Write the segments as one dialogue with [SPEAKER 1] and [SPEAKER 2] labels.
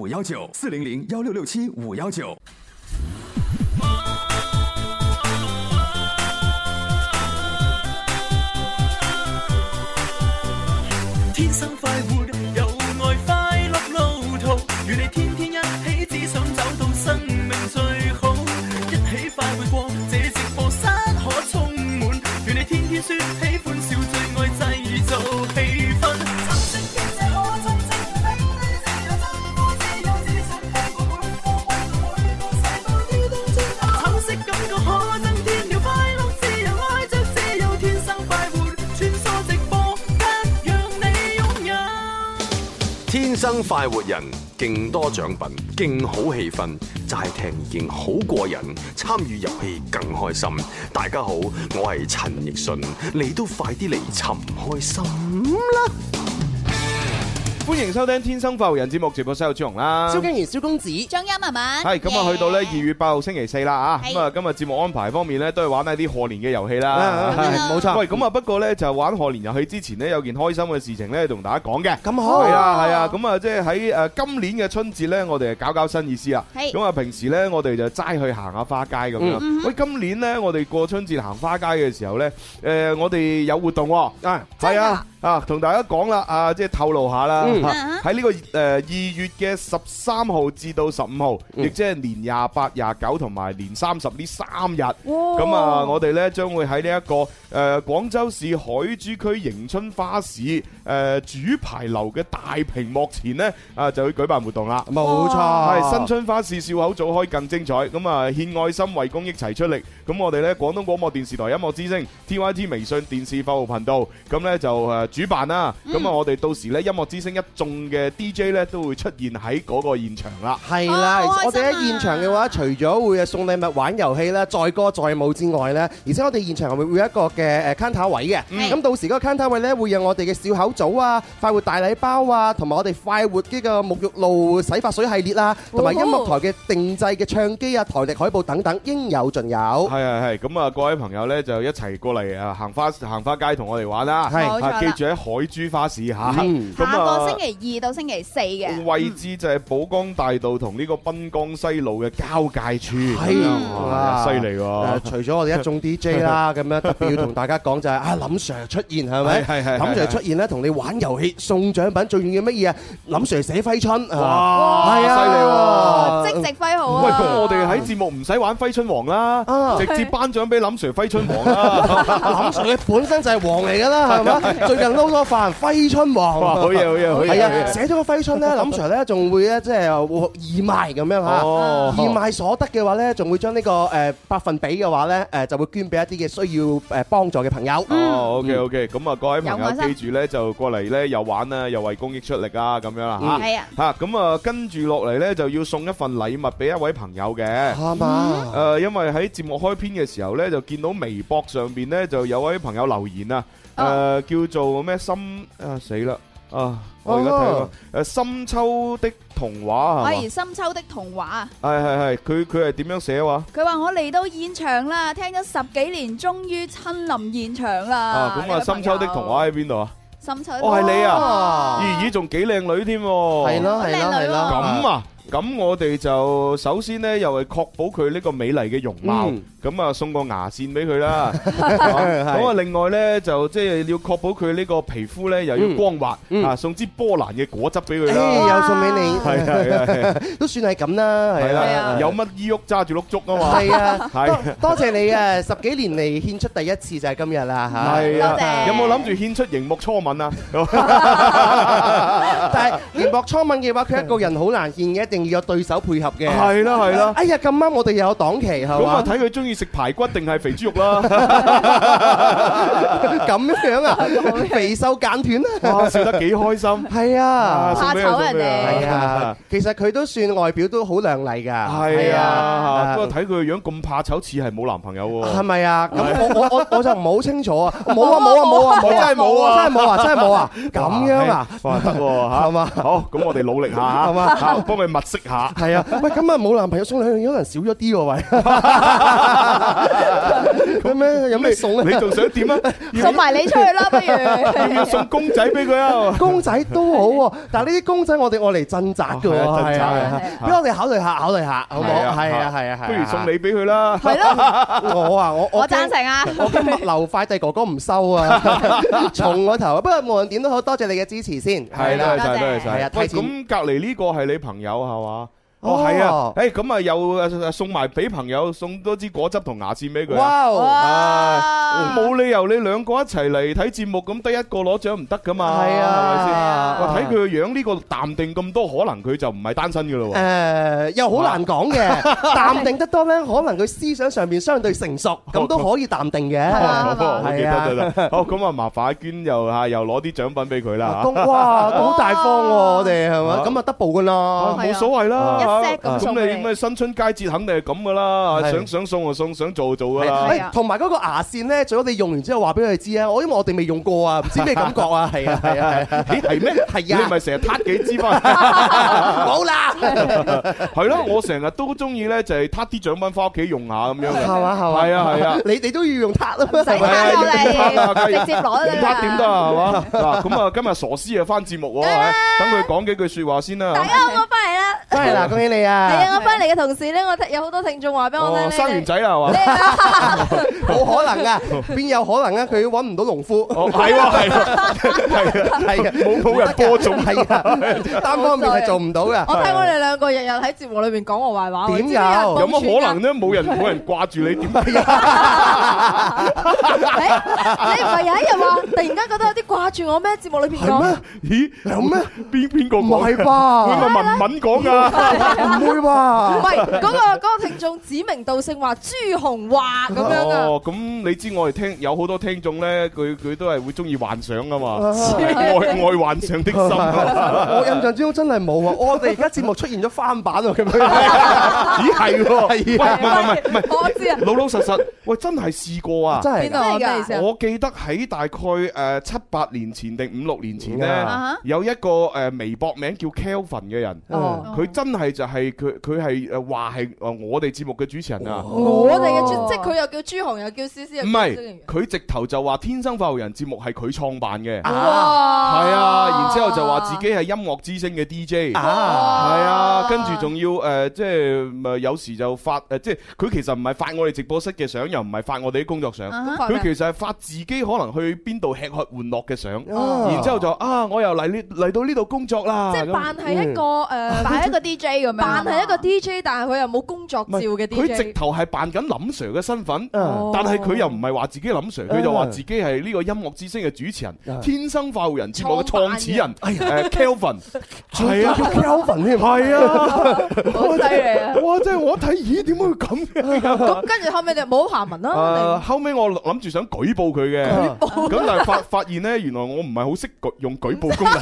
[SPEAKER 1] 五幺九四零零幺六六七五幺九。
[SPEAKER 2] 天生快活，有愛快樂路途，與你天天一起，只想找到生命最好。一起快活過，這直播室可充滿，與你天天說喜歡笑，最愛製造氣氛。橙色感覺可增添了快樂，自由愛着，自由天生快活，穿梭直播間，讓你擁有。
[SPEAKER 3] 天生快活人，勁多獎品，勁好氣氛，齋聽已經好過癮，參與遊戲更開心。大家好，我係陳奕迅，你都快啲嚟尋開心啦！
[SPEAKER 4] 歡迎收聽《天生快活人》節目，直播室有朱紅啦。
[SPEAKER 5] 蕭敬仁、蕭公子，
[SPEAKER 6] 張欣文文，
[SPEAKER 4] 係咁啊，去到咧二月八號星期四啦啊，
[SPEAKER 6] 係
[SPEAKER 4] 咁啊今日節目安排方面咧，都係玩下啲賀年嘅遊戲
[SPEAKER 5] 啊
[SPEAKER 4] 啦。
[SPEAKER 5] 係冇錯
[SPEAKER 4] 喂，咁啊不過咧就玩賀年遊戲之前咧，有件開心嘅事情咧同大家講嘅。
[SPEAKER 5] 咁好
[SPEAKER 4] 係啊係啊，咁啊即係喺誒今年嘅春節咧，我哋係搞搞新意思啊。
[SPEAKER 6] 係
[SPEAKER 4] 咁啊平時咧我哋就齋去行下花街咁樣。喂，今年咧我哋過春節行花街嘅時候咧，誒我哋有活動喎。
[SPEAKER 5] 啊，
[SPEAKER 4] 係啊，啊，同大家講啦，啊，即係透露下啦，啊
[SPEAKER 5] 嗯
[SPEAKER 4] 喺呢個誒二月嘅十三號至到十五號，亦即係年廿八、廿九同埋年三十呢三日，咁啊，我哋呢將會喺呢一個誒呃廣州市海珠區迎春花市誒主牌樓嘅大屏幕前呢，啊，就會舉辦活動啦。
[SPEAKER 5] 冇錯，
[SPEAKER 4] 系新春花市笑口早開更精彩，咁啊獻愛心為公益齊出力，咁我哋咧廣東廣播電視台音樂之聲 TYT 微信電視服務頻道，咁咧就誒主辦啦，咁啊我哋到時咧音樂之聲一眾嘅 DJ 咧都會出現喺嗰個現場啦。
[SPEAKER 5] 係啦，
[SPEAKER 6] 哦好開心啊
[SPEAKER 5] 我哋喺現場嘅話，除咗會送禮物、玩遊戲啦、載歌載舞之外咧，而且我哋現場會會有一個嘅誒 counter 位嘅。
[SPEAKER 6] 嗯
[SPEAKER 5] 咁到時嗰個 counter 位咧，會有我哋嘅笑口組啊、快活大禮包啊，同埋我哋快活呢個沐浴露洗髮水系列啊，
[SPEAKER 6] 哦
[SPEAKER 5] 同埋音樂台嘅定製嘅唱機啊、台歷海報等等，應有盡有。
[SPEAKER 4] 係係係，咁啊各位朋友咧就一齊過嚟啊行花行花街同我哋玩啦，
[SPEAKER 5] 係
[SPEAKER 6] 冇錯啦
[SPEAKER 4] 啊記住喺海珠花市嚇，
[SPEAKER 5] 嗯
[SPEAKER 4] 咁
[SPEAKER 6] 下個
[SPEAKER 4] 啊。
[SPEAKER 6] 星期二到星期四嘅，
[SPEAKER 4] 位置就係寶江大道同呢個濱江西路嘅交界處，
[SPEAKER 5] 係
[SPEAKER 4] 哇
[SPEAKER 5] 啊
[SPEAKER 4] 犀利喎
[SPEAKER 5] 誒！除咗我哋一眾 DJ 啦，咁樣特別要同大家講就係啊，林 Sir 出現係咪？
[SPEAKER 4] 係係係
[SPEAKER 5] 林
[SPEAKER 4] 係
[SPEAKER 5] Sir 出現咧，同你玩遊戲送獎品，最重要乜嘢啊？林 Sir 寫揮春啊！
[SPEAKER 4] 哇，
[SPEAKER 5] 係啊
[SPEAKER 6] 即席揮毫啊！
[SPEAKER 4] 喂，咁我哋喺節目唔使玩揮春王啦，
[SPEAKER 5] 啊
[SPEAKER 4] 直接頒獎俾林 Sir 揮春王 啦。
[SPEAKER 5] 林 Sir 佢本身就係王嚟 㗎啦，係咪？最近撈多飯揮春王，
[SPEAKER 4] 哇，好嘢好嘢好嘢！
[SPEAKER 5] 係啊，寫咗個 揮春咧，林 Sir 咧仲會咧即係義賣咁樣嚇。
[SPEAKER 4] 哦，
[SPEAKER 5] 義賣所得嘅話咧，仲會將呢個誒百分比嘅話咧，誒就會捐俾一啲嘅需要誒幫助嘅朋友。
[SPEAKER 4] 哦，OK OK，咁啊，各位朋
[SPEAKER 6] 有愛
[SPEAKER 4] 友
[SPEAKER 6] 心
[SPEAKER 4] 記住咧，就過嚟咧又玩啊，又為公益出力啊，咁樣啦嚇。
[SPEAKER 6] 係啊，
[SPEAKER 4] 嚇咁啊，跟住落嚟咧就要送一份禮物俾一位朋友嘅。
[SPEAKER 5] 啱啊！
[SPEAKER 4] 誒、因為喺節目開篇嘅時候呢，就見到微博上邊呢，就有位朋友留言啊，誒、叫做咩心啊死啦啊！我而家睇下
[SPEAKER 5] 哦
[SPEAKER 4] 誒《深秋的童話》係
[SPEAKER 6] 喂，
[SPEAKER 4] 嘛？
[SPEAKER 6] 深秋的童話啊！
[SPEAKER 4] 係係係，佢佢係點樣寫話？
[SPEAKER 6] 佢話我嚟到現場啦，聽咗十幾年，終於親臨現場啦。
[SPEAKER 4] 啊，咁
[SPEAKER 6] 呢
[SPEAKER 4] 啊，
[SPEAKER 6] 位
[SPEAKER 4] 《深秋的童
[SPEAKER 6] 朋
[SPEAKER 4] 話》
[SPEAKER 6] 友，
[SPEAKER 4] 喺邊度啊？
[SPEAKER 6] 深秋
[SPEAKER 4] 哦係你啊
[SPEAKER 6] 哇
[SPEAKER 4] 咦咦，仲幾靚女添喎！
[SPEAKER 5] 係咯係咯係咯，
[SPEAKER 4] 咁啊！咁我哋就首先呢，又係確保佢呢個美麗嘅容貌
[SPEAKER 5] 嗯，
[SPEAKER 4] 咁啊送個牙線俾佢啦。咁啊，另外呢，就即係要確保佢呢個皮膚呢，又要光滑
[SPEAKER 5] 嗯嗯
[SPEAKER 4] 啊，送支波蘭嘅果汁俾佢
[SPEAKER 5] 誒
[SPEAKER 4] 啦。
[SPEAKER 5] 又送俾你，
[SPEAKER 4] 係啊係啊
[SPEAKER 5] 都算係咁啦，
[SPEAKER 4] 係
[SPEAKER 5] 係
[SPEAKER 6] 係
[SPEAKER 4] 啦，
[SPEAKER 6] 啊
[SPEAKER 4] 有乜衣喐揸住碌竹啊嘛。
[SPEAKER 5] 係啊，
[SPEAKER 4] 係
[SPEAKER 5] 多多謝你啊！十幾年嚟獻出第一次就係今日啦嚇。
[SPEAKER 4] 係
[SPEAKER 6] 多
[SPEAKER 4] 啊，
[SPEAKER 6] 謝
[SPEAKER 4] 有冇諗住獻出熒幕初吻啊？
[SPEAKER 5] 但係年博初吻嘅話，佢一個人好難獻嘅，一定要有對手配合嘅。
[SPEAKER 4] 係啦係啦，
[SPEAKER 5] 哎呀，咁啱我哋又有檔期係
[SPEAKER 4] 咁啊
[SPEAKER 5] 嘛？
[SPEAKER 4] 睇佢中意食排骨定係肥豬肉啦。
[SPEAKER 5] 咁樣啊，肥瘦間斷啊！
[SPEAKER 4] 哇，笑得幾開心。
[SPEAKER 5] 係啊，
[SPEAKER 4] 送俾佢
[SPEAKER 6] 怕醜人哋
[SPEAKER 4] 送俾佢
[SPEAKER 5] 係啊，其實佢都算外表都好靚麗㗎。
[SPEAKER 4] 係
[SPEAKER 5] 係
[SPEAKER 4] 啊，
[SPEAKER 5] 啊
[SPEAKER 4] 不過睇佢個樣咁怕醜，似係冇男朋友
[SPEAKER 5] 係
[SPEAKER 4] 喎。
[SPEAKER 5] 咪啊？咁我我我我就唔好 清楚啊！冇啊冇啊冇啊冇啊！
[SPEAKER 4] 真係冇啊
[SPEAKER 5] 真係 冇啊！真係冇啊！咁樣啊！
[SPEAKER 4] 哇，得喎嚇
[SPEAKER 5] 係嘛
[SPEAKER 4] 好，咁我哋努力下嚇，
[SPEAKER 5] 係嘛
[SPEAKER 4] 嚇幫佢物色下。
[SPEAKER 5] 係啊，喂，咁啊冇男朋友送兩樣嘢可能少咗啲 喎，喂，咁咩有咩送
[SPEAKER 4] 你
[SPEAKER 5] 咧？
[SPEAKER 4] 仲想點啊？要
[SPEAKER 6] 送埋你出去啦， 不
[SPEAKER 4] 要唔
[SPEAKER 6] 如。
[SPEAKER 4] 要送公仔俾佢啊？
[SPEAKER 5] 公仔都好喎，但係呢啲公仔我哋愛嚟鎮宅嘅喎，
[SPEAKER 4] 哦係啊鎮宅
[SPEAKER 5] 係
[SPEAKER 6] 啊
[SPEAKER 5] 俾我哋考慮下，考慮下，好唔好？
[SPEAKER 4] 係啊
[SPEAKER 5] 係啊，係啊，係啊。
[SPEAKER 4] 不如送你俾佢啦。
[SPEAKER 6] 係咯，
[SPEAKER 5] 我啊，我
[SPEAKER 6] 我
[SPEAKER 5] 驚
[SPEAKER 6] 贊成啊。
[SPEAKER 5] 我驚物流快遞哥哥唔收 啊，重我頭啊。不過無論點都好，多謝你嘅支持先。
[SPEAKER 4] 係啦，
[SPEAKER 6] 多謝
[SPEAKER 4] 係啦，係
[SPEAKER 5] 係
[SPEAKER 4] 啦
[SPEAKER 5] 啊。
[SPEAKER 4] 喂，
[SPEAKER 5] 提前
[SPEAKER 4] 咁隔離呢個係你朋友係嘛？
[SPEAKER 5] 哦
[SPEAKER 4] 哦，係啊，誒咁啊，又呃送埋俾朋友，送多支果汁同牙線俾佢啊。
[SPEAKER 5] 哇哦！
[SPEAKER 6] 哇！
[SPEAKER 4] 冇理由你兩個一齊嚟睇節目，咁得一個攞獎唔得噶嘛？
[SPEAKER 5] 係
[SPEAKER 4] 係咪先
[SPEAKER 5] 啊，
[SPEAKER 4] 我睇佢個樣呢個淡定咁多，可能佢就唔係單身噶咯喎。
[SPEAKER 5] 誒又好難講嘅，淡定得多咧，可能佢思想上面相對成熟，咁都可以淡定嘅。
[SPEAKER 6] 啊
[SPEAKER 4] 哦
[SPEAKER 5] 係啊
[SPEAKER 4] 得得得，好咁啊，麻煩阿娟又嚇又攞啲獎品俾佢啦
[SPEAKER 5] 公哇，好大方喎，我哋係
[SPEAKER 4] 啊
[SPEAKER 5] 咪？咁啊 double 噶
[SPEAKER 4] 啊
[SPEAKER 5] 啦，
[SPEAKER 4] 冇所謂啦，
[SPEAKER 6] 一 set 咁送俾
[SPEAKER 4] 咁
[SPEAKER 6] 你
[SPEAKER 4] 你咩新春佳節肯定係咁噶啦，
[SPEAKER 5] 係
[SPEAKER 4] 想想送就送，想做就做噶
[SPEAKER 6] 係
[SPEAKER 4] 啦
[SPEAKER 6] 係。
[SPEAKER 5] 喂同埋嗰個牙線咧，最好你用完之後話俾佢哋知啊！我因為我哋未用過啊，唔知咩感覺啊，係啊，係 啊，係啊
[SPEAKER 4] 咦係咩？
[SPEAKER 5] 係啊
[SPEAKER 4] 你咪成日撻幾支翻嚟？
[SPEAKER 5] 冇啦，
[SPEAKER 4] 係咯，我成日都中意咧，就係撻啲獎品翻屋企用下咁樣嘅。
[SPEAKER 5] 係嘛係嘛，
[SPEAKER 4] 係啊係啊。
[SPEAKER 5] 你哋都要用塔啊嘛，
[SPEAKER 6] 使慳我哋，直接攞
[SPEAKER 4] 唔
[SPEAKER 6] 得啦。
[SPEAKER 4] 得點得啊？係嘛？嗱，咁啊，今日傻師又翻節目喎，係等佢講幾句説話先啦。
[SPEAKER 7] 大家好，我翻嚟啦！
[SPEAKER 5] 真係啦，恭喜你
[SPEAKER 7] 係
[SPEAKER 5] 啊！
[SPEAKER 7] 啊，我翻嚟嘅同時咧，我聽有好多聽眾話俾我聽
[SPEAKER 4] 哦，
[SPEAKER 7] 咧，
[SPEAKER 4] 生完仔啦，係嘛？
[SPEAKER 5] 冇可能啊，邊有可能啊？佢揾唔到農夫，
[SPEAKER 4] 哦，係喎，係喎，係啊，
[SPEAKER 5] 係啊，
[SPEAKER 4] 冇冇人播種，
[SPEAKER 5] 係啊，單方面係做唔到噶。
[SPEAKER 7] 我聽我哋兩個日日喺節目裏邊講我壞話，
[SPEAKER 5] 點
[SPEAKER 7] 我知唔知人
[SPEAKER 5] 有
[SPEAKER 7] 報
[SPEAKER 4] 有乜可能
[SPEAKER 7] 串㗎？
[SPEAKER 4] 咧？冇人冇人掛住你點？
[SPEAKER 7] 誒 你唔係有一日話突然間覺得有啲掛住我咩？節目裏邊
[SPEAKER 5] 係
[SPEAKER 7] 講
[SPEAKER 5] 咩？
[SPEAKER 4] 咦，
[SPEAKER 5] 有咩？
[SPEAKER 4] 邊邊個
[SPEAKER 5] 唔
[SPEAKER 4] 講
[SPEAKER 5] 係
[SPEAKER 4] 㗎？會
[SPEAKER 5] 吧？
[SPEAKER 4] 咪文文講㗎？
[SPEAKER 5] 唔會
[SPEAKER 7] 唔
[SPEAKER 5] 吧？
[SPEAKER 7] 係嗰個嗰個聽眾指名道姓話朱紅話咁樣啊！
[SPEAKER 4] 哦，咁你知我哋聽有好多聽眾咧，佢佢都係會中意幻想㗎嘛，愛愛幻想的心
[SPEAKER 5] Ờ.
[SPEAKER 4] 啊。
[SPEAKER 5] 我印象之中真係冇啊！我哋而家節目出現咗翻版喎，咁樣
[SPEAKER 4] 咦係喎，喂唔
[SPEAKER 5] 係啊
[SPEAKER 4] 係唔係唔係，
[SPEAKER 7] 我知啊，
[SPEAKER 4] 老老實實，喂真係試過啊！
[SPEAKER 5] 真係
[SPEAKER 7] 邊度
[SPEAKER 5] 㗎。
[SPEAKER 7] 啊咩意思啊？
[SPEAKER 4] 我記得喺大概誒七八年前定五六年前
[SPEAKER 5] 啊
[SPEAKER 4] 呢
[SPEAKER 6] 哈，
[SPEAKER 4] 有一個誒微博名叫 Kelvin 嘅人，
[SPEAKER 5] 哦
[SPEAKER 4] 佢真係就係佢佢係誒話係誒我哋節目嘅主持人啊，
[SPEAKER 7] 我哋嘅專即係佢又叫朱紅，又叫思思，又
[SPEAKER 4] 唔
[SPEAKER 7] 叫蕭敬
[SPEAKER 4] 係
[SPEAKER 7] 元
[SPEAKER 4] 佢直頭就話《天生發育人》節目係佢創辦嘅，係
[SPEAKER 5] 啊
[SPEAKER 4] 啊，然之後就話自己係音樂之星嘅 DJ。
[SPEAKER 5] 啊！
[SPEAKER 4] 係啊，跟住仲要誒，即係咪有時就發誒，即係佢其實唔係發我哋直播室嘅相，又唔係發我哋啲工作相，
[SPEAKER 6] 啊
[SPEAKER 7] 發
[SPEAKER 4] 佢
[SPEAKER 7] 咩
[SPEAKER 4] 其實係發自己可能去邊度吃喝玩樂嘅相。
[SPEAKER 5] 啊
[SPEAKER 4] 然之後就啊，我又嚟呢嚟到呢度工作啦，
[SPEAKER 7] 即係
[SPEAKER 4] 咁
[SPEAKER 7] 扮係一個
[SPEAKER 4] 嗯
[SPEAKER 7] 誒，
[SPEAKER 6] 擺一個 DJ 咁樣，
[SPEAKER 7] 扮係 一個 DJ，但係佢又冇工作
[SPEAKER 4] 唔
[SPEAKER 7] 照
[SPEAKER 4] 係
[SPEAKER 7] 嘅
[SPEAKER 4] 佢直
[SPEAKER 7] DJ。
[SPEAKER 4] 頭係扮緊林 Sir 嘅身份，
[SPEAKER 5] 哦
[SPEAKER 4] 但係佢又唔係話自己林 Sir，佢就
[SPEAKER 7] 嗯
[SPEAKER 4] 話自己係呢個音樂之星嘅主持人，
[SPEAKER 5] 啊
[SPEAKER 4] 天生快活人節目嘅創始人，
[SPEAKER 7] 哎
[SPEAKER 4] 誒 Kelvin，係
[SPEAKER 5] 叫
[SPEAKER 4] 啊。
[SPEAKER 5] Kelvin 添，
[SPEAKER 4] 係啊，
[SPEAKER 7] 好犀利啊！
[SPEAKER 4] 哇！真係我一睇，咦？點解會咁嘅？
[SPEAKER 7] 咁跟住後尾就冇下文
[SPEAKER 4] 誒，
[SPEAKER 7] 啦。
[SPEAKER 4] 後尾我諗住想舉報佢嘅，咁但係發發現咧，原來我唔係好識舉用舉報功 能，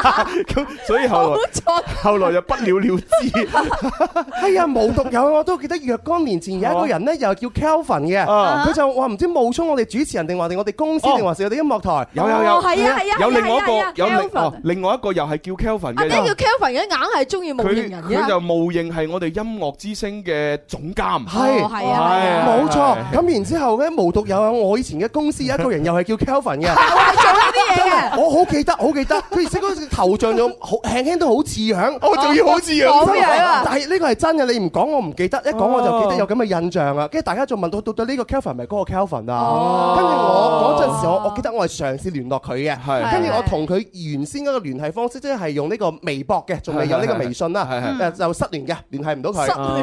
[SPEAKER 4] 咁所以後來
[SPEAKER 7] 錯，
[SPEAKER 4] 後來就不了了之
[SPEAKER 5] 係啊，無獨有偶，我都記得若干年前有一個人咧，又叫 Kelvin 嘅，
[SPEAKER 4] 啊。
[SPEAKER 5] 佢就話唔知冒充我哋主持人定話定我哋公司
[SPEAKER 4] 哦
[SPEAKER 5] 定還是我哋音樂台。
[SPEAKER 4] 有有有，
[SPEAKER 7] 哦係啊係啊
[SPEAKER 4] 有另外一
[SPEAKER 7] 係啊係
[SPEAKER 4] 個，
[SPEAKER 7] 啊
[SPEAKER 4] 有另
[SPEAKER 7] Kelvin 啊
[SPEAKER 4] 哦，另外一個又係叫 Kelvin
[SPEAKER 7] 阿
[SPEAKER 4] 嘅
[SPEAKER 7] 爹
[SPEAKER 4] 人
[SPEAKER 7] 叫 Kelvin 嘅硬係中意冒認
[SPEAKER 4] 佢
[SPEAKER 7] 人
[SPEAKER 4] 佢
[SPEAKER 7] 嘅。
[SPEAKER 4] 就冒認係我哋音樂之星嘅總監，
[SPEAKER 5] 係
[SPEAKER 7] 哦係啊係啊，
[SPEAKER 5] 冇錯
[SPEAKER 4] 係，
[SPEAKER 5] 咁然之後咧，無獨有偶，我以前嘅公司有一個人又係叫 Kelvin 嘅，
[SPEAKER 7] 我係做呢啲嘢嘅。
[SPEAKER 5] 我好記得，好記得，佢而且嗰個頭像仲好輕輕都好似樣，
[SPEAKER 4] 我哦仲要好似
[SPEAKER 7] 好
[SPEAKER 4] 樣，哦
[SPEAKER 7] 樣啊
[SPEAKER 5] 但係呢個係真嘅，你唔講我唔記得，一講我就記得有咁嘅印象啊！跟住大家就問到到底呢個 Kelvin 係咪嗰個 Kelvin
[SPEAKER 7] 哦
[SPEAKER 5] 啊？跟住我嗰陣時，我我記得我係嘗試聯絡佢
[SPEAKER 4] 係
[SPEAKER 5] 嘅，跟住我同佢原先嗰個聯繫方式，即係用呢個微博嘅，仲未有呢個微信啦
[SPEAKER 4] 係係，
[SPEAKER 5] 誒就失聯嘅，聯繫唔到
[SPEAKER 7] 失
[SPEAKER 5] 佢，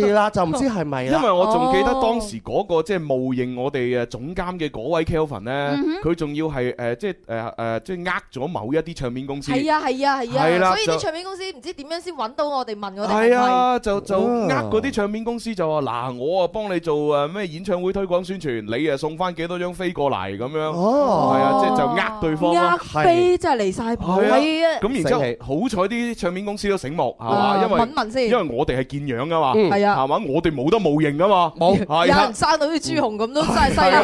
[SPEAKER 7] 戀
[SPEAKER 5] 係啦，就唔知係咪
[SPEAKER 4] 因
[SPEAKER 5] 啦。
[SPEAKER 4] 為我仲記得當時嗰個即係冒認我哋誒總監嘅嗰位 Kelvin
[SPEAKER 8] Ừ
[SPEAKER 4] 咧，佢仲要係誒即係誒誒即係呃咗某一啲唱片公司，
[SPEAKER 7] 係啊係啊
[SPEAKER 4] 係
[SPEAKER 7] 係
[SPEAKER 4] 啦
[SPEAKER 7] 啊，所以
[SPEAKER 4] 就
[SPEAKER 7] 啲唱片公司唔知點樣先揾到我哋問我哋係
[SPEAKER 4] 係
[SPEAKER 7] 咪。
[SPEAKER 4] 啊，就就
[SPEAKER 5] 哦
[SPEAKER 4] 呃嗰啲唱片公司就話嗱，我啊幫你做誒咩演唱會推廣宣傳，你啊送翻幾多張飛過嚟咁樣。
[SPEAKER 5] 哦，
[SPEAKER 4] 係啊，即係就呃對方咯。
[SPEAKER 7] 呃飛真係離晒譜
[SPEAKER 4] 係啊
[SPEAKER 7] 係啊！
[SPEAKER 4] 咁然之後
[SPEAKER 5] 醒起
[SPEAKER 4] 好彩啲唱片公司都醒目嚇，係嘛？因為
[SPEAKER 7] 問問先
[SPEAKER 4] 因，為我哋係見樣噶嘛，
[SPEAKER 5] 嗯
[SPEAKER 7] 係啊
[SPEAKER 4] 係，嘛？我哋冇得模型噶嘛，
[SPEAKER 5] 冇
[SPEAKER 4] 係
[SPEAKER 7] 有
[SPEAKER 4] 啊
[SPEAKER 7] 人。生到好似朱紅咁都真係犀利
[SPEAKER 4] 係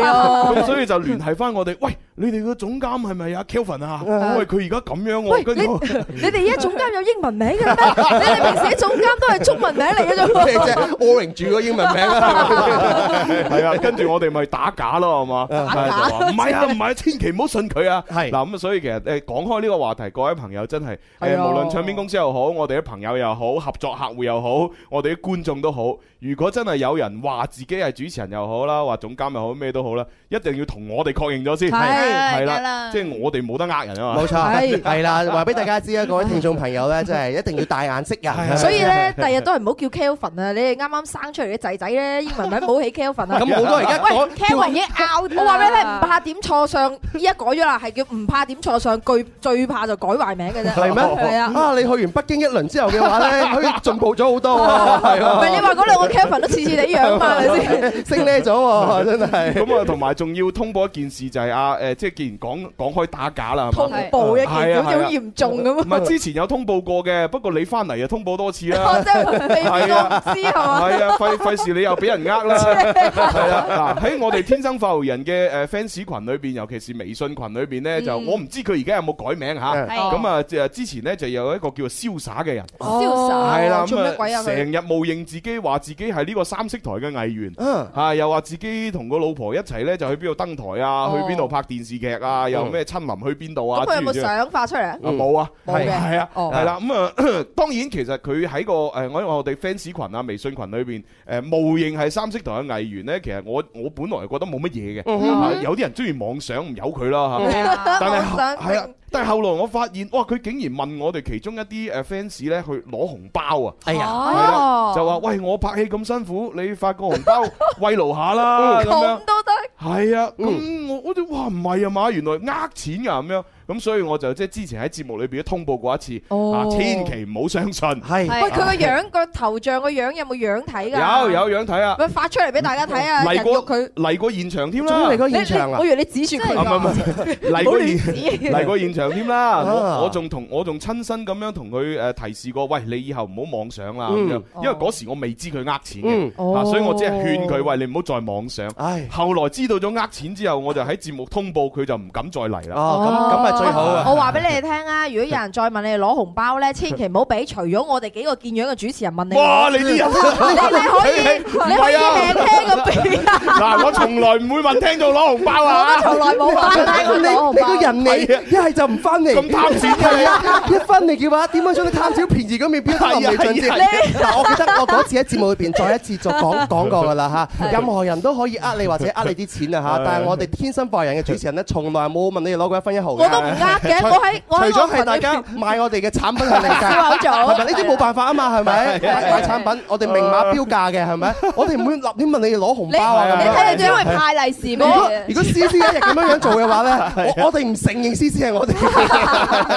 [SPEAKER 7] 咯。
[SPEAKER 4] 咁所以就聯繫翻我哋，喂，你哋個總監係咪阿 Kelvin 啊？喂，佢而家咁樣
[SPEAKER 7] 喂，
[SPEAKER 4] 喎，跟
[SPEAKER 7] 你
[SPEAKER 4] 住我
[SPEAKER 7] 你哋而家總監有英文名嘅咩？你哋平時啲總監都係中文名嚟 嘅啫喎。
[SPEAKER 5] 咩啫？Orange 住個英文名啊！
[SPEAKER 4] 係啊，跟住我哋咪打假咯，係嘛？係就話唔係啊，唔係啊，千祈唔好信佢啊。
[SPEAKER 5] 係
[SPEAKER 4] 嗱咁，所以其實誒講開呢個話題，各位朋友真係誒，
[SPEAKER 7] 係啊
[SPEAKER 4] 無論唱片公司又好，我哋啲朋友又好，合作客户又好，我哋啲觀眾都好。如果真係有人話自己係主持人又好啦，話總監又好，咩都好啦，一定要同我哋確認咗先。
[SPEAKER 6] 係
[SPEAKER 4] 係
[SPEAKER 6] 梗係啦
[SPEAKER 4] 即係我哋冇得呃人啊嘛
[SPEAKER 5] 冇。錯，
[SPEAKER 7] 係
[SPEAKER 5] 係啦，話俾大家知啊，各位聽眾朋友咧，真係一定要大眼識人。
[SPEAKER 7] 所以咧，第日都係唔好叫 Kelvin 啊！你哋啱啱生出嚟嘅仔仔咧，英文名唔好起 Kelvin 啊！
[SPEAKER 5] 咁好多而家講叫
[SPEAKER 6] Kevin 已經 out，
[SPEAKER 7] 我話俾你聽，唔怕點錯上，依家改咗啦，係叫唔怕點錯上，最最怕就改壞名嘅啫。
[SPEAKER 5] 係咩？
[SPEAKER 7] 係啊。
[SPEAKER 5] 啊！你去完北京一輪之後嘅話咧，可以進步咗好 多喎，係
[SPEAKER 7] 唔
[SPEAKER 5] 啊，
[SPEAKER 7] 係你話嗰兩個 Kelvin 都似似地樣嘛，係咪先？
[SPEAKER 5] 升呢咗喎， 真係。
[SPEAKER 4] 咁啊，同埋仲要通報一件事就係啊誒，即係既然講講開打假啦，係
[SPEAKER 7] 同
[SPEAKER 4] 嘛？
[SPEAKER 7] 步嘅件
[SPEAKER 4] 係啊
[SPEAKER 7] 事好似
[SPEAKER 4] 係啊
[SPEAKER 7] 好嚴重咁
[SPEAKER 4] 唔係
[SPEAKER 7] 啊！
[SPEAKER 4] 之前有通報過嘅，不過你翻嚟就通報多次啦
[SPEAKER 7] 我。真係未必我唔知係嘛？
[SPEAKER 4] 係啊，費費事你又俾人呃 啦，係啊，嗱喺我哋天生發育人嘅誒 fans 群裏邊，尤其是微信群裏邊咧，
[SPEAKER 7] 嗯
[SPEAKER 4] 就我唔知佢而家有冇改名嚇，
[SPEAKER 5] 嗯
[SPEAKER 4] 咁啊誒之前咧就有一個叫做瀟灑嘅人，
[SPEAKER 7] 瀟灑
[SPEAKER 4] 係啦，
[SPEAKER 7] 做乜鬼
[SPEAKER 4] 咁
[SPEAKER 7] 啊
[SPEAKER 4] 啊
[SPEAKER 7] 佢
[SPEAKER 4] 成日冒認自己話自己係呢個三色台嘅藝員。
[SPEAKER 5] 嗯，
[SPEAKER 4] 啊！又話自己同個老婆一齊咧，就去邊度登台啊，
[SPEAKER 7] 哦嗯
[SPEAKER 4] 去邊度拍電視劇啊，又咩親臨去邊度啊？
[SPEAKER 7] 咁
[SPEAKER 4] 諸
[SPEAKER 7] 佢有
[SPEAKER 4] 如
[SPEAKER 7] 冇
[SPEAKER 4] 此類
[SPEAKER 7] 相發出嚟啊？
[SPEAKER 4] 啊冇啊，
[SPEAKER 7] 冇嘅
[SPEAKER 4] 係啊，
[SPEAKER 7] 哦
[SPEAKER 4] 係啦，咁啊， 當然其實佢喺個誒我我哋 fans 群啊、微信群裏邊誒冒認係三色台嘅藝員咧，其實我我本來覺得冇乜嘢
[SPEAKER 7] 嗯
[SPEAKER 4] 嘅，啊有啲人中意妄想唔由佢啦嚇，但係
[SPEAKER 7] 我
[SPEAKER 4] 後
[SPEAKER 7] 嗯想
[SPEAKER 4] 係啊，但係後來我發現，哇！佢竟然問我哋其中一啲誒 fans 咧去攞紅包啊！
[SPEAKER 5] 哎呀，
[SPEAKER 4] 係啦
[SPEAKER 7] 哦，
[SPEAKER 4] 就話喂，我拍戲咁辛苦，你發個 紅包慰勞下啦
[SPEAKER 7] 嗯
[SPEAKER 4] 咁樣
[SPEAKER 7] 咁。都得。
[SPEAKER 4] 係啊，咁我我哋哇唔係啊嘛，原來呃錢噶咁樣，咁所以我就即係之前喺節目裏邊都通報過一次，
[SPEAKER 7] 哦
[SPEAKER 4] 啊千祈唔好相信，
[SPEAKER 5] 係
[SPEAKER 7] 喂，佢個樣個頭像個樣有冇樣睇㗎？
[SPEAKER 4] 有。有樣睇啊，
[SPEAKER 7] 喂，發出嚟俾大家睇啊！人
[SPEAKER 4] 嚟
[SPEAKER 7] 肉
[SPEAKER 4] 過
[SPEAKER 7] 佢。
[SPEAKER 4] 嚟過現場添
[SPEAKER 5] 總
[SPEAKER 4] 啦
[SPEAKER 5] 嚟，個
[SPEAKER 7] 你
[SPEAKER 5] 現
[SPEAKER 7] 你
[SPEAKER 5] 場啊
[SPEAKER 7] 我！以為你指住佢
[SPEAKER 4] 啊唔係唔
[SPEAKER 7] 㗎。
[SPEAKER 4] 係嚟過現
[SPEAKER 7] 指
[SPEAKER 4] 嚟過現場添啦，
[SPEAKER 5] 啊
[SPEAKER 4] 我我仲同我仲親身咁樣同佢誒提示過，喂你以後唔好妄想啦咁樣
[SPEAKER 5] 嗯，
[SPEAKER 4] 因為嗰時我未知佢呃錢
[SPEAKER 5] 嗯
[SPEAKER 4] 嘅，啊所以我只係勸佢，喂你唔好再妄想。
[SPEAKER 5] 唉，
[SPEAKER 4] 後來知道咗呃錢之後，我就喺節目通報佢就唔敢再嚟啦。
[SPEAKER 5] 哦，咁咁咪最好啊！
[SPEAKER 7] 我話俾你哋聽啊，如果有人再問你哋攞紅 包咧，千祈唔好俾除咗我哋幾個見樣嘅主持人問你。
[SPEAKER 4] 哇！你啲人〜
[SPEAKER 7] 你你可 以你可以輕輕咁俾啊，
[SPEAKER 4] 嗱，我從來唔會問聽到攞紅包
[SPEAKER 7] 我
[SPEAKER 4] 啊
[SPEAKER 7] 都，從來 冇玩大我
[SPEAKER 5] 你你
[SPEAKER 7] 攞
[SPEAKER 5] 個
[SPEAKER 7] 紅包。
[SPEAKER 5] 人嚟，一係就唔翻嚟，
[SPEAKER 4] 咁貪錢
[SPEAKER 5] 係啊！一翻嚟嘅話，點樣將啲貪小便宜嗰面變得淋漓盡致？
[SPEAKER 4] 係啊
[SPEAKER 5] 嗱，我記得我嗰次喺節目裏邊再一次 就講講過㗎啦嚇，任何人都可以呃你或者呃你啲錢啊嚇，但係我哋天生快人嘅主持人咧，從來冇問你哋攞過一分一毫嘅
[SPEAKER 7] 我都唔呃嘅，
[SPEAKER 5] 除
[SPEAKER 7] 我喺我
[SPEAKER 5] 除
[SPEAKER 7] 喺
[SPEAKER 5] 咗
[SPEAKER 7] 我群
[SPEAKER 5] 係大
[SPEAKER 7] 裏
[SPEAKER 5] 家
[SPEAKER 7] 邊
[SPEAKER 5] 買我哋嘅產品係零
[SPEAKER 7] 笑啊口
[SPEAKER 5] 價，
[SPEAKER 7] 組
[SPEAKER 5] 係咪呢啲冇辦法啊嘛？係咪買產品我哋明碼標價嘅係咪？我哋唔會立亂問你哋攞紅
[SPEAKER 6] 你你
[SPEAKER 5] 包啊咁樣。
[SPEAKER 6] 睇你因為派利是俾
[SPEAKER 7] 哦
[SPEAKER 5] 如果
[SPEAKER 6] 你
[SPEAKER 5] 如果 C C 一日咁樣樣做嘅話咧，我我哋唔承認 C C 係我哋。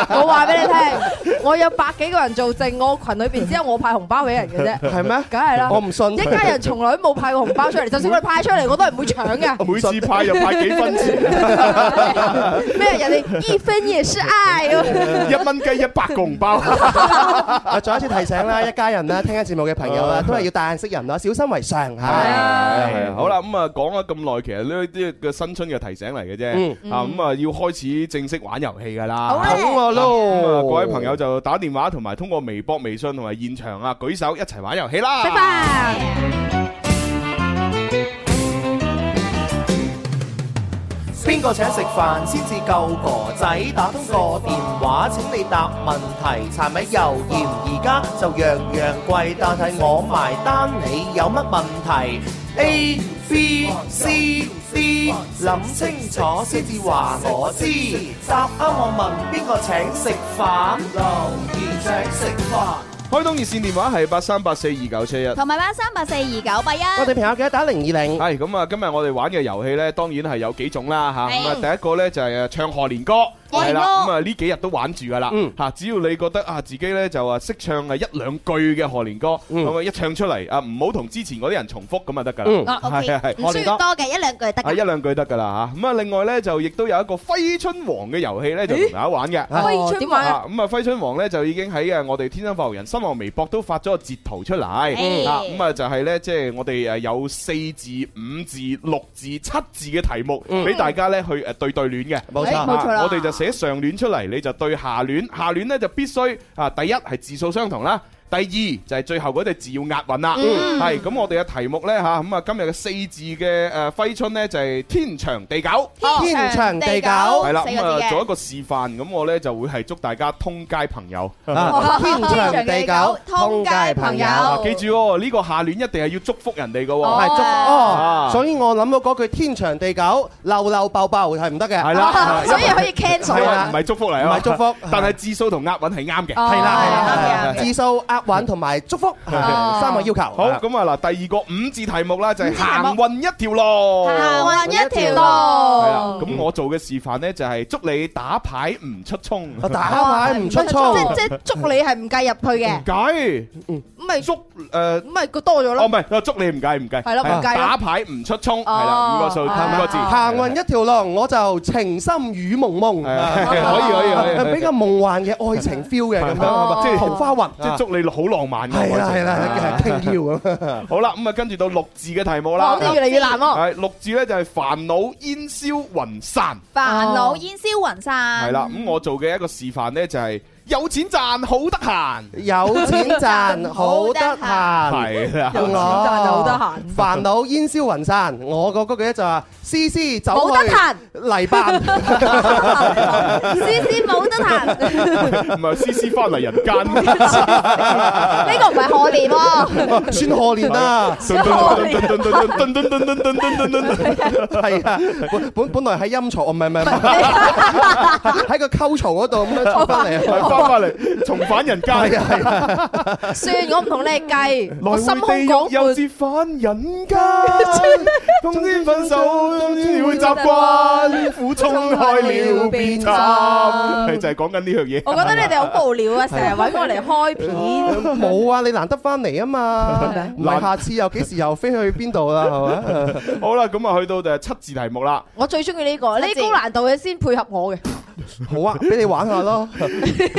[SPEAKER 7] 我話俾你聽，我有百幾個人做證，我群裏邊只有我派紅包俾人嘅啫，
[SPEAKER 5] 係咩
[SPEAKER 7] 梗係啦，
[SPEAKER 5] 我唔信
[SPEAKER 7] 一家人從來都冇派過紅包出嚟，就算我哋派出嚟， 我都係唔會搶嘅。
[SPEAKER 4] 每次派又派幾分 錢，
[SPEAKER 7] 咩人哋一分也是愛咁，
[SPEAKER 4] 一蚊雞一百個紅包。
[SPEAKER 5] 啊，再一次提醒啦，一家人啦，聽緊節目嘅朋友啦，都係要大眼識人啦，啊小心為上嚇。
[SPEAKER 4] 係啊好啦，咁啊講咗咁耐，其實呢啲嘅新春嘅提醒嚟嘅啫。啊，咁啊要開始正式玩遊戲㗎啦。
[SPEAKER 5] 好我
[SPEAKER 4] 咁啊，各位
[SPEAKER 5] 咯，
[SPEAKER 4] 朋友就打電話同埋通過微博、微信同埋現場啊舉手一齊玩遊戲啦。
[SPEAKER 7] 拜拜。
[SPEAKER 9] 邊個請食飯先至夠哥仔？打通個電話請你答問題，柴米油鹽而家就樣樣貴，但係我埋單，你有乜問題？A B C D，諗清楚先至話我知。答啱我問邊個請食飯？留言請食飯。
[SPEAKER 4] 開通熱線電話係八三八四二九四一。
[SPEAKER 6] 同埋班三八四二九八一，
[SPEAKER 5] 我哋朋友記得打零二零。
[SPEAKER 4] 係咁啊！今日我哋玩嘅遊戲呢，當然係有幾種啦吓。咁啊，第一個呢就係誒唱賀年歌，係啦，咁
[SPEAKER 10] 過年歌。
[SPEAKER 4] 啊呢幾日都玩住噶啦
[SPEAKER 3] 嗯，
[SPEAKER 4] 嚇！只要你覺得啊自己咧就啊識唱啊一兩句嘅賀年歌，
[SPEAKER 3] 嗯
[SPEAKER 4] 咁啊一唱出嚟啊唔好同之前嗰啲人重複咁就得噶
[SPEAKER 3] 嗯
[SPEAKER 4] 啦，
[SPEAKER 10] 哦，OK，
[SPEAKER 4] 係，係，係，
[SPEAKER 10] 唔需要
[SPEAKER 3] 我哋得。
[SPEAKER 10] 多嘅，一兩句就得㗎。
[SPEAKER 4] 啊一兩句得噶啦嚇。咁啊另外咧就亦都有一個揮春王嘅遊戲咧就同大家玩嘅。
[SPEAKER 5] 哦
[SPEAKER 7] 揮春王
[SPEAKER 4] 啊，咁啊，揮春王咧就已經喺誒我哋天生發育人新浪微博都發咗個截圖出嚟，
[SPEAKER 10] 嗯
[SPEAKER 4] 啊，咁啊就係咧，即係我哋誒有四字、五字、六字、七字嘅題目，俾大家咧去誒呃對對聯嘅，
[SPEAKER 5] 冇錯
[SPEAKER 4] 啊
[SPEAKER 7] 嗯冇錯啦
[SPEAKER 4] 我哋就寫上聯出嚟，你就對下聯，下聯咧就必須啊，第一係字數相同啦。第二就係最後嗰隻字要押韻啦，
[SPEAKER 7] 嗯
[SPEAKER 4] 係咁我哋嘅題目呢，嚇，咁啊今日嘅四字嘅誒揮春呢，就係天長地久。
[SPEAKER 8] ừ,
[SPEAKER 5] 天長地久，
[SPEAKER 4] 系啦，咁
[SPEAKER 10] 四個字嘅。
[SPEAKER 4] 啊做一個示範，咁我咧就會係祝大家通街朋友。
[SPEAKER 5] 啊天長地久，
[SPEAKER 10] 通街朋友
[SPEAKER 4] 啊記住喎，呢個下聯一定係要祝福人哋嘅
[SPEAKER 10] 哦
[SPEAKER 5] 係
[SPEAKER 4] 喎。
[SPEAKER 5] 祝
[SPEAKER 4] 啊
[SPEAKER 5] 哦，所以我諗到嗰句天長地久，流流爆爆係唔得嘅，
[SPEAKER 4] 係啦，因為
[SPEAKER 10] 所以可以cancel啊。
[SPEAKER 4] 係啊，唔係祝福嚟啊，
[SPEAKER 5] 唔係祝福
[SPEAKER 4] 但係字數同押韻係啊啱嘅。
[SPEAKER 5] 係啦係
[SPEAKER 10] 哦，
[SPEAKER 5] 啦，
[SPEAKER 10] 啱嘅。
[SPEAKER 5] 字數押韻同埋祝福係三個要求。
[SPEAKER 4] 好，咁啊嗱，第二個五字題目啦，就係行運一條路。
[SPEAKER 10] 行運一條路。
[SPEAKER 4] 係啦，咁我做嘅示範呢，就係祝你打牌唔出 衝。
[SPEAKER 5] 我啊打牌唔出
[SPEAKER 8] 啊
[SPEAKER 7] 即
[SPEAKER 5] 錯，
[SPEAKER 7] 即祝你係唔計入去嘅，
[SPEAKER 4] 解
[SPEAKER 7] 咁咪
[SPEAKER 4] 祝誒。
[SPEAKER 7] 咁咪個多咗
[SPEAKER 4] 哦，
[SPEAKER 7] 咯
[SPEAKER 4] 唔。係，祝你唔計唔計，
[SPEAKER 7] 係咯唔計咯
[SPEAKER 4] 打牌唔出衝，係啦，
[SPEAKER 7] 哦
[SPEAKER 4] 五個數，
[SPEAKER 7] 係
[SPEAKER 4] 五個字，
[SPEAKER 5] 行運一條龍，我就情深雨蒙蒙，
[SPEAKER 4] 係啊 可以可以可以可以
[SPEAKER 5] 比較夢幻嘅愛情 feel 嘅咁樣，係
[SPEAKER 4] 哦
[SPEAKER 5] 咪即係桃花運，
[SPEAKER 4] 即係祝你好浪漫嘅愛
[SPEAKER 5] 係
[SPEAKER 4] 情
[SPEAKER 5] 啦係啦，係傾 腰咁。
[SPEAKER 4] 好啦，咁啊跟住到六字嘅題目啦
[SPEAKER 7] 講，得越嚟越難喎。
[SPEAKER 4] 係六字咧就係煩惱煙消雲散，
[SPEAKER 6] 煩惱煙消雲散。
[SPEAKER 4] 係啦，咁我做嘅一個示範咧就係有錢賺好得閒，
[SPEAKER 5] 有錢 賺好得閒，
[SPEAKER 4] 係啦。
[SPEAKER 5] 有錢
[SPEAKER 7] 賺就好得閒
[SPEAKER 5] 煩惱煙消雲散。我個嗰句咧就話：思思走
[SPEAKER 7] 冇得閒
[SPEAKER 5] 去嚟 辦，
[SPEAKER 10] 思思冇得彈。呢個唔係賀年喎。
[SPEAKER 4] 唔係思思翻嚟人間，
[SPEAKER 5] 算賀年啊啦。係啊，本本本來喺陰曹，哦唔係唔係唔 係，喺個溝槽嗰度咁樣坐翻嚟
[SPEAKER 4] 係
[SPEAKER 5] 啊。
[SPEAKER 4] 翻翻嚟重返人間，
[SPEAKER 5] 係啊係啊，
[SPEAKER 7] 算我唔同你計，
[SPEAKER 4] 來
[SPEAKER 7] 我
[SPEAKER 4] 回
[SPEAKER 7] 心胸
[SPEAKER 4] 地
[SPEAKER 7] 廣
[SPEAKER 4] 獄又
[SPEAKER 7] 闊。
[SPEAKER 4] 折返人間，通天分手，通天會習慣，苦衝開了變慘，係就係講緊呢樣嘢。
[SPEAKER 7] 我覺得你哋好無聊啊，成日揾我嚟開片。
[SPEAKER 5] 冇啊，你難得翻嚟啊嘛，唔係下次又幾時又飛去邊度啦，啊 係嘛？
[SPEAKER 4] 好啦，咁啊去到就係七字題目啦。
[SPEAKER 7] 我最中意呢個，呢高難度嘅先配合我嘅。
[SPEAKER 5] 好啊，俾你玩下咯。
[SPEAKER 4] 唔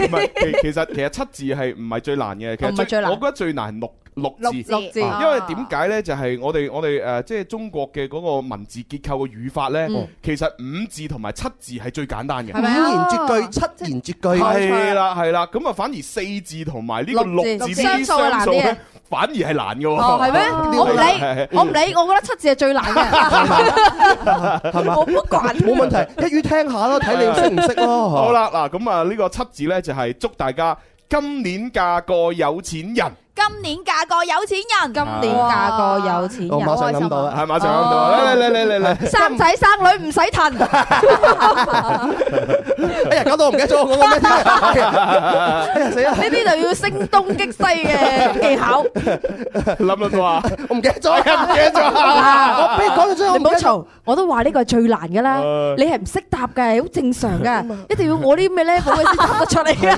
[SPEAKER 4] 係，啊其其實其實七字係唔係最難嘅？其
[SPEAKER 7] 唔係
[SPEAKER 4] 實
[SPEAKER 7] 最難
[SPEAKER 4] 我覺得最難六六
[SPEAKER 10] 六
[SPEAKER 4] 字
[SPEAKER 10] 字。
[SPEAKER 7] 六字
[SPEAKER 10] 啊
[SPEAKER 4] 因為點解呢？就係我哋我哋誒，即係中國嘅嗰個文字結構嘅語法呢，
[SPEAKER 7] 嗯
[SPEAKER 4] 其實五字同埋七字係最簡單嘅。
[SPEAKER 5] 五
[SPEAKER 7] 咪啊
[SPEAKER 5] 言絕句，七言絕句，
[SPEAKER 4] 係啦係啦，咁啊反而四字同埋呢個
[SPEAKER 7] 六
[SPEAKER 4] 六
[SPEAKER 7] 字
[SPEAKER 4] 字呢
[SPEAKER 7] 雙
[SPEAKER 4] 啲
[SPEAKER 7] 數係
[SPEAKER 4] 雙
[SPEAKER 7] 難
[SPEAKER 4] 數
[SPEAKER 7] 啲嘅啊
[SPEAKER 4] 咧，反而係難嘅
[SPEAKER 7] 哦，
[SPEAKER 4] 喎。
[SPEAKER 7] 係咩？我唔
[SPEAKER 4] 係
[SPEAKER 7] 理，我唔理，我覺得七字係最難 嘅，
[SPEAKER 5] 係嘛
[SPEAKER 7] 我不管。
[SPEAKER 5] 冇問題，一於聽下咯，睇你識唔識咯。
[SPEAKER 4] 啊好，啦，嗱咁啊呢個七字呢，就係祝大家今年嫁個有錢人，
[SPEAKER 6] 今年嫁個有錢人。
[SPEAKER 7] 今年嫁個有錢
[SPEAKER 5] 我
[SPEAKER 7] 人，
[SPEAKER 8] 啊
[SPEAKER 5] 馬上諗到啦。
[SPEAKER 4] 係啊馬上諗到
[SPEAKER 7] 哦
[SPEAKER 4] 啦，嚟嚟嚟嚟嚟，
[SPEAKER 7] 生仔生女唔使騰，
[SPEAKER 5] 哎呀，搞到我唔記得咗我講過咩添。哎呀哎呀，死啦！
[SPEAKER 7] 呢啲就要聲東擊西嘅技巧。
[SPEAKER 4] 諗諗到 啊，
[SPEAKER 5] 我唔記得咗，
[SPEAKER 4] 唔記得咗。
[SPEAKER 5] 我俾你講到最後，
[SPEAKER 7] 你唔
[SPEAKER 5] 我唔記
[SPEAKER 7] 好
[SPEAKER 5] 得咗。
[SPEAKER 7] 嘈，我都話呢個係最難噶啦，你係唔識答嘅，好正常嘅，一定要我呢啲咩 level 嘅先答得出嚟嘅。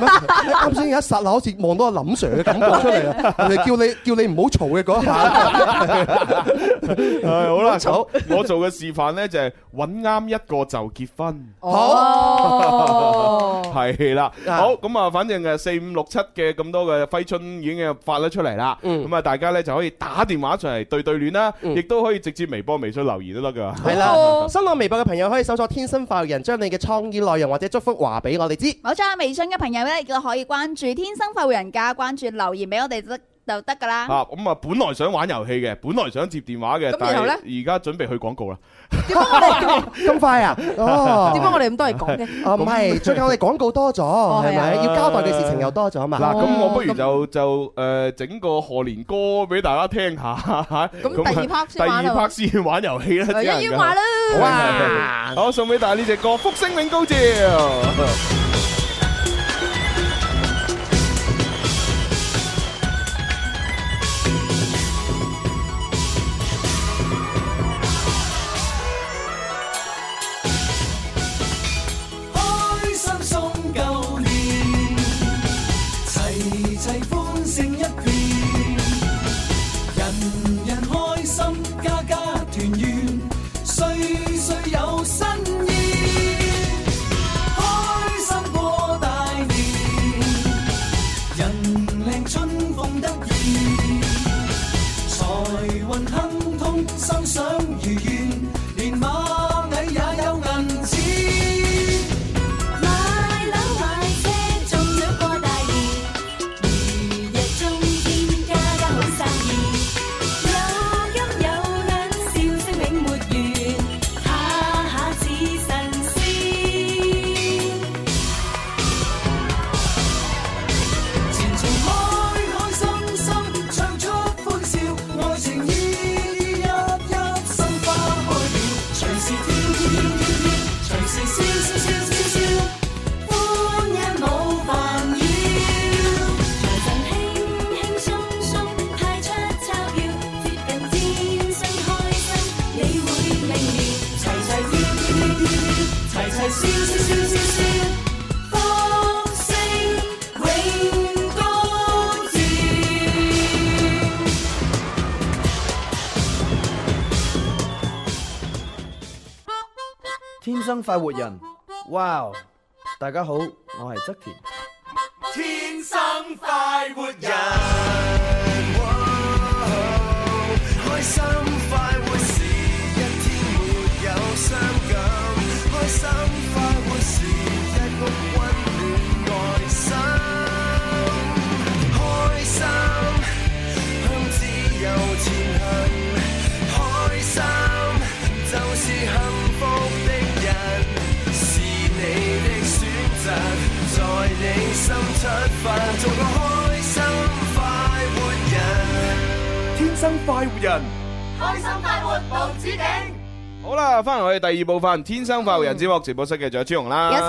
[SPEAKER 5] 啱先有一剎那好似望到阿林 Sir 嘅感覺出嚟啊！人哋叫你叫你唔好嘈嘅嗰一下，
[SPEAKER 4] 唉好啦，好，我做嘅示範呢，就係揾啱一個就結婚。
[SPEAKER 7] 哦，
[SPEAKER 4] 係啦，
[SPEAKER 5] 啊
[SPEAKER 4] 好咁啊，反正誒四五六七嘅咁多嘅揮春已經嘅發咗出嚟啦，
[SPEAKER 5] 嗯
[SPEAKER 4] 咁啊大家咧就可以打電話上嚟對對聯啦，亦都可以直接微博、微信留言都得㗎。
[SPEAKER 5] 係啦。新浪微博嘅朋友可以搜索「天生快活人」，將你嘅創意內容或者祝福話俾我哋 知。
[SPEAKER 6] 冇錯，微信嘅朋友呢，亦都可以關注天生快活人，加關注留言俾我哋就得-就得㗎啦。
[SPEAKER 4] 啊，咁啊，本來想玩遊戲嘅，本來想接電話嘅，
[SPEAKER 7] 咁
[SPEAKER 4] 但
[SPEAKER 7] 然後呢
[SPEAKER 4] 係而家準備去廣告啦。
[SPEAKER 5] 咁快啊？哦，
[SPEAKER 7] 點解我哋咁多人講嘅？
[SPEAKER 5] 哦，唔係，最近我哋廣告多咗，係
[SPEAKER 7] 係啊
[SPEAKER 5] 咪？要交代嘅事情又多咗嘛？
[SPEAKER 4] 嗱，咁我不如
[SPEAKER 7] 咁
[SPEAKER 4] 就就誒整個賀年歌俾大家聽下，咁啊
[SPEAKER 7] 第二 part 先玩
[SPEAKER 4] 第二 part 先玩哦啊
[SPEAKER 7] 啊哎啦
[SPEAKER 4] 遊戲啦，只能
[SPEAKER 7] 一於話
[SPEAKER 4] 夠
[SPEAKER 7] 啦，
[SPEAKER 5] 啊
[SPEAKER 7] 啊
[SPEAKER 4] 哇！好，送俾大家呢只歌《福星永高照》。
[SPEAKER 2] 开心一遍。人人開心，家家團圓，歲歲有新意，開心過大年。人靚春風得意，財運亨通，心想如願，連螞蟻也有銀紙。
[SPEAKER 11] 買樓買車，中獎過大年，如日中天，家家好生意。有金有銀，笑聲永沒完，下下似神仙。
[SPEAKER 2] 前程開開心心，唱出歡笑，愛情意意一一心花開了，隨時天天天天天，隨時笑笑笑笑笑，歡欣冇煩擾。
[SPEAKER 11] 財神輕輕鬆鬆派出鈔票，接近天生開心，你會明瞭。
[SPEAKER 2] 齊齊天天天天天，齊齊笑笑笑笑笑，福星永高照。
[SPEAKER 9] 天生快活人，哇、大家好，我係側田。
[SPEAKER 2] 天生快活人，開心快活是一天沒有傷感，開心快活是一屋溫暖愛心，開心向自由前行，開心就是幸福的人，是你的選擇，在你心出發，做個開心快活人，天生快活人。
[SPEAKER 4] 好啦，翻嚟我哋第二部分《天生快活人》節目直播室嘅仲有朱紅啦，
[SPEAKER 5] 有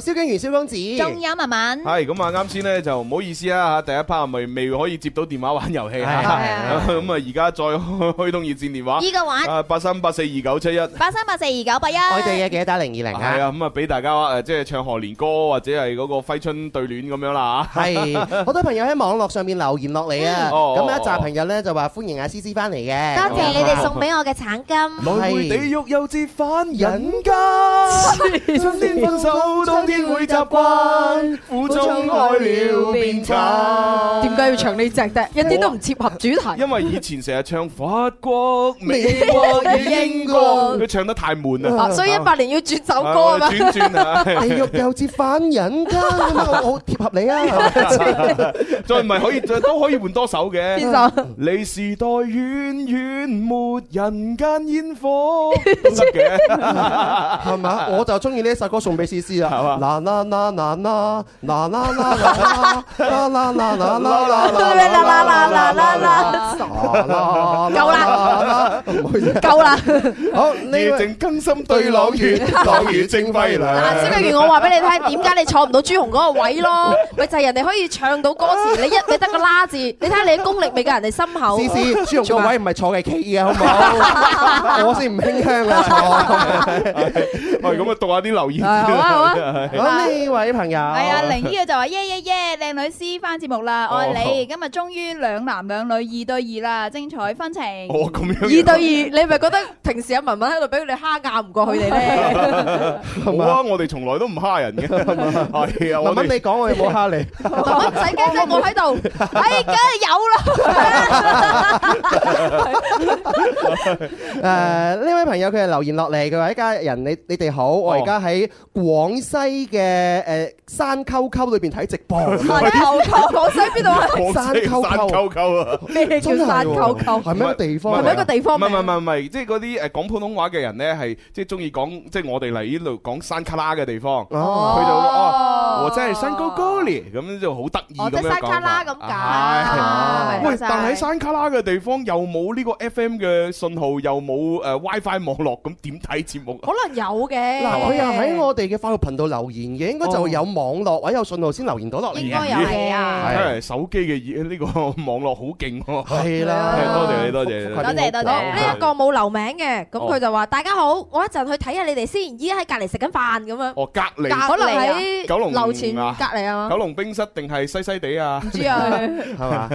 [SPEAKER 5] 蕭敬元、蕭公子，
[SPEAKER 4] 系咁啊！啱先咧就唔好意思啊啦吓，第一 part 咪未可以接到電話玩遊戲
[SPEAKER 9] 係
[SPEAKER 4] 啊，咁啊而家再開通熱線電話，啊八三八四二九七一。
[SPEAKER 5] 我哋嘅記得打零二零
[SPEAKER 4] 系
[SPEAKER 5] 啊。
[SPEAKER 4] 啊，咁啊俾大家诶，即係唱賀年歌或者係嗰個揮春對聯咁樣啦啊吓。
[SPEAKER 5] 係
[SPEAKER 7] 啊
[SPEAKER 5] 好多朋友喺網絡上面留言落嚟啊，
[SPEAKER 4] 嗯哦
[SPEAKER 5] 咁有
[SPEAKER 4] 哦
[SPEAKER 5] 一紮朋友咧就話歡迎阿思思翻嚟嘅，哦
[SPEAKER 4] 來回地獄又折返人間，春天分手，冬天會習慣，苦中愛了變慘。
[SPEAKER 7] 點解要唱呢只啫？一啲都唔切合主 題。
[SPEAKER 4] 因為以前成日唱法國、美國與英國，佢唱得太悶啦
[SPEAKER 7] 啊，。所以一百年要轉首歌
[SPEAKER 4] 啊
[SPEAKER 7] 啊
[SPEAKER 4] 我
[SPEAKER 7] 嘛。
[SPEAKER 4] 轉 轉
[SPEAKER 5] 地
[SPEAKER 4] 啊，
[SPEAKER 5] 獄又折返人間，咁啊好好貼合你啊！
[SPEAKER 4] 再唔係可以再都可以換多首嘅。
[SPEAKER 7] 邊首？
[SPEAKER 4] 你時代遠遠沒人間煙 火，都得嘅。
[SPEAKER 5] 係嘛？我就中意呢一首歌送俾思思啊！啦啦啦啦啦啦啦啦啦啦啦啦啦啦啦啦啦啦！
[SPEAKER 7] 夠
[SPEAKER 5] 唔好意思，
[SPEAKER 7] 夠啦！
[SPEAKER 5] 好呢
[SPEAKER 4] 夜
[SPEAKER 5] 位
[SPEAKER 4] 靜更深對朗 月，朗月正輝
[SPEAKER 7] 嗱，
[SPEAKER 4] 亮。
[SPEAKER 7] 蕭啊敬如，我話俾你聽，點解你坐唔到朱紅嗰個位咯？咪就係人哋可以唱到歌詞，你一你得個啦字，你睇下你嘅功力未夠人哋深厚。
[SPEAKER 5] 思思朱紅個位唔係坐嘅企嘅好唔好？我先唔馨香啊坐。
[SPEAKER 4] 喂，咁啊讀下啲留言先
[SPEAKER 7] 啊好啊 好啊
[SPEAKER 5] 好呢位朋
[SPEAKER 6] 系
[SPEAKER 5] 友，
[SPEAKER 6] 啊，玲姨就話耶耶耶，靚女師翻節目啦，愛你，今日終於兩男兩女二對二啦，精彩紛呈。
[SPEAKER 4] 我咁樣
[SPEAKER 7] 二對二，你咪覺得平時阿文文喺度俾佢哋蝦壓唔過佢哋咧？
[SPEAKER 4] 好啊！我哋從來都唔蝦 人嘅，係啊，
[SPEAKER 5] 文
[SPEAKER 4] 我
[SPEAKER 5] 文你
[SPEAKER 4] 哋
[SPEAKER 5] 講我有冇蝦你？
[SPEAKER 6] 文文唔使驚啫，我喺度，哎，梗係有啦。
[SPEAKER 5] 誒呢位朋友佢係留言落嚟，佢話一家人你你哋好，我而家喺廣西嘅誒山溝溝裏邊睇直 播，
[SPEAKER 7] 牛球廣西邊度啊？
[SPEAKER 4] 講
[SPEAKER 5] 山
[SPEAKER 4] 真係
[SPEAKER 5] 溝
[SPEAKER 4] 山
[SPEAKER 5] 溝
[SPEAKER 4] 溝溝啊！
[SPEAKER 7] 咩叫
[SPEAKER 5] 真係
[SPEAKER 7] 山
[SPEAKER 5] 喎
[SPEAKER 7] 溝溝？
[SPEAKER 5] 係咩地方
[SPEAKER 4] 唔
[SPEAKER 5] 嚟
[SPEAKER 4] 係
[SPEAKER 5] 㗎？
[SPEAKER 7] 係咪一個地
[SPEAKER 4] 唔
[SPEAKER 7] 方
[SPEAKER 4] 係
[SPEAKER 7] 名
[SPEAKER 4] 唔？係唔係，即係嗰啲誒講普通話嘅人咧，係即係中意講，即係我哋嚟呢度講山卡拉嘅地方，
[SPEAKER 5] 哦，
[SPEAKER 4] 佢就
[SPEAKER 7] Ờ.
[SPEAKER 4] 哦，我真係山高高咧，咁就好得意
[SPEAKER 6] 哦，
[SPEAKER 4] 咁
[SPEAKER 6] 即係
[SPEAKER 4] 樣
[SPEAKER 6] 山卡
[SPEAKER 4] 講
[SPEAKER 6] 拉
[SPEAKER 4] 法。
[SPEAKER 6] 咁
[SPEAKER 4] 係
[SPEAKER 5] 啊
[SPEAKER 6] 解。
[SPEAKER 4] 喂
[SPEAKER 6] 夠，晒
[SPEAKER 4] 但喺山卡拉嘅地方又冇呢個 FM 嘅信號，又冇诶 WiFi 網絡，咁點睇節目啊？
[SPEAKER 7] 可能有嘅。
[SPEAKER 5] 嗱，佢又喺我哋嘅法律頻道留言嘅，應該就有網絡或者有信號先留言到落嚟嘅。
[SPEAKER 7] 應該有嘅啊
[SPEAKER 4] 睇嚟手機嘅呢個網絡好勁喎。
[SPEAKER 5] 係啦
[SPEAKER 4] 係多謝你，多謝你，
[SPEAKER 5] 多謝
[SPEAKER 7] 好呢一個冇留名嘅，咁
[SPEAKER 4] 哦
[SPEAKER 7] 佢就話：大家好，我一陣去睇下你哋先，依家喺隔離食緊飯咁樣。
[SPEAKER 4] 哦，隔離
[SPEAKER 7] 可能喺
[SPEAKER 4] 九龍
[SPEAKER 7] 樓前
[SPEAKER 4] 啊
[SPEAKER 7] 隔離啊
[SPEAKER 4] 九
[SPEAKER 7] 嘛。
[SPEAKER 4] 龍冰室定係西西地啊？
[SPEAKER 7] 知啊，
[SPEAKER 5] 係嘛？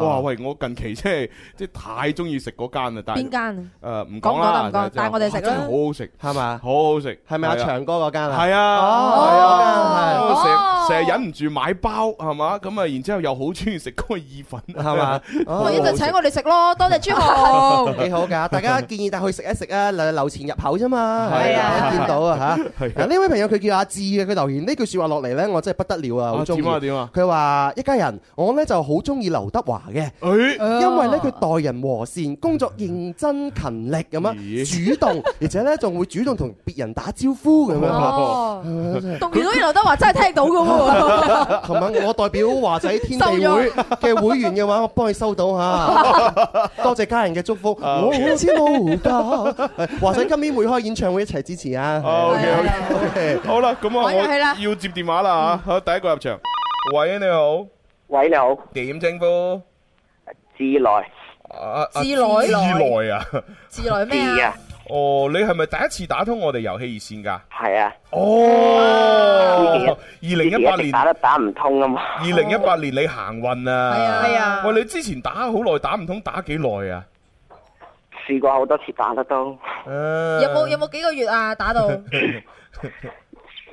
[SPEAKER 4] 哇！喂，我近期真係即係太中意食嗰間啦，但係
[SPEAKER 7] 邊間？
[SPEAKER 4] 誒唔
[SPEAKER 7] 講
[SPEAKER 4] 講
[SPEAKER 7] 唔
[SPEAKER 4] 啦，
[SPEAKER 7] 講得唔講
[SPEAKER 4] 但係
[SPEAKER 7] 帶我哋食啦
[SPEAKER 4] 真係好好食，
[SPEAKER 5] 係嘛？
[SPEAKER 4] 好好食，
[SPEAKER 5] 係咪阿
[SPEAKER 4] 係啊
[SPEAKER 5] 長哥嗰間啊？
[SPEAKER 4] 係啊，係
[SPEAKER 8] Ờ.
[SPEAKER 5] 哦
[SPEAKER 4] 啊成成日忍唔住買包係嘛，咁啊，然之後又好中意食嗰個意粉 啊
[SPEAKER 5] 係嘛？哦
[SPEAKER 7] 我一陣請我哋食咯，多謝朱
[SPEAKER 5] 哦
[SPEAKER 7] 紅。
[SPEAKER 5] 幾 好㗎！大家建議帶去食一食啊，留留前入口啫嘛，
[SPEAKER 4] 係
[SPEAKER 5] 大
[SPEAKER 4] 啊
[SPEAKER 5] 家見到 啊嚇。
[SPEAKER 4] 係啊
[SPEAKER 5] 嗱呢位朋友佢叫阿志嘅，佢留言呢句説話落嚟咧，我真係不得了啊，好
[SPEAKER 4] 啊
[SPEAKER 5] 中意。
[SPEAKER 4] 點啊點啊
[SPEAKER 5] 佢話一家人，我咧就好中意劉德華嘅。
[SPEAKER 4] 誒
[SPEAKER 8] 哦
[SPEAKER 5] 因為咧佢待人和善，工作認真勤力咁樣，
[SPEAKER 4] 咦
[SPEAKER 5] 主動，而且咧仲會主動同別人打招呼咁樣。
[SPEAKER 7] 哦，讀完嗰啲劉德華真係聽到嘅喎。
[SPEAKER 5] 琴晚我代表華仔天地
[SPEAKER 7] 收
[SPEAKER 5] 會
[SPEAKER 7] 咗
[SPEAKER 5] 嘅會員嘅話，我幫你收到嚇，多謝家人嘅祝福。我好知道㗎，華仔今年會開演唱會一齊支持 啊！
[SPEAKER 4] OK
[SPEAKER 5] OK，
[SPEAKER 4] 哦 OK，好啦，咁啊，
[SPEAKER 7] 玩遊戲啦
[SPEAKER 4] 我要接電話啦啊嚇，好第一個入場，喂你好，
[SPEAKER 12] 喂，你好，
[SPEAKER 4] 點稱呼？
[SPEAKER 12] 志來，
[SPEAKER 4] 啊啊
[SPEAKER 7] 志來
[SPEAKER 4] 志來啊！
[SPEAKER 7] 自來咩
[SPEAKER 12] 志
[SPEAKER 7] 啊？
[SPEAKER 12] 啊，
[SPEAKER 4] 哦，你係咪第一次打通我哋遊戲熱線㗎？
[SPEAKER 12] 係啊，
[SPEAKER 4] 哦，二零一八
[SPEAKER 12] 之前一直
[SPEAKER 4] 年，
[SPEAKER 12] 打
[SPEAKER 4] 二
[SPEAKER 12] 都打唔通啊嘛，
[SPEAKER 4] 零一八年你行運啊！
[SPEAKER 7] 係啊
[SPEAKER 4] 喂，你之前打好耐，打唔通打幾耐啊？
[SPEAKER 12] 試過好多次打得都，
[SPEAKER 7] 有
[SPEAKER 4] 有
[SPEAKER 7] 冇有？冇幾個月啊？打到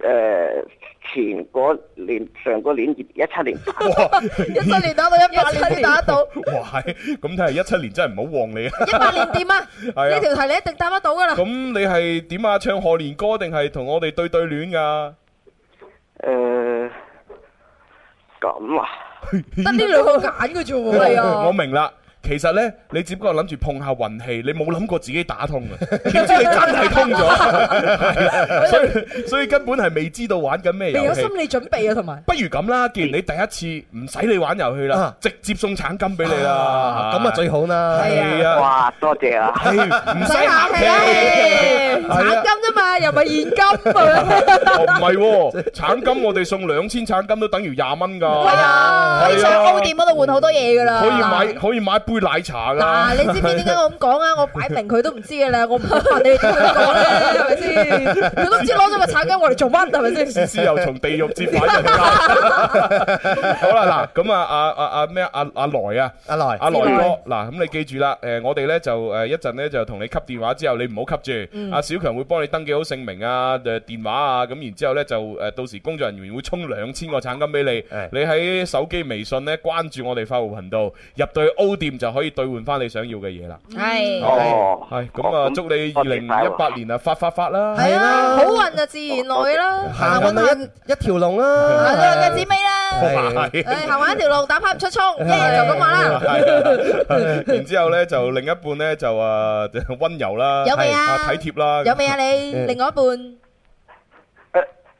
[SPEAKER 12] 诶、前嗰年上個年二一七年打，
[SPEAKER 7] 一七年打到一八年先打得到，
[SPEAKER 4] 哇，係咁睇嚟一七年真係唔好旺你啊！
[SPEAKER 7] 一八年點啊？
[SPEAKER 4] 係啊
[SPEAKER 7] 呢條題你一定答得到㗎啦。
[SPEAKER 4] 咁你係點啊？唱賀年歌定係同我哋對對戀㗎？
[SPEAKER 12] 诶、咁啊，
[SPEAKER 7] 得呢兩個揀嘅啫喎。
[SPEAKER 8] à.
[SPEAKER 4] 我明啦。其實呢，你只不過諗住碰下運氣，你冇諗過自己打通嘅，點知你真係通 咗，係啊所以所以根本係未知道玩緊咩
[SPEAKER 7] 未有
[SPEAKER 4] 遊戲。
[SPEAKER 7] 心理準備啊，同埋
[SPEAKER 4] 不如咁啦，既然你第一次唔使你玩遊戲啦
[SPEAKER 5] 啊，
[SPEAKER 4] 直接送橙金俾你啦，
[SPEAKER 5] 咁啊最好啦。
[SPEAKER 4] 係啊，
[SPEAKER 12] 哇，多謝啊，
[SPEAKER 4] 係唔
[SPEAKER 7] 唔
[SPEAKER 4] 使
[SPEAKER 7] 使客
[SPEAKER 4] 客氣。
[SPEAKER 7] 氣，產金啫嘛，又唔係現金係咪？
[SPEAKER 4] 哦唔係喎，橙金我哋送兩千橙金都等於廿蚊㗎，
[SPEAKER 7] 係啊，可以上
[SPEAKER 4] 係啊
[SPEAKER 7] O 店嗰度換好多嘢㗎啦。
[SPEAKER 4] 可以買可以買杯奶茶
[SPEAKER 7] 嗱，
[SPEAKER 4] 㗎。
[SPEAKER 7] 你知唔知點解我咁講啊？我擺明佢都唔知嘅啦，我唔問你點樣講咧，係咪先？佢都唔知攞咗個橙金我嚟做乜，係咪
[SPEAKER 4] 思
[SPEAKER 7] 先？
[SPEAKER 4] 思又從地獄折返人間。好啦，嗱，咁啊，阿阿阿咩啊阿阿來啊，
[SPEAKER 5] 阿來
[SPEAKER 4] 阿來
[SPEAKER 7] 來
[SPEAKER 4] 哥，嗱，咁你記住啦，誒，我哋咧就誒一陣咧就同你吸電話之後，你唔好吸住，阿小強會幫你登記好姓名啊、誒電話啊，咁然之後咧就誒到時工作人員會充兩千個橙金俾
[SPEAKER 5] 係
[SPEAKER 4] 你，你喺手機微信咧關注我哋快活頻道，入到去 O 店就可以兌換翻你想要嘅嘢啦。
[SPEAKER 7] 係
[SPEAKER 12] 哦，
[SPEAKER 4] 係，咁啊，
[SPEAKER 12] 哦
[SPEAKER 4] 祝你二
[SPEAKER 12] 多
[SPEAKER 4] 零
[SPEAKER 12] 謝晒
[SPEAKER 4] 一
[SPEAKER 12] 喎
[SPEAKER 4] 八年啊發發發啦！
[SPEAKER 8] Ờ.
[SPEAKER 7] 係啊，好運啊，自然來啦，行
[SPEAKER 5] 行
[SPEAKER 7] 運
[SPEAKER 5] 運
[SPEAKER 7] 行。
[SPEAKER 5] 啊一一條龍啦。
[SPEAKER 8] Ờ.
[SPEAKER 6] 行到腳趾尾啦，
[SPEAKER 4] 係
[SPEAKER 5] 係
[SPEAKER 7] 誒行玩一條路，打牌唔出衝，一係就咁話啦。
[SPEAKER 4] 然之後咧就另一半咧就啊温柔啦，
[SPEAKER 7] 有未啊
[SPEAKER 4] 係體貼啦，
[SPEAKER 7] 有未啊你？另外一半，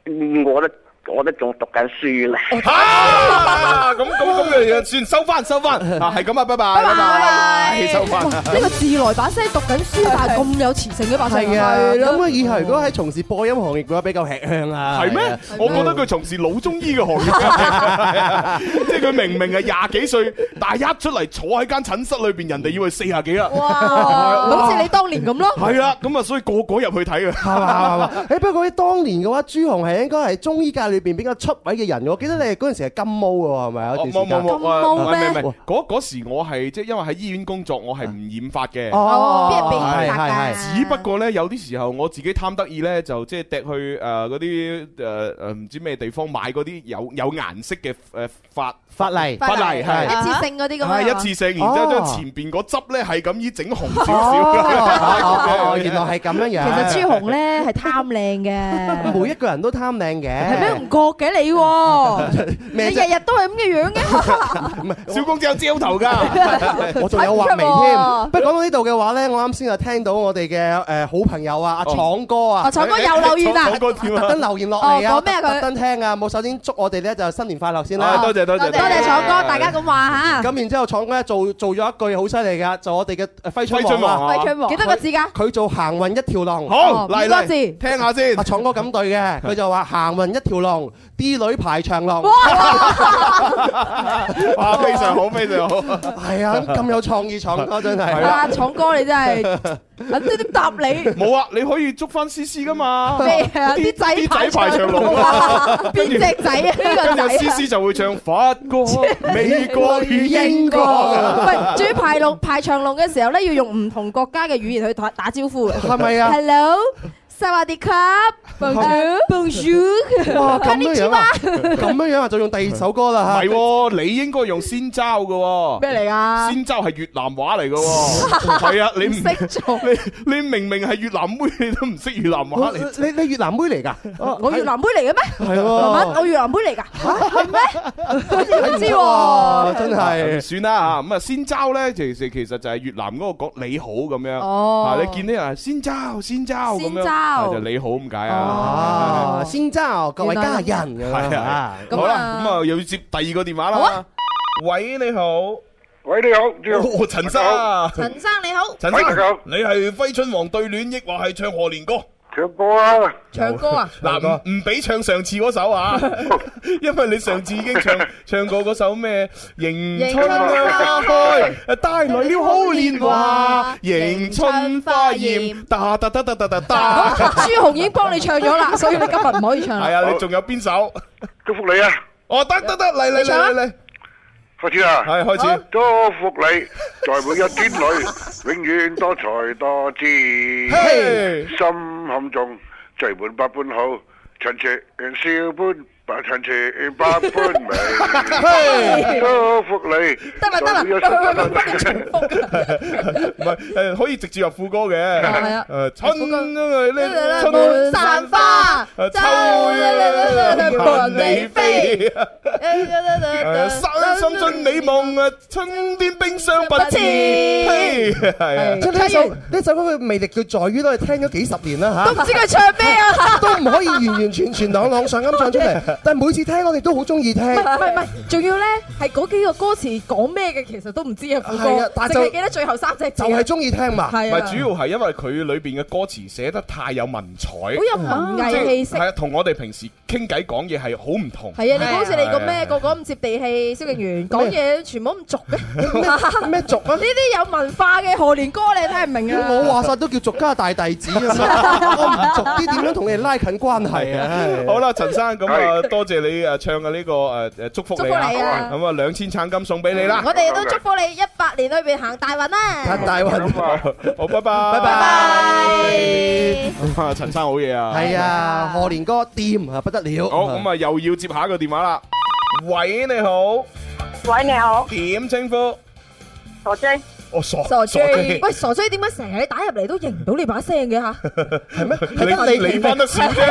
[SPEAKER 12] 誒我都我都仲讀緊書咧，
[SPEAKER 4] 哦啊咁咁咁嘅嘢，算收翻收 翻啊，係咁啊，拜拜拜拜， 收翻。
[SPEAKER 7] 呢個自來把聲讀緊書，但係咁有磁性嘅把聲，
[SPEAKER 5] 係啊，
[SPEAKER 7] 係
[SPEAKER 5] 咁
[SPEAKER 7] 咯。
[SPEAKER 5] 啊，以後如果喺從事播音行業嘅話，比較吃香啊。
[SPEAKER 4] 係
[SPEAKER 5] 係
[SPEAKER 4] 咩
[SPEAKER 5] 啊？
[SPEAKER 4] 我覺得佢從事老中醫嘅行業，係啊 即係佢明明係廿幾歲，但係一出嚟坐喺間診室裏邊，人哋以為四廿幾啦。
[SPEAKER 7] 哇，好似你當年咁咯。
[SPEAKER 4] 係啦，咁啊，所以個個入去睇啊。
[SPEAKER 5] 係嘛係嘛係嘛？ 誒不過當年嘅話，朱紅係應該係中醫界裏邊比較出位嘅人。我記得你係嗰陣時係金毛嘅喎，係咪啊？有段
[SPEAKER 4] 冇
[SPEAKER 5] 時
[SPEAKER 4] 冇
[SPEAKER 5] 間
[SPEAKER 4] 冇，
[SPEAKER 7] 咁
[SPEAKER 4] 唔
[SPEAKER 7] 冇咩
[SPEAKER 4] 係唔係唔係，嗰嗰時我係即係因為喺醫院工作，我係唔染髮嘅。
[SPEAKER 5] 哦，
[SPEAKER 7] 邊係俾
[SPEAKER 5] 係
[SPEAKER 7] 人拍
[SPEAKER 5] 係
[SPEAKER 7] 㗎
[SPEAKER 5] 係
[SPEAKER 4] 只不過咧，有啲時候我自己貪得意咧，就即係掟去誒呃嗰啲誒誒唔知咩地方買嗰啲有有顏色嘅呃誒髮
[SPEAKER 5] 法例
[SPEAKER 4] 髮泥
[SPEAKER 7] 一
[SPEAKER 4] 係。
[SPEAKER 7] 次性嗰啲咁
[SPEAKER 4] 係
[SPEAKER 7] 樣
[SPEAKER 4] 一次性，然之後
[SPEAKER 5] 哦
[SPEAKER 4] 將前邊嗰汁咧係咁依整紅少 Ờ.
[SPEAKER 5] 哦，
[SPEAKER 4] 少
[SPEAKER 5] 哦原來係咁樣樣。
[SPEAKER 7] 其實朱紅咧係貪靚嘅，
[SPEAKER 5] 每一個人都貪靚嘅，
[SPEAKER 7] 係咩？唔覺嘅你喎，你
[SPEAKER 5] 咩
[SPEAKER 7] 日
[SPEAKER 5] 啫
[SPEAKER 7] 日都係咁嘅樣嘅，
[SPEAKER 4] 小公子有焦頭㗎，
[SPEAKER 5] 我仲有畫眉添。不過講到呢度嘅話咧，我啱先就聽到我哋嘅誒好朋友啊，阿
[SPEAKER 4] 哦
[SPEAKER 5] 闖哥啊，
[SPEAKER 7] 啊闖哥又留言啊闖
[SPEAKER 4] 哥添啊
[SPEAKER 5] 特登留言落嚟啊，
[SPEAKER 7] 哦講咩啊佢
[SPEAKER 5] 特登聽啊，冇首先祝我哋咧就新年快樂先啦
[SPEAKER 4] 啊，多謝多謝
[SPEAKER 7] 多謝楚哥，大家咁話嚇，
[SPEAKER 5] 咁然之後，闖哥咧做做咗一句好犀利㗎，就我哋嘅誒揮
[SPEAKER 4] 揮春
[SPEAKER 5] 春
[SPEAKER 4] 王
[SPEAKER 5] 王
[SPEAKER 4] 啊
[SPEAKER 5] 啊，
[SPEAKER 7] 揮哦春王幾多個字㗎？
[SPEAKER 5] 佢做行運一條龍。
[SPEAKER 4] 好
[SPEAKER 7] 哦
[SPEAKER 4] 嚟
[SPEAKER 7] 五個哦
[SPEAKER 4] 嚟
[SPEAKER 7] 字
[SPEAKER 4] 聽下先
[SPEAKER 5] 阿。闖哥咁對嘅，佢就話行運一條龍，D 女排長龍。
[SPEAKER 4] 哇，啊非常好，非 常好。
[SPEAKER 5] 係啊，咁有創意，闖哥真係。
[SPEAKER 7] 啊，闖哥你真係諗啲啲答你
[SPEAKER 4] 冇啊，你可以捉翻思思噶嘛？
[SPEAKER 7] 咩啊？
[SPEAKER 4] 啲
[SPEAKER 7] 啲仔
[SPEAKER 4] 啲仔排長龍
[SPEAKER 7] 啊，邊只仔啊？呢
[SPEAKER 4] 跟
[SPEAKER 7] 個
[SPEAKER 4] 住
[SPEAKER 7] 仔
[SPEAKER 4] 思
[SPEAKER 7] 啊。
[SPEAKER 4] 思就會 唱法國、美國與
[SPEAKER 7] Ờ.
[SPEAKER 4] 英國。啊
[SPEAKER 7] 喂，仲要排龍排長龍嘅時候咧，要用唔同國家嘅語言去打打招呼嘅。
[SPEAKER 5] 係咪啊？
[SPEAKER 7] Hello，薩瓦迪卡，Bonjour，Bonjour，
[SPEAKER 5] 哇，咁樣樣啊，咁樣樣啊，就用第二首歌
[SPEAKER 4] 唔
[SPEAKER 5] 啦
[SPEAKER 4] 係
[SPEAKER 5] 嚇。
[SPEAKER 4] 喎，你應該用先招嘅喎。
[SPEAKER 7] 咩嚟啊？
[SPEAKER 4] 先招係越南話嚟嘅 喎。係啊，你唔
[SPEAKER 7] 唔識做，
[SPEAKER 4] 你你明明係越南妹，你都唔識越南話嚟。
[SPEAKER 5] 你你越南妹嚟 㗎？
[SPEAKER 7] 我越南妹嚟嘅咩？
[SPEAKER 5] 係
[SPEAKER 7] 慢慢，
[SPEAKER 5] 喎，
[SPEAKER 7] 我越南妹嚟㗎，係咩？唔知
[SPEAKER 5] 哇
[SPEAKER 7] 喎。
[SPEAKER 5] 真係。
[SPEAKER 4] 算啦嚇，咁啊先招咧，其實其實就係越南嗰個講你好咁樣，
[SPEAKER 7] 哦
[SPEAKER 4] 啊你見啲人先招先招咁
[SPEAKER 7] 先招哦
[SPEAKER 4] 樣，啊就你好咁解啊。
[SPEAKER 5] 啊，先招各位家人咁
[SPEAKER 4] 係啊
[SPEAKER 5] 啊，
[SPEAKER 7] 咁
[SPEAKER 4] 好啦，
[SPEAKER 7] 啊
[SPEAKER 4] 咁啊又要接第二個電話
[SPEAKER 7] 好
[SPEAKER 4] 啦
[SPEAKER 7] 啊。
[SPEAKER 4] 喂，你好，
[SPEAKER 12] 喂，你好，你好
[SPEAKER 4] 哦，陳生
[SPEAKER 12] 你好
[SPEAKER 4] 啊，
[SPEAKER 7] 陳生你好，
[SPEAKER 4] 陳
[SPEAKER 12] 喂
[SPEAKER 4] 生
[SPEAKER 12] 大家好，
[SPEAKER 4] 你係揮春王對聯，抑或係唱賀年歌？
[SPEAKER 12] 唱歌啊，
[SPEAKER 7] 唱歌啊！
[SPEAKER 4] 嗱，唔唔俾唱上次嗰首 啊，因為你上次已經 唱唱過嗰首咩迎春花開，帶來了好年華，迎春花艷，哒哒哒哒哒哒
[SPEAKER 8] Ờ.
[SPEAKER 7] 好
[SPEAKER 4] 哒。
[SPEAKER 7] 朱紅已經幫你唱咗啦，所以你今日唔可以唱
[SPEAKER 4] 係
[SPEAKER 7] 啦。
[SPEAKER 4] 啊，你仲有邊首？
[SPEAKER 12] 祝福你啊，
[SPEAKER 4] 哦，得得得，嚟嚟
[SPEAKER 7] 你唱啊
[SPEAKER 4] 嚟嚟，
[SPEAKER 12] 開始啦。
[SPEAKER 4] 係開始。
[SPEAKER 12] 祝福你，在每一天 裏，永遠多才多姿。
[SPEAKER 4] 嘿
[SPEAKER 12] 心坎中聚滿百般好，趁住笑般，百趁住百般美。祝福你，
[SPEAKER 7] 得啦得啦，
[SPEAKER 12] 在每一天裏
[SPEAKER 7] 不斷重複。
[SPEAKER 4] 唔係誒，可以直接入副歌嘅。
[SPEAKER 7] 係啊
[SPEAKER 4] 誒春呢
[SPEAKER 7] 滿
[SPEAKER 4] 春
[SPEAKER 7] 山花，
[SPEAKER 4] 誒秋啊伴你飛。
[SPEAKER 8] Ờ,
[SPEAKER 4] 誒，三心盡你夢啊，春天冰箱不
[SPEAKER 7] 不
[SPEAKER 4] 知，
[SPEAKER 7] 知
[SPEAKER 4] 嘿係啊，
[SPEAKER 5] 即係呢首呢首歌嘅魅力，佢在於都係聽咗幾十年啦
[SPEAKER 7] 都
[SPEAKER 5] 嚇
[SPEAKER 7] 唔。知佢唱咩啊！
[SPEAKER 5] 都唔可以完完全全朗朗上咁唱出 嚟，但係每次聽我哋都好中意聽。
[SPEAKER 7] 唔係唔係唔係，仲要咧係嗰幾個歌詞講咩嘅，其實都唔知啊。副歌
[SPEAKER 5] 係啊但
[SPEAKER 7] 淨
[SPEAKER 5] 係就
[SPEAKER 7] 係記得最後三隻字
[SPEAKER 5] 就
[SPEAKER 7] 啊。
[SPEAKER 5] 係中意聽嘛。
[SPEAKER 4] 唔
[SPEAKER 7] 係啊，
[SPEAKER 4] 係主要係因為佢裏邊嘅歌詞寫得太有文采，
[SPEAKER 7] 好有文藝氣息。
[SPEAKER 4] 係啊，同我哋平時傾偈講嘢係好唔同。
[SPEAKER 7] 係啊，你好似你個
[SPEAKER 4] 係啊
[SPEAKER 7] 咩個個咁接地氣，蕭敬元講嘢全部都咁俗嘅。
[SPEAKER 5] 咩咩族啊
[SPEAKER 7] 呢？啲有文化嘅賀年歌你睇唔明啊！
[SPEAKER 5] 我話晒都叫俗家大弟子啊嘛， 我唔俗啲點樣同你哋拉近關係啊？
[SPEAKER 4] 好啦，陳生咁啊，
[SPEAKER 12] 係
[SPEAKER 4] 多謝你誒唱嘅呢個誒誒祝福你啊
[SPEAKER 7] 祝福你啊
[SPEAKER 4] 咁啊兩千橙金送俾你啦，
[SPEAKER 7] 我哋都祝福你一百年裏邊行大運啦！
[SPEAKER 5] 大運，
[SPEAKER 12] 咁 啊，
[SPEAKER 4] 好拜拜拜
[SPEAKER 7] 拜。
[SPEAKER 4] 拜，陳生好嘢啊，
[SPEAKER 5] 係啊，賀年歌掂啊，不得了。
[SPEAKER 4] 好咁啊，又要接下一個電話啦。喂，你好，
[SPEAKER 13] 喂，你好，
[SPEAKER 4] 點稱呼？
[SPEAKER 13] 傻姐，
[SPEAKER 4] 哦，傻
[SPEAKER 7] 傻
[SPEAKER 4] 姐
[SPEAKER 7] 追，喂傻追，點解成日你打入嚟都認唔到你把聲嘅吓？
[SPEAKER 4] 你 你翻得少啫。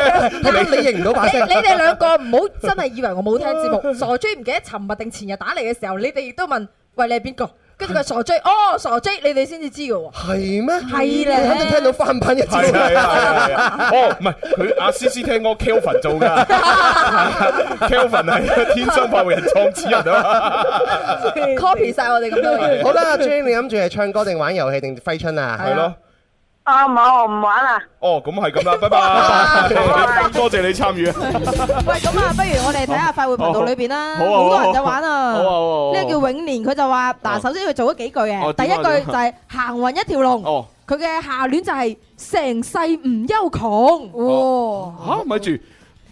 [SPEAKER 5] 係咪你認唔到把
[SPEAKER 7] 你
[SPEAKER 5] 聲？
[SPEAKER 7] 你哋兩個唔好真係以為我冇聽節目。傻 J 唔記得尋日定前日打嚟嘅時候，你哋亦都問：喂，你係邊個？跟住 佢話傻 J，哦傻 J，你哋先至知嘅喎。
[SPEAKER 5] 係咩？
[SPEAKER 7] 係咧
[SPEAKER 5] 你肯定聽到翻版嘅
[SPEAKER 4] 係
[SPEAKER 5] 節
[SPEAKER 4] 係
[SPEAKER 5] 目。
[SPEAKER 4] 係啊！哦，唔係佢阿思思聽嗰個 Kelvin 做噶 ，Kelvin 係天生發育人創始人啊
[SPEAKER 7] copy 晒我哋咁多 嘢。
[SPEAKER 5] 好啦，Jane，你諗住係唱歌定玩遊戲定揮春
[SPEAKER 4] 嘛，
[SPEAKER 5] 啊？
[SPEAKER 4] 啊係咯。
[SPEAKER 13] 啊冇，我唔玩啦。
[SPEAKER 4] 哦，咁係 咁啦，拜拜， 多謝你參與啊！
[SPEAKER 8] 喂，咁啊，不如我哋睇下 快活頻道裏邊啦，
[SPEAKER 4] 好
[SPEAKER 8] 好
[SPEAKER 4] 啊好啊
[SPEAKER 8] 多人就玩啊。
[SPEAKER 4] 好啊好啊好啊
[SPEAKER 8] 呢個叫永年，佢就話
[SPEAKER 4] 哦
[SPEAKER 8] 嗱，首先佢做咗幾句
[SPEAKER 4] 哦
[SPEAKER 8] 嘅，第一
[SPEAKER 4] 點啊
[SPEAKER 8] 句就係行運一條龍，
[SPEAKER 4] 哦，
[SPEAKER 8] 佢嘅下聯就係成世唔憂窮。哇，
[SPEAKER 4] 嚇，咪住，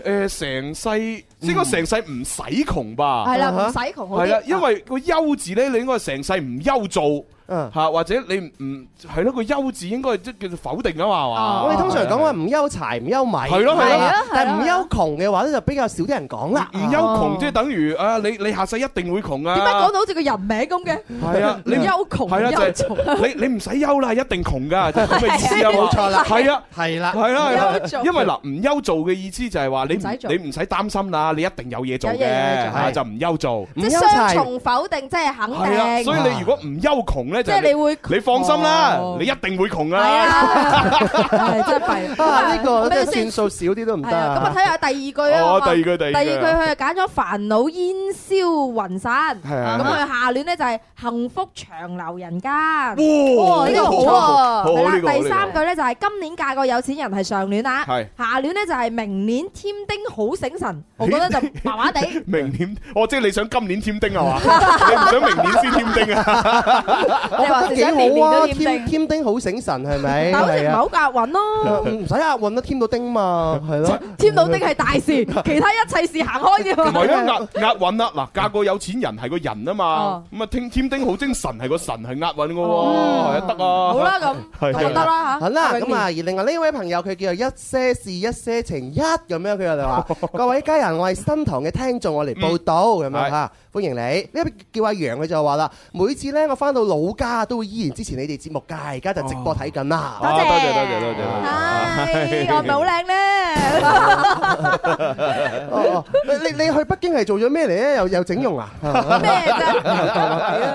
[SPEAKER 4] 誒，成世應該成世唔使窮吧？
[SPEAKER 8] 嗯係啦，
[SPEAKER 5] 啊
[SPEAKER 8] 唔
[SPEAKER 5] 哈
[SPEAKER 8] 使窮好
[SPEAKER 4] 係啦，
[SPEAKER 8] 啲。
[SPEAKER 4] 因為個憂字咧，你應該係成世唔憂做，嚇，或者你唔唔係咯個優字應該即叫做否定啊嘛，係嘛？
[SPEAKER 5] 我哋通常講話唔憂柴唔憂米，
[SPEAKER 4] 係咯係咯係咯
[SPEAKER 5] 但係唔憂窮嘅話咧就比較少啲人講啦。
[SPEAKER 4] 唔憂窮即係等於啊，你你下世一定會窮啊！
[SPEAKER 8] 點解講到好似個人名咁嘅？
[SPEAKER 4] 係啊， 你唔
[SPEAKER 8] 憂窮，
[SPEAKER 4] 係啦，就係
[SPEAKER 8] 憂窮。
[SPEAKER 4] 你你唔使憂啦，一定窮噶，就係咁嘅意思啊嘛，
[SPEAKER 5] 冇錯啦
[SPEAKER 4] 係啊，
[SPEAKER 5] 係啦
[SPEAKER 4] 係啦，係
[SPEAKER 5] 唔
[SPEAKER 4] 啦
[SPEAKER 5] 憂做，
[SPEAKER 4] 因為嗱，唔憂做嘅意思就係話你
[SPEAKER 7] 唔使做
[SPEAKER 4] 唔你唔使擔心啦，你一定有嘢做
[SPEAKER 7] 有嘢
[SPEAKER 4] 嘅，
[SPEAKER 7] 做
[SPEAKER 4] 係就唔憂做，
[SPEAKER 7] 即係雙重否定，即係肯
[SPEAKER 4] 係啊，
[SPEAKER 7] 定。
[SPEAKER 4] 所以你如果唔憂窮咧，就係
[SPEAKER 7] 即係 你會
[SPEAKER 4] 你放心啦，你一定會窮噶啦。
[SPEAKER 5] 啊呢個真
[SPEAKER 7] 咩先
[SPEAKER 5] 係算數少啲都唔得
[SPEAKER 8] 係啊咁啊
[SPEAKER 5] 啊。
[SPEAKER 8] 睇下第二句啊。
[SPEAKER 4] 哦
[SPEAKER 8] 好嘛
[SPEAKER 4] 第二句第二句啊
[SPEAKER 8] 第二句佢係揀咗煩惱煙消雲散。
[SPEAKER 4] 係啊
[SPEAKER 8] 咁佢下聯咧就係幸福長流人間。
[SPEAKER 4] 哇
[SPEAKER 8] 哇呢個好
[SPEAKER 4] 好
[SPEAKER 8] 喎。係
[SPEAKER 4] 呢個好
[SPEAKER 8] 啦，第三句咧就係今年嫁個有錢人係上聯啦
[SPEAKER 4] 係。
[SPEAKER 8] 下聯咧就係明年添丁好醒神。我覺得就麻麻地。
[SPEAKER 4] 明年，哦，即係你想今年添丁啊係嘛？你唔想明年先添丁啊？
[SPEAKER 5] 我覺得幾好啊，添添丁好醒神係咪？
[SPEAKER 8] 但好似唔
[SPEAKER 5] 係
[SPEAKER 8] 係
[SPEAKER 5] 啊
[SPEAKER 8] 好押韻咯。
[SPEAKER 5] 唔使押韻都添到丁嘛，係咯。
[SPEAKER 8] 添到丁係大 事，其他一切事行開啫
[SPEAKER 4] 唔
[SPEAKER 8] 嘛。
[SPEAKER 4] 係啊，押押韻啦，嗱，嫁個有錢人係個人啊嘛
[SPEAKER 8] 哦，
[SPEAKER 4] 咁啊添添丁好精神係個神係押韻嘅喎，係
[SPEAKER 8] 哦
[SPEAKER 4] 啊得啊，
[SPEAKER 8] 好啦咁
[SPEAKER 4] 係啊
[SPEAKER 8] 咁就得啦嚇
[SPEAKER 5] 好啦，
[SPEAKER 8] 阿永
[SPEAKER 5] 咁啊，
[SPEAKER 8] 年
[SPEAKER 5] 而另外呢位朋友佢叫做一些事一些情一咁樣，佢就話：各位家人，我係新堂嘅聽眾，我嚟報道咁樣嚇，歡迎你。呢位叫阿楊，佢就話啦：每次呢，我翻到老家都會依然支持你哋節目㗎，而家就直播睇緊啦。
[SPEAKER 4] 多謝多謝多謝多謝多謝，
[SPEAKER 8] 唉我咪好靚咧。
[SPEAKER 5] 哦哦你你去北京係做咗咩嚟咧？又又整容啊？咩
[SPEAKER 8] 啫？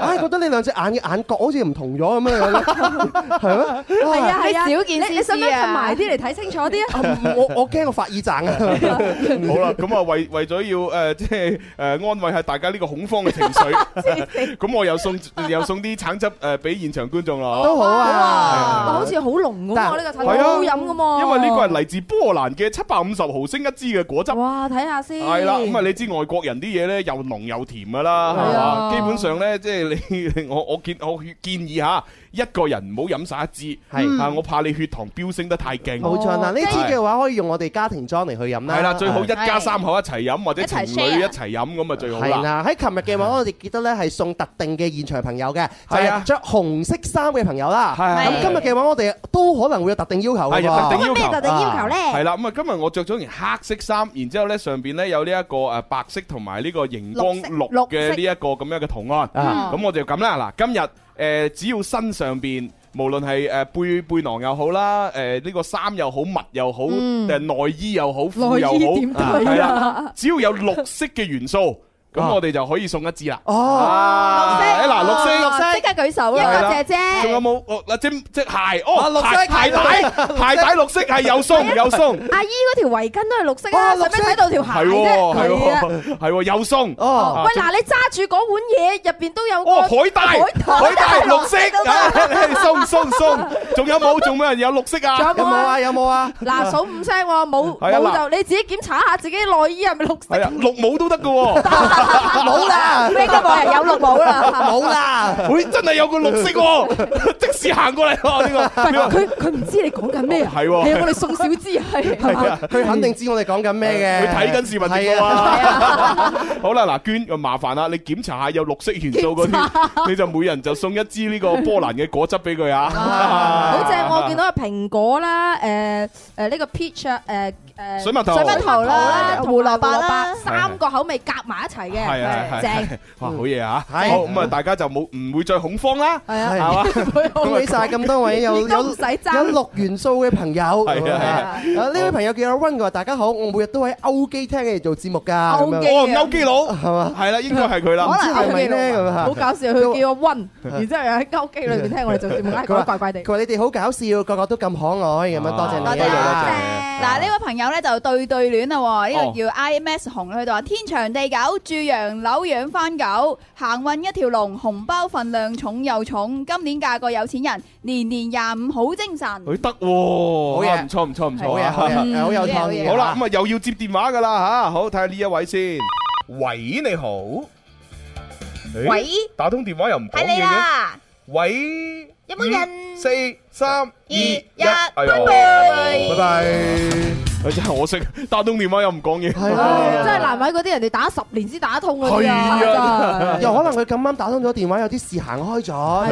[SPEAKER 5] 唉，覺得你兩隻眼嘅眼角好似唔同咗咁樣樣，係咩？
[SPEAKER 8] 係啊係啊，
[SPEAKER 6] 你少見
[SPEAKER 8] 你你使唔使
[SPEAKER 6] 先知啊
[SPEAKER 8] 近埋啲嚟睇清楚啲啊？
[SPEAKER 5] 啊我我驚我發耳賺 啊！
[SPEAKER 4] 好啦，咁啊為為咗要誒即係誒呃安慰下大家呢個恐慌嘅情緒，咁我又送又送啲橙汁誒俾現場觀眾啦，
[SPEAKER 5] 都好啊
[SPEAKER 8] 哇好似好濃咁
[SPEAKER 5] 但
[SPEAKER 8] 喎，呢個
[SPEAKER 4] 係
[SPEAKER 8] 睇
[SPEAKER 4] 啊
[SPEAKER 8] 好飲咁喎。
[SPEAKER 4] 因為呢個係嚟自波蘭嘅七百五十毫升一支嘅果汁。
[SPEAKER 8] 哇，睇下先。
[SPEAKER 4] 係啦，咁啊，你知外國人啲嘢咧又濃又甜噶啦，
[SPEAKER 8] 係
[SPEAKER 4] 係
[SPEAKER 8] 啊
[SPEAKER 4] 嘛？基本上咧，即係你 我我建我建議嚇一個人唔好飲晒一支，
[SPEAKER 5] 係
[SPEAKER 4] 啊，我怕你血糖飆升得太勁。
[SPEAKER 5] 冇錯啊啦，呢支
[SPEAKER 4] 係
[SPEAKER 5] 嘅話可以用我哋家庭裝嚟去飲啦。
[SPEAKER 4] 啊
[SPEAKER 5] 啊
[SPEAKER 4] 係啦，最好一家
[SPEAKER 6] 係
[SPEAKER 4] 三口一齊飲，或者
[SPEAKER 6] 一
[SPEAKER 4] 情
[SPEAKER 6] 齊
[SPEAKER 4] 侶
[SPEAKER 6] share
[SPEAKER 4] 一齊飲咁啊最好
[SPEAKER 5] 係
[SPEAKER 4] 啦。
[SPEAKER 5] 啦，喺琴日嘅話，我哋記得咧係送特定嘅現場朋友嘅，就
[SPEAKER 4] 係啊
[SPEAKER 5] 係着紅色衫嘅朋友啦。
[SPEAKER 4] 係
[SPEAKER 5] 咁今日嘅話，我哋都可能會有特定要求嘅
[SPEAKER 4] 係啊
[SPEAKER 5] 喎。
[SPEAKER 4] 特定要求咁啊咩特定
[SPEAKER 5] 要
[SPEAKER 8] 求咧
[SPEAKER 4] 係啦，咁啊，今日我着咗件黑色衫，然之後咧上邊咧有呢一個誒白色同埋呢個熒光綠嘅呢一個咁樣嘅圖案，
[SPEAKER 5] 啊
[SPEAKER 4] 咁我就咁啦。嗱，今日誒只要身上邊。無論係誒背背囊又好啦，誒呢個衫又好，襪又好，
[SPEAKER 8] 嗯
[SPEAKER 4] 誒內衣又好，褲又
[SPEAKER 8] 內衣點
[SPEAKER 4] 好，
[SPEAKER 8] 睇啊
[SPEAKER 4] 啦，只要有綠色嘅元素，咁
[SPEAKER 5] 啊
[SPEAKER 4] 我哋就可以送一支啦。
[SPEAKER 5] 哦
[SPEAKER 4] 啊，誒嗱，綠色，
[SPEAKER 5] 綠色
[SPEAKER 6] 哦即刻舉手啊
[SPEAKER 4] 係
[SPEAKER 6] 啦！
[SPEAKER 4] 啦
[SPEAKER 8] 姐姐
[SPEAKER 4] 仲有冇？哦嗱，即即鞋哦，
[SPEAKER 5] 綠色
[SPEAKER 4] 鞋鞋帶，鞋帶綠色係又鬆又鬆。
[SPEAKER 8] 阿姨嗰條圍巾都係綠色啊，
[SPEAKER 5] 哇
[SPEAKER 8] 使咩
[SPEAKER 5] 綠色
[SPEAKER 8] 睇到條鞋
[SPEAKER 4] 哦係
[SPEAKER 8] 啫？
[SPEAKER 4] 喎，係
[SPEAKER 8] 係啊
[SPEAKER 4] 喎，係喎，又鬆。
[SPEAKER 5] 哦
[SPEAKER 8] 喂，嗱，你揸住嗰碗嘢入邊都有個
[SPEAKER 4] 哦，海帶，海 帶綠色，啊鬆鬆鬆。仲有冇？仲有冇人有綠色啊？
[SPEAKER 5] 有冇啊？有冇 啊？
[SPEAKER 8] 嗱，數五聲喎，冇
[SPEAKER 4] 係啊
[SPEAKER 8] 冇
[SPEAKER 4] 嗱
[SPEAKER 8] 就你自己檢查下自己內衣係咪綠
[SPEAKER 4] 係
[SPEAKER 8] 色
[SPEAKER 4] 啊，。綠帽都得噶喎。
[SPEAKER 5] 冇啦，
[SPEAKER 8] 咩都冇人有綠帽啦。
[SPEAKER 5] 冇啦。
[SPEAKER 4] 喂，真係有個綠色喎，即時行過嚟喎呢
[SPEAKER 8] 唔
[SPEAKER 4] 個
[SPEAKER 8] 係
[SPEAKER 4] 呢個。
[SPEAKER 8] 佢佢唔知你講緊咩
[SPEAKER 4] 啊
[SPEAKER 8] 啊？
[SPEAKER 4] 哦係喎
[SPEAKER 8] 係啊，我哋送小支 係係啊
[SPEAKER 5] 佢肯定知我哋講緊咩嘅。
[SPEAKER 4] 佢睇緊視頻直
[SPEAKER 5] 係
[SPEAKER 4] 播
[SPEAKER 5] 啊。
[SPEAKER 4] 啊！好啦，嗱，娟，咁麻煩啦，你檢查下有綠色元素嗰啲，你就每人就送一支呢個波蘭嘅果汁俾佢啊！
[SPEAKER 8] 好正！我見到係蘋果啦，誒誒呢個 peach 啊，誒誒
[SPEAKER 4] 水蜜桃
[SPEAKER 8] 水蜜桃啦，同埋
[SPEAKER 10] 胡蘿
[SPEAKER 8] 啊
[SPEAKER 10] 蔔啦
[SPEAKER 8] 三個口味夾埋一齊
[SPEAKER 7] Dạ,
[SPEAKER 4] 系系
[SPEAKER 7] vâng.
[SPEAKER 8] 嘅，
[SPEAKER 4] 系，
[SPEAKER 8] 正。
[SPEAKER 4] 哇，好嘢啊！好
[SPEAKER 5] 係
[SPEAKER 4] 咁啊，大家就冇唔會再恐慌啦，
[SPEAKER 8] 係啊
[SPEAKER 4] 係
[SPEAKER 5] Dạ.
[SPEAKER 4] 嘛？
[SPEAKER 5] 恭喜晒咁多位有
[SPEAKER 8] 亦都
[SPEAKER 5] 有
[SPEAKER 8] 唔
[SPEAKER 5] 有
[SPEAKER 8] 使爭
[SPEAKER 5] 六元素嘅朋友，
[SPEAKER 4] 係啊係啊
[SPEAKER 5] 呢位朋友叫阿 Run 佢話：大家好，我每日都喺歐基聽你哋做節目㗎，咁
[SPEAKER 8] 歐
[SPEAKER 5] 樣
[SPEAKER 8] 基
[SPEAKER 4] 哦，歐基佬係
[SPEAKER 5] 嘛？
[SPEAKER 4] 係啦，應該係佢
[SPEAKER 5] 唔
[SPEAKER 4] 啦。
[SPEAKER 5] 知係咪咧咁啊
[SPEAKER 8] 好搞笑，佢叫我温，然之後又喺鳩機裏邊聽我哋做節目，唉，
[SPEAKER 5] 佢話
[SPEAKER 8] 怪怪地
[SPEAKER 5] 佢。話你哋好搞笑，個個都咁可愛咁樣，多謝
[SPEAKER 6] 多謝
[SPEAKER 5] 你
[SPEAKER 6] 多謝
[SPEAKER 5] 啊！
[SPEAKER 6] 嗱，呢位朋友咧就對對戀啦喎，呢
[SPEAKER 4] 哦
[SPEAKER 6] 個叫 IMS 紅，佢就話天長地久，住洋樓養番狗，行運一條龍，紅包份量重又重，今年嫁個有錢人，年年廿五好精神。
[SPEAKER 4] 佢得喎，
[SPEAKER 5] 好嘢
[SPEAKER 4] 啊唔錯唔錯唔
[SPEAKER 5] 好
[SPEAKER 4] 錯
[SPEAKER 5] 嘢，好
[SPEAKER 4] 啊！
[SPEAKER 5] 嘢，好有創意。
[SPEAKER 4] 好啦，，咁啊又要接電話噶啦吓，好睇下呢一位先。喂，你好。咦
[SPEAKER 10] 喂，
[SPEAKER 4] 打通電話又唔講
[SPEAKER 10] 睇你
[SPEAKER 4] 嘢嘅。
[SPEAKER 10] 啦，
[SPEAKER 4] 喂，
[SPEAKER 10] 有冇人
[SPEAKER 4] 五四三二
[SPEAKER 10] 一拜
[SPEAKER 4] 哎呦
[SPEAKER 10] 拜
[SPEAKER 4] 拜拜。真系可惜，打通電話又唔講嘢。
[SPEAKER 5] 係啊
[SPEAKER 8] 真係難為嗰啲人哋打十年先打得通嗰啲
[SPEAKER 4] 係
[SPEAKER 8] 啊！
[SPEAKER 4] 啊
[SPEAKER 5] 又可能佢咁啱打通咗電話，有啲事行開咗，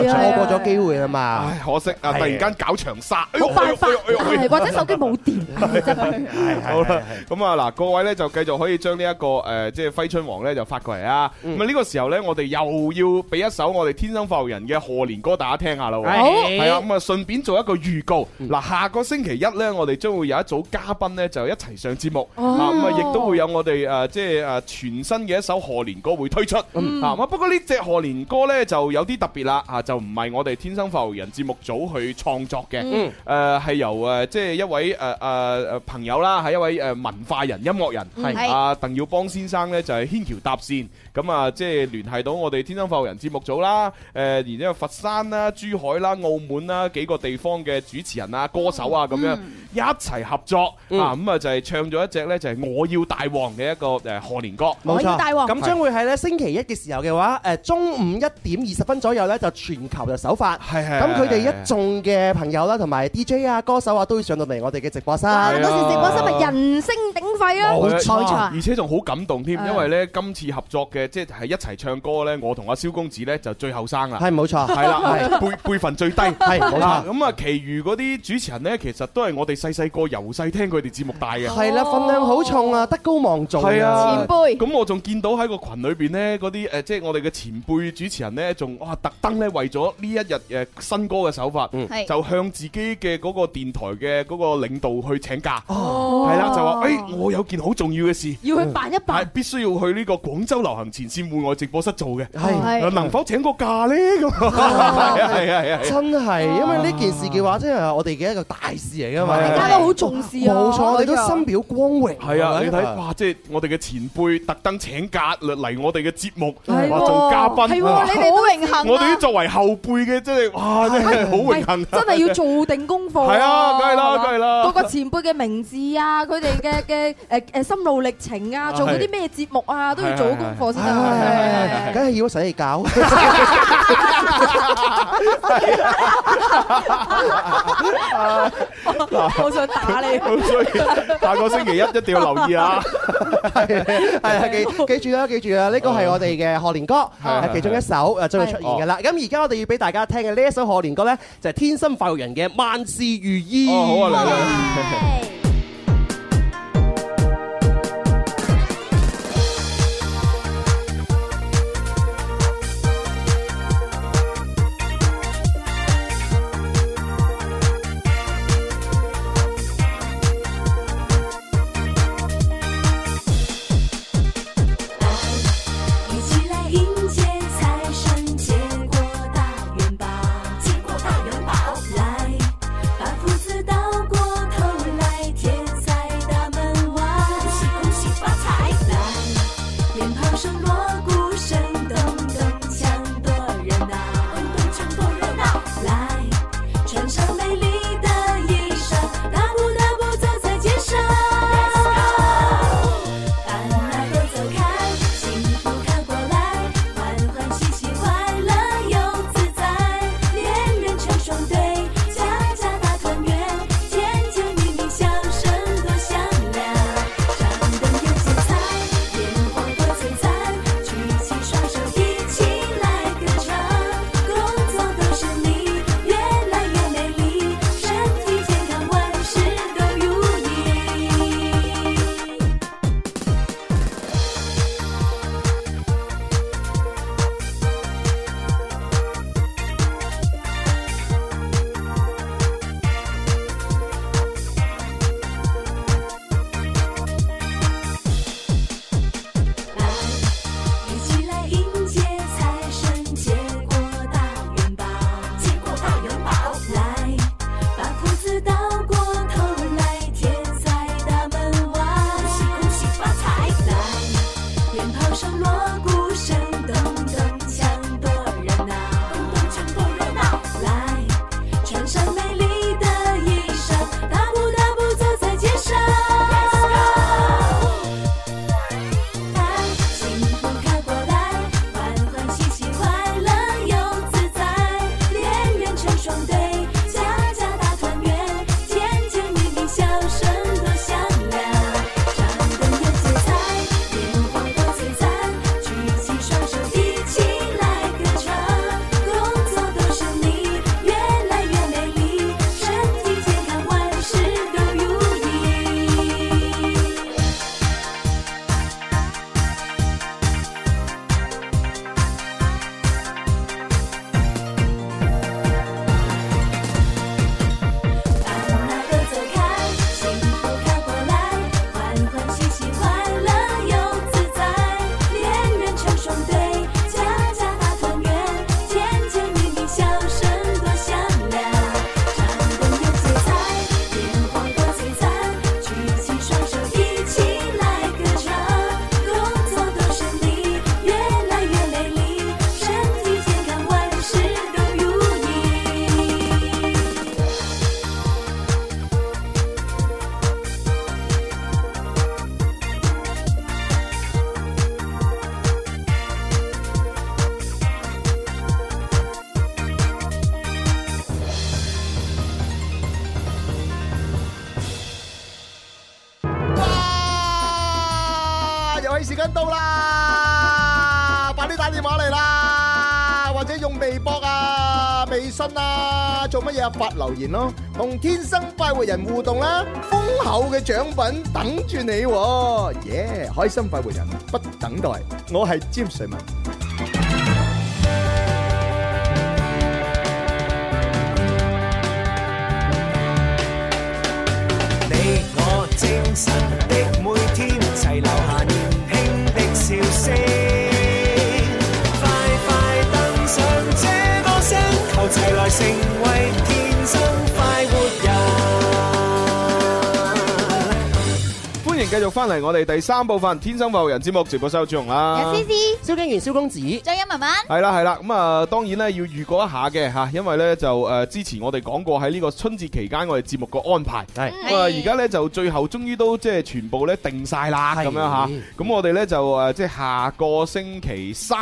[SPEAKER 5] 就錯過咗機會啦嘛。
[SPEAKER 4] 唉，可惜啊！突然間搞長沙，哎呦
[SPEAKER 8] 冇辦法，
[SPEAKER 4] 哎呦哎呦哎
[SPEAKER 8] 係
[SPEAKER 4] 呦
[SPEAKER 8] 或者手機冇電。
[SPEAKER 4] 好啦，咁啊嗱，各位咧就繼續可以將呢一個誒即係揮春王咧就發過嚟啊！咁啊呢個時候咧，我哋又要俾一首我哋天生發育人嘅賀年歌大家聽下啦喎。
[SPEAKER 2] 好
[SPEAKER 4] 係啊，咁啊順便做一個預告，嗱下個星期一咧，我哋將會有一組嘉賓咧就一齊上節目啊，
[SPEAKER 2] 哦
[SPEAKER 4] 咁啊亦都會有我哋誒即係誒全新嘅一首賀年歌會推出啊。咁啊不過呢只賀年歌咧就有啲特別啦啊，就唔係我哋天生發育人節目組去創作嘅，
[SPEAKER 2] 嗯
[SPEAKER 4] 誒係由誒即係一位誒誒誒朋友啦，係一位誒文化人、音樂人，
[SPEAKER 2] 係
[SPEAKER 4] 係啊鄧耀邦先生咧就係牽橋搭線，咁啊即係聯繫到我哋天生發育人節目組啦，誒呃然之後佛山啦、珠海啦、澳門啦幾個地方嘅主持人啊、歌手啊咁樣一齊合作啊，咁啊就係唱咗一隻咧就係我要大王嘅一個誒賀年歌，
[SPEAKER 5] 冇錯，咁將
[SPEAKER 4] 係
[SPEAKER 5] 會喺咧星期一嘅時候嘅話，誒中午一點二十分左右咧就全球就首發，
[SPEAKER 4] 係
[SPEAKER 5] 咁佢哋
[SPEAKER 4] 係係
[SPEAKER 5] 一眾嘅朋友啦，同埋 DJ 啊、歌手啊都會上到嚟我哋嘅直播室，
[SPEAKER 8] 哇！
[SPEAKER 4] 係啊
[SPEAKER 8] 到時直播室咪人聲鼎沸啦，
[SPEAKER 4] 冇錯
[SPEAKER 8] 錯
[SPEAKER 4] 啊而且仲好感動添，
[SPEAKER 8] 啊
[SPEAKER 4] 因為咧今次合作嘅即係一齊唱歌咧，我同阿蕭公子咧就最後生啦，
[SPEAKER 5] 係冇錯
[SPEAKER 4] 係啦，
[SPEAKER 5] 係
[SPEAKER 4] 輩輩份最低，
[SPEAKER 5] 係冇錯
[SPEAKER 4] 啊咁啊，其餘嗰啲主持人咧，其實都係我哋細細個由細聽佢哋節目大嘅，
[SPEAKER 5] 係啦，份量好重啊，德高望重
[SPEAKER 4] 係啊，輩。
[SPEAKER 5] 輩。
[SPEAKER 4] 咁我仲見到喺個群裏邊咧，嗰啲誒呃即係我哋嘅前輩主持人咧，仲哇特登咧為咗呢一日誒新歌嘅手法，
[SPEAKER 5] 嗯
[SPEAKER 2] 係
[SPEAKER 4] 就向自己嘅嗰個電台嘅嗰個領導去請假，
[SPEAKER 2] 哦
[SPEAKER 4] 係啦，就話誒我有件好重要嘅事，
[SPEAKER 2] 要去辦一辦
[SPEAKER 4] 係必須要去呢個廣州流行前線戶外直播室做嘅，
[SPEAKER 5] 係
[SPEAKER 4] 能否請個假咧咁？ 係啊係啊係啊，
[SPEAKER 5] 真係，因為呢件事嘅話，真係我哋嘅一個大事嚟噶嘛，
[SPEAKER 4] 大家都
[SPEAKER 8] 好重視
[SPEAKER 4] 啊
[SPEAKER 5] 冇錯，我哋
[SPEAKER 4] 我覺
[SPEAKER 5] 都
[SPEAKER 4] 得
[SPEAKER 5] 深表光榮。
[SPEAKER 4] 係啊，
[SPEAKER 5] 係咪
[SPEAKER 4] 你睇哇，即係我哋嘅前輩特登請假嚟我哋嘅節目，
[SPEAKER 5] 係
[SPEAKER 4] 哇
[SPEAKER 5] 喎
[SPEAKER 4] 做嘉賓，
[SPEAKER 8] 係喎
[SPEAKER 4] 哇
[SPEAKER 8] 你哋都好榮幸 啊
[SPEAKER 4] 我哋啲作為後輩嘅，真係哇，真係好榮幸，
[SPEAKER 8] 真係要。做定功課。
[SPEAKER 4] 係啊梗係啦
[SPEAKER 8] 係嘛
[SPEAKER 4] 梗係啦
[SPEAKER 8] 個個前輩嘅名字啊，佢哋嘅嘅誒誒心路歷程啊，做嗰啲咩節目啊，都要做好功課先得。
[SPEAKER 5] 唉梗係要洗搞。
[SPEAKER 8] 好想打你。
[SPEAKER 4] 所以下個星期 一一定要留意啊！
[SPEAKER 5] 係啊，記記住啦，記住啦，呢個係我哋嘅賀年歌，
[SPEAKER 4] 係
[SPEAKER 5] 係其中一首誒將會出現嘅啦。咁而家我哋要俾大家聽嘅呢一首賀年歌咧，就係天生快活人嘅萬事如意。
[SPEAKER 4] 哦，好啊，嚟啦！
[SPEAKER 11] 一起来迎接财神，接过大元宝，接过大元宝，来把福字倒过头来，
[SPEAKER 14] 到啦，快啲打電話嚟啦，或者用微博啊、微信啊，做乜嘢啊？發留言咯，同天生快活人互動啦，豐厚嘅獎品等住你喎，耶！開心快活人不等待，我係詹瑞文。
[SPEAKER 15] 你我精神的每天，齊留下年輕的笑聲。快快登上這歌聲，求齊來成為天生快活人。
[SPEAKER 4] 歡迎繼續翻嚟我哋第三部分《天生浮人》節目直播室有朱紅啦。
[SPEAKER 6] 思，
[SPEAKER 5] 蕭敬元、蕭公子，張
[SPEAKER 6] 欣文文，
[SPEAKER 4] 系啦系啦，咁啊當然咧要預告一下嘅吓，因為咧就诶之前我哋講過喺呢個春節期間我哋節目個安排，系咁啊而家咧就最後終於都即係全部咧定晒啦咁樣吓，咁我哋咧就诶即係下個星期三。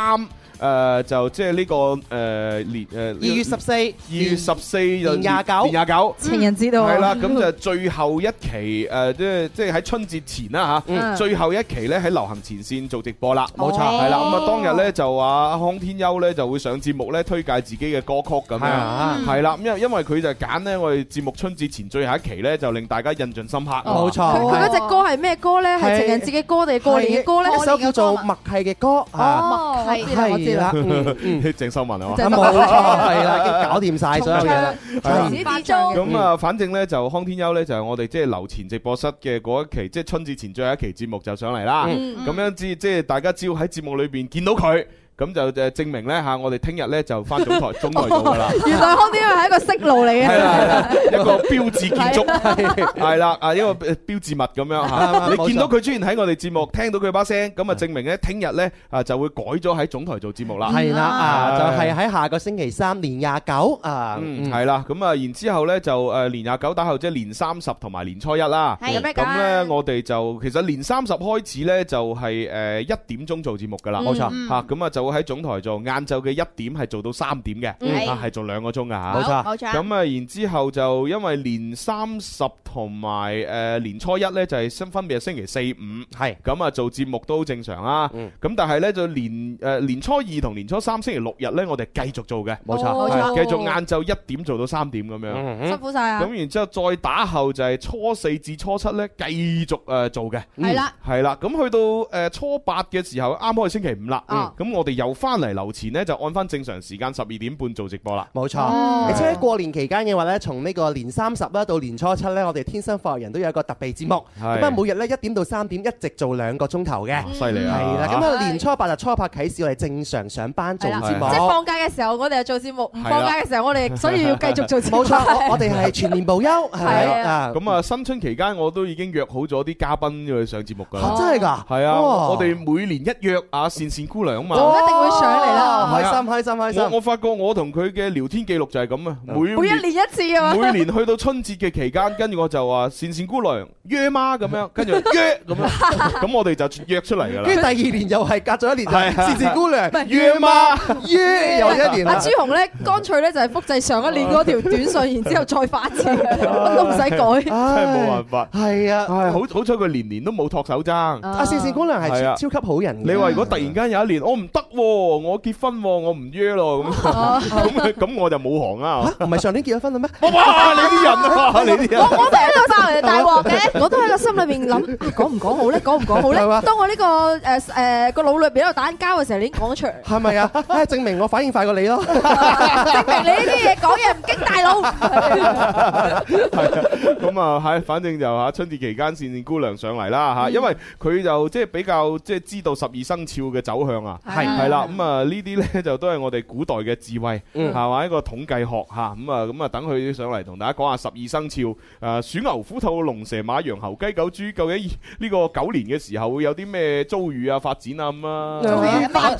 [SPEAKER 4] 誒、就即係呢、個誒年誒呃
[SPEAKER 5] 二月十四
[SPEAKER 4] 二月十四就
[SPEAKER 5] 年廿九
[SPEAKER 4] 年廿九
[SPEAKER 7] 情人節喎
[SPEAKER 4] 係
[SPEAKER 5] 哦
[SPEAKER 4] 啦，咁就最後一期誒，即係即係喺春節前啦嚇，
[SPEAKER 7] 嗯
[SPEAKER 4] 最後一期咧喺流行前線做直播啦，
[SPEAKER 5] 冇錯
[SPEAKER 4] 係啦，咁啊當日咧就啊康天庥咧就會上節目咧推介自己嘅歌曲咁
[SPEAKER 5] 係啊
[SPEAKER 4] 樣，係啦，因為因為佢就揀咧我哋節目春節前最後一期咧就令大家印象深刻，
[SPEAKER 5] 冇錯
[SPEAKER 8] 佢佢嗰只歌係咩歌咧？係情人節嘅歌定係過年嘅歌咧？哦
[SPEAKER 5] 一首叫做《默契》嘅歌
[SPEAKER 8] Ờ,
[SPEAKER 5] 啊，
[SPEAKER 8] 默契我知啦我知啦
[SPEAKER 5] 嗯嗯
[SPEAKER 4] 鄭秀文啊嘛，
[SPEAKER 5] 鄭秀文冇錯係啦已經搞掂晒所有嘢啦
[SPEAKER 4] 係啦
[SPEAKER 5] 從始至終
[SPEAKER 4] 咁啊，反正咧就康天庥咧就係我哋即係樓前直播室嘅嗰一期，即係春節前最後一期節目就上嚟啦。
[SPEAKER 5] 嗯
[SPEAKER 4] 咁樣即即係大家只要喺節目裏邊見到佢。咁就誒證明咧嚇，我哋聽日咧就翻 總台總台做噶啦，
[SPEAKER 8] 原來康天庥係一個色路嚟嘅。
[SPEAKER 4] 係啦係啦，一個標誌建築係啦啊，一個誒標誌物咁樣
[SPEAKER 5] 啱
[SPEAKER 4] 嚇。
[SPEAKER 5] 啱
[SPEAKER 4] 你見到佢出現喺我哋節目，聽到佢把聲，咁啊證明咧聽日咧啊就會改咗喺總台做節目啦。
[SPEAKER 8] 嗯
[SPEAKER 5] 係啦啊，就係
[SPEAKER 4] 係
[SPEAKER 5] 喺下個星期三年廿九啊，
[SPEAKER 4] 嗯，係啦，咁啊，然之後咧就誒年廿九打後，即係年三十同埋年初一啦。
[SPEAKER 8] Dạ,
[SPEAKER 5] 係有咩
[SPEAKER 4] 咁
[SPEAKER 5] 搞
[SPEAKER 4] 咧，我哋就其實年三十開始咧，就係誒一點鐘做節目噶啦，
[SPEAKER 5] 冇錯
[SPEAKER 8] Ừ.
[SPEAKER 4] 嚇。咁啊，就會喺總台做，晏晝嘅一點係做到三點嘅，
[SPEAKER 5] 嗯
[SPEAKER 4] 啊係做兩個鐘噶嚇。
[SPEAKER 5] 冇錯冇錯
[SPEAKER 4] 咁啊，然之後就因為年三十同埋誒年初一咧，就係分分別係星期四五，係咁啊做節目都好正常啦。咁但係咧就年誒年初二同年初三星期六日咧，我哋繼續做嘅，
[SPEAKER 5] 冇錯
[SPEAKER 8] 哦
[SPEAKER 5] 嗯冇錯
[SPEAKER 4] 係繼續晏。晏晝一點做到三點咁樣，
[SPEAKER 8] 辛苦晒啊
[SPEAKER 4] 咁然之後再打後就係初四至初七咧，繼續誒做嘅。
[SPEAKER 8] 係啦
[SPEAKER 4] 係啦。咁去到誒初八嘅時候，啱開星期五啦。
[SPEAKER 5] 哦
[SPEAKER 4] 嗯咁我哋又翻嚟樓前呢，就按翻正常時間十二點半做直播啦。
[SPEAKER 5] 冇錯，
[SPEAKER 4] 哦
[SPEAKER 5] 而且喺過年期間嘅話咧，從呢個年三十啦到年初七咧，我哋天生發育人都有一個特別節目，
[SPEAKER 4] 係
[SPEAKER 5] 咁啊每日咧一點到三點一直做兩個鐘頭嘅，
[SPEAKER 4] 犀利啊
[SPEAKER 5] 係啦，咁
[SPEAKER 8] 係
[SPEAKER 5] 啊年初八就初八啟示，我哋正常上班做
[SPEAKER 8] 係啦，
[SPEAKER 5] 節
[SPEAKER 8] 即係
[SPEAKER 5] 目。
[SPEAKER 8] 放假嘅時候，我哋就做節目；唔
[SPEAKER 4] 係啦
[SPEAKER 8] 放假嘅時候，我哋所以要繼續做節目。
[SPEAKER 5] 冇錯，我我哋係全年無休，係啊，
[SPEAKER 4] 咁啊，新春期間我都已經約好咗啲嘉賓去上節目㗎啦。
[SPEAKER 5] 嚇真係㗎
[SPEAKER 4] 係啊，
[SPEAKER 5] 哇
[SPEAKER 4] 我哋每年一約啊，善善姑娘嘛，
[SPEAKER 8] 就一定會上嚟啦
[SPEAKER 4] 係啊
[SPEAKER 5] 開心開心開心
[SPEAKER 4] 我我發覺我同佢嘅聊天記錄就係咁啊，每
[SPEAKER 8] 每一年一次啊嘛。
[SPEAKER 4] 每年去到春節嘅期間，跟住我就話善善姑娘約嗎咁樣，跟住約咁樣，咁我哋就約出嚟㗎啦。
[SPEAKER 5] 跟住第二年又係隔咗一年
[SPEAKER 4] 係
[SPEAKER 5] 就
[SPEAKER 4] 啊
[SPEAKER 5] 是時姑娘
[SPEAKER 4] 唔係
[SPEAKER 5] 約嗎？約又一年
[SPEAKER 8] 阿
[SPEAKER 5] 啦
[SPEAKER 8] 朱。紅咧，乾脆咧就係複製上一年嗰條短信，然之後再發一次，乜都唔使
[SPEAKER 4] 真
[SPEAKER 8] 改。
[SPEAKER 4] 係冇辦法。
[SPEAKER 5] 係啊，
[SPEAKER 4] 係好好彩佢年年都冇托手踭。阿
[SPEAKER 8] 嗯 Ờ.
[SPEAKER 5] 阿善善姑娘係超超級好人嘅
[SPEAKER 4] 你話如果突然間有一年我哦唔得喎，我結婚喎，我唔約咯咁，咁咁我就冇行啦。
[SPEAKER 5] 唔係上年結咗婚啦咩？
[SPEAKER 4] 哇！你啲人啊，你啲人。
[SPEAKER 8] 我我都喺度爆人哋大鑊嘅，我都喺個心裏邊諗，啊講唔講好咧？講唔講好
[SPEAKER 5] 係嘛
[SPEAKER 8] 咧？當我呢個誒誒個腦裏邊喺度打緊交嘅時候，你已經講咗出嚟。
[SPEAKER 5] 係咪 啊？唉，證明我反應快過你咯。
[SPEAKER 8] 證明你呢啲嘢講嘢唔經大腦。
[SPEAKER 4] 咁啊，係，反正就吓春節期間，善善姑娘上嚟啦吓，因為佢就即係比較即係知道十二生肖嘅走向啊，
[SPEAKER 5] 係
[SPEAKER 4] 係啦，咁啊呢啲呢就都係我哋古代嘅智慧，啊
[SPEAKER 5] 嗯
[SPEAKER 4] 係嘛一個統計學吓，咁啊咁啊等佢上嚟同大家講下十二生肖，誒鼠牛虎兔龍蛇馬羊猴雞狗豬，究竟呢個九年嘅時候會有啲咩遭遇啊發展啊咁
[SPEAKER 8] Ờ.
[SPEAKER 4] 啊？
[SPEAKER 8] à.
[SPEAKER 5] 或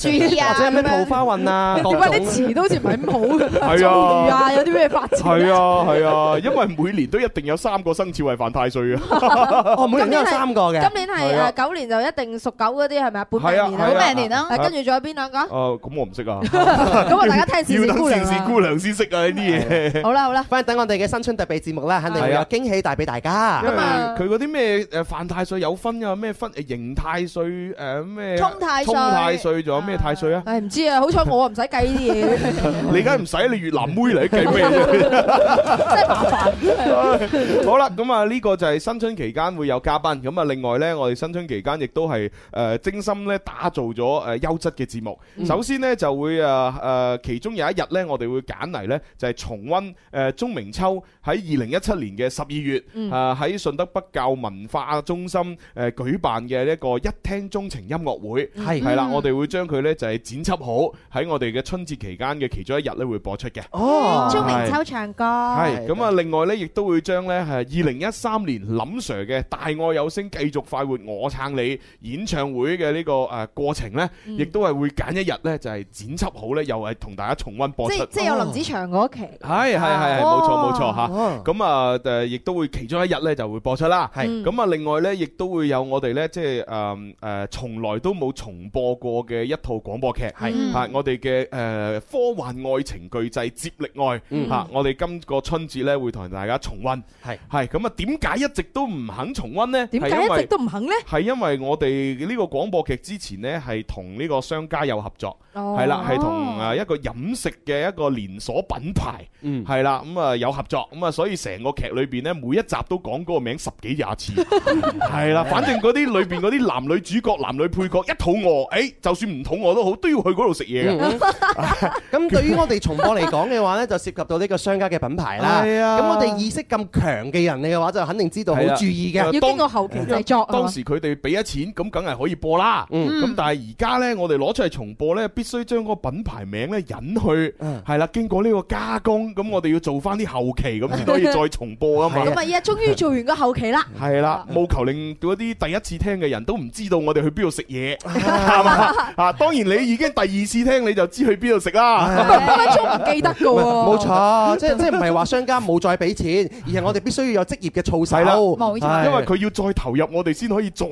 [SPEAKER 5] 者有咩桃花運啊？
[SPEAKER 8] 點解啲詞都好似唔係咁好嘅？
[SPEAKER 4] 係啊
[SPEAKER 8] 遭遇啊，有啲咩發展？
[SPEAKER 4] 係啊係啊，因為每年都一定有三個生肖係犯太歲啊。
[SPEAKER 5] 哦，每年都有三個嘅。
[SPEAKER 8] 今年係
[SPEAKER 4] 係啊
[SPEAKER 8] 誒九年就一定屬狗嗰啲係咪啊？本
[SPEAKER 4] 係啊
[SPEAKER 8] 命年啊，
[SPEAKER 4] 係啊本命年啦
[SPEAKER 8] 誒跟住仲有邊
[SPEAKER 7] 兩個？
[SPEAKER 4] 哦，咁我唔識啊。
[SPEAKER 7] 咁啊，大家聽
[SPEAKER 4] 要
[SPEAKER 7] 善
[SPEAKER 4] 等
[SPEAKER 7] 事姑娘
[SPEAKER 4] 善
[SPEAKER 7] 啦
[SPEAKER 4] 事。姑娘先識啊呢啲嘢。
[SPEAKER 7] 好啦好啦，
[SPEAKER 5] 翻等我哋嘅新春特別節目啦，肯定會有
[SPEAKER 4] 係啊
[SPEAKER 5] 驚喜帶俾大家。
[SPEAKER 4] 因為
[SPEAKER 7] 啊
[SPEAKER 4] 佢嗰啲咩誒犯太歲有分啊，咩分誒刑太歲誒咩
[SPEAKER 8] 沖太歲
[SPEAKER 4] 沖太歲仲有咩太歲啊？
[SPEAKER 8] 唉，唔知啊，好彩我啊唔使計呢啲嘢，
[SPEAKER 7] 啊
[SPEAKER 4] 你梗係唔使，你越南妹嚟計咩啫？好啦，咁啊呢個就係新春期間會有嘉賓，咁啊另外呢，我哋新春期間亦都係誒精心咧打造咗誒優質嘅節目。
[SPEAKER 16] 嗯
[SPEAKER 4] 首先呢，就會誒誒其中有一日呢，我哋會揀嚟呢，就係重温誒鐘明秋喺二零一七年嘅十二月
[SPEAKER 16] 嗯
[SPEAKER 4] 誒喺順德北教文化中心誒舉辦嘅一個一聽鐘情音樂會，
[SPEAKER 16] 係
[SPEAKER 4] 係啦，
[SPEAKER 16] 嗯
[SPEAKER 4] 我哋會將佢呢，就係剪輯好喺我哋嘅春節期間嘅其中一日呢，會播出嘅。
[SPEAKER 5] Ờ.
[SPEAKER 10] 鍾明
[SPEAKER 4] 係
[SPEAKER 10] 秋唱歌，
[SPEAKER 4] 係咁啊！另外咧，亦都會將咧係二零一三年林 Sir 嘅《大愛有聲繼續快活我撐你》演唱會嘅呢個誒過程咧，
[SPEAKER 8] 嗯
[SPEAKER 4] 亦都係會揀一日咧，就係剪輯好咧，又係同大家重温播
[SPEAKER 8] 即
[SPEAKER 4] 出。
[SPEAKER 8] 係即係有林子祥嗰期。
[SPEAKER 4] 係係係係
[SPEAKER 8] 哦
[SPEAKER 4] 冇錯冇錯嚇，咁啊誒，亦都會其中一日咧就會播出啦。à,
[SPEAKER 8] 係
[SPEAKER 4] 咁啊，另外咧，亦都會有我哋咧，即係誒誒，從來都冇重播過嘅一套廣播劇，
[SPEAKER 8] Ừ. 嗯
[SPEAKER 16] 係
[SPEAKER 4] 嚇啊我哋嘅誒呃科幻愛情巨製《接力愛》
[SPEAKER 16] 嗯
[SPEAKER 4] 嚇，我哋今個春節咧會同大家重温，係係咁啊，點解一直都唔肯重温呢？
[SPEAKER 8] 點
[SPEAKER 4] 係
[SPEAKER 8] 解
[SPEAKER 4] 因為
[SPEAKER 8] 一直都唔肯呢？
[SPEAKER 4] 係因為我哋呢個廣播劇之前呢，係同呢個商家有合作，
[SPEAKER 8] 哦
[SPEAKER 4] 係啦，係同誒一個飲食嘅一個連鎖品牌，
[SPEAKER 8] 嗯
[SPEAKER 4] 係啦，咁啊有合作，咁啊所以成個劇裏邊呢，每一集都講嗰個名十幾廿 次，係啦，反正嗰啲裏邊嗰啲男女主角、男女配角一肚餓，誒就算唔肚餓都好，都要去嗰度食嘢
[SPEAKER 5] 嗯
[SPEAKER 4] 嘅。
[SPEAKER 5] 咁對於我哋重播嚟講嘅話呢，就涉及到呢個商家嘅品牌啦。
[SPEAKER 4] 係啊
[SPEAKER 5] 咁我哋意識咁強嘅人嘅話，就肯定知道好
[SPEAKER 4] 係啊
[SPEAKER 5] 注意嘅，
[SPEAKER 8] Ờ.
[SPEAKER 4] 要經過
[SPEAKER 8] 後期
[SPEAKER 4] 因為當時佢哋俾咗錢，咁梗係可以播啦。
[SPEAKER 5] 嗯
[SPEAKER 4] 咁但係而家呢，我哋攞出嚟重播呢，必須將嗰個品牌名呢引去，
[SPEAKER 8] 嗯
[SPEAKER 4] 係啦，經過呢個加工，咁我哋要做翻啲後期，咁 先可以再重播啊嘛。
[SPEAKER 8] 咁啊，而家終於做完個後期啦。
[SPEAKER 4] 係啦，務求令到一啲第一次聽嘅人都唔知道我哋去邊度食嘢，係嘛？啊，當然你已經第二次聽你就知去邊度食啦。
[SPEAKER 8] 分
[SPEAKER 7] Dạ.
[SPEAKER 8] 分鐘唔記得㗎
[SPEAKER 5] 冇
[SPEAKER 8] 喎。
[SPEAKER 5] 錯，即係即係唔係話商家冇再俾錢，而係我哋必須要有職業嘅操守。
[SPEAKER 4] 係啦，
[SPEAKER 5] 係
[SPEAKER 4] 因為佢要再投入，我哋先可以再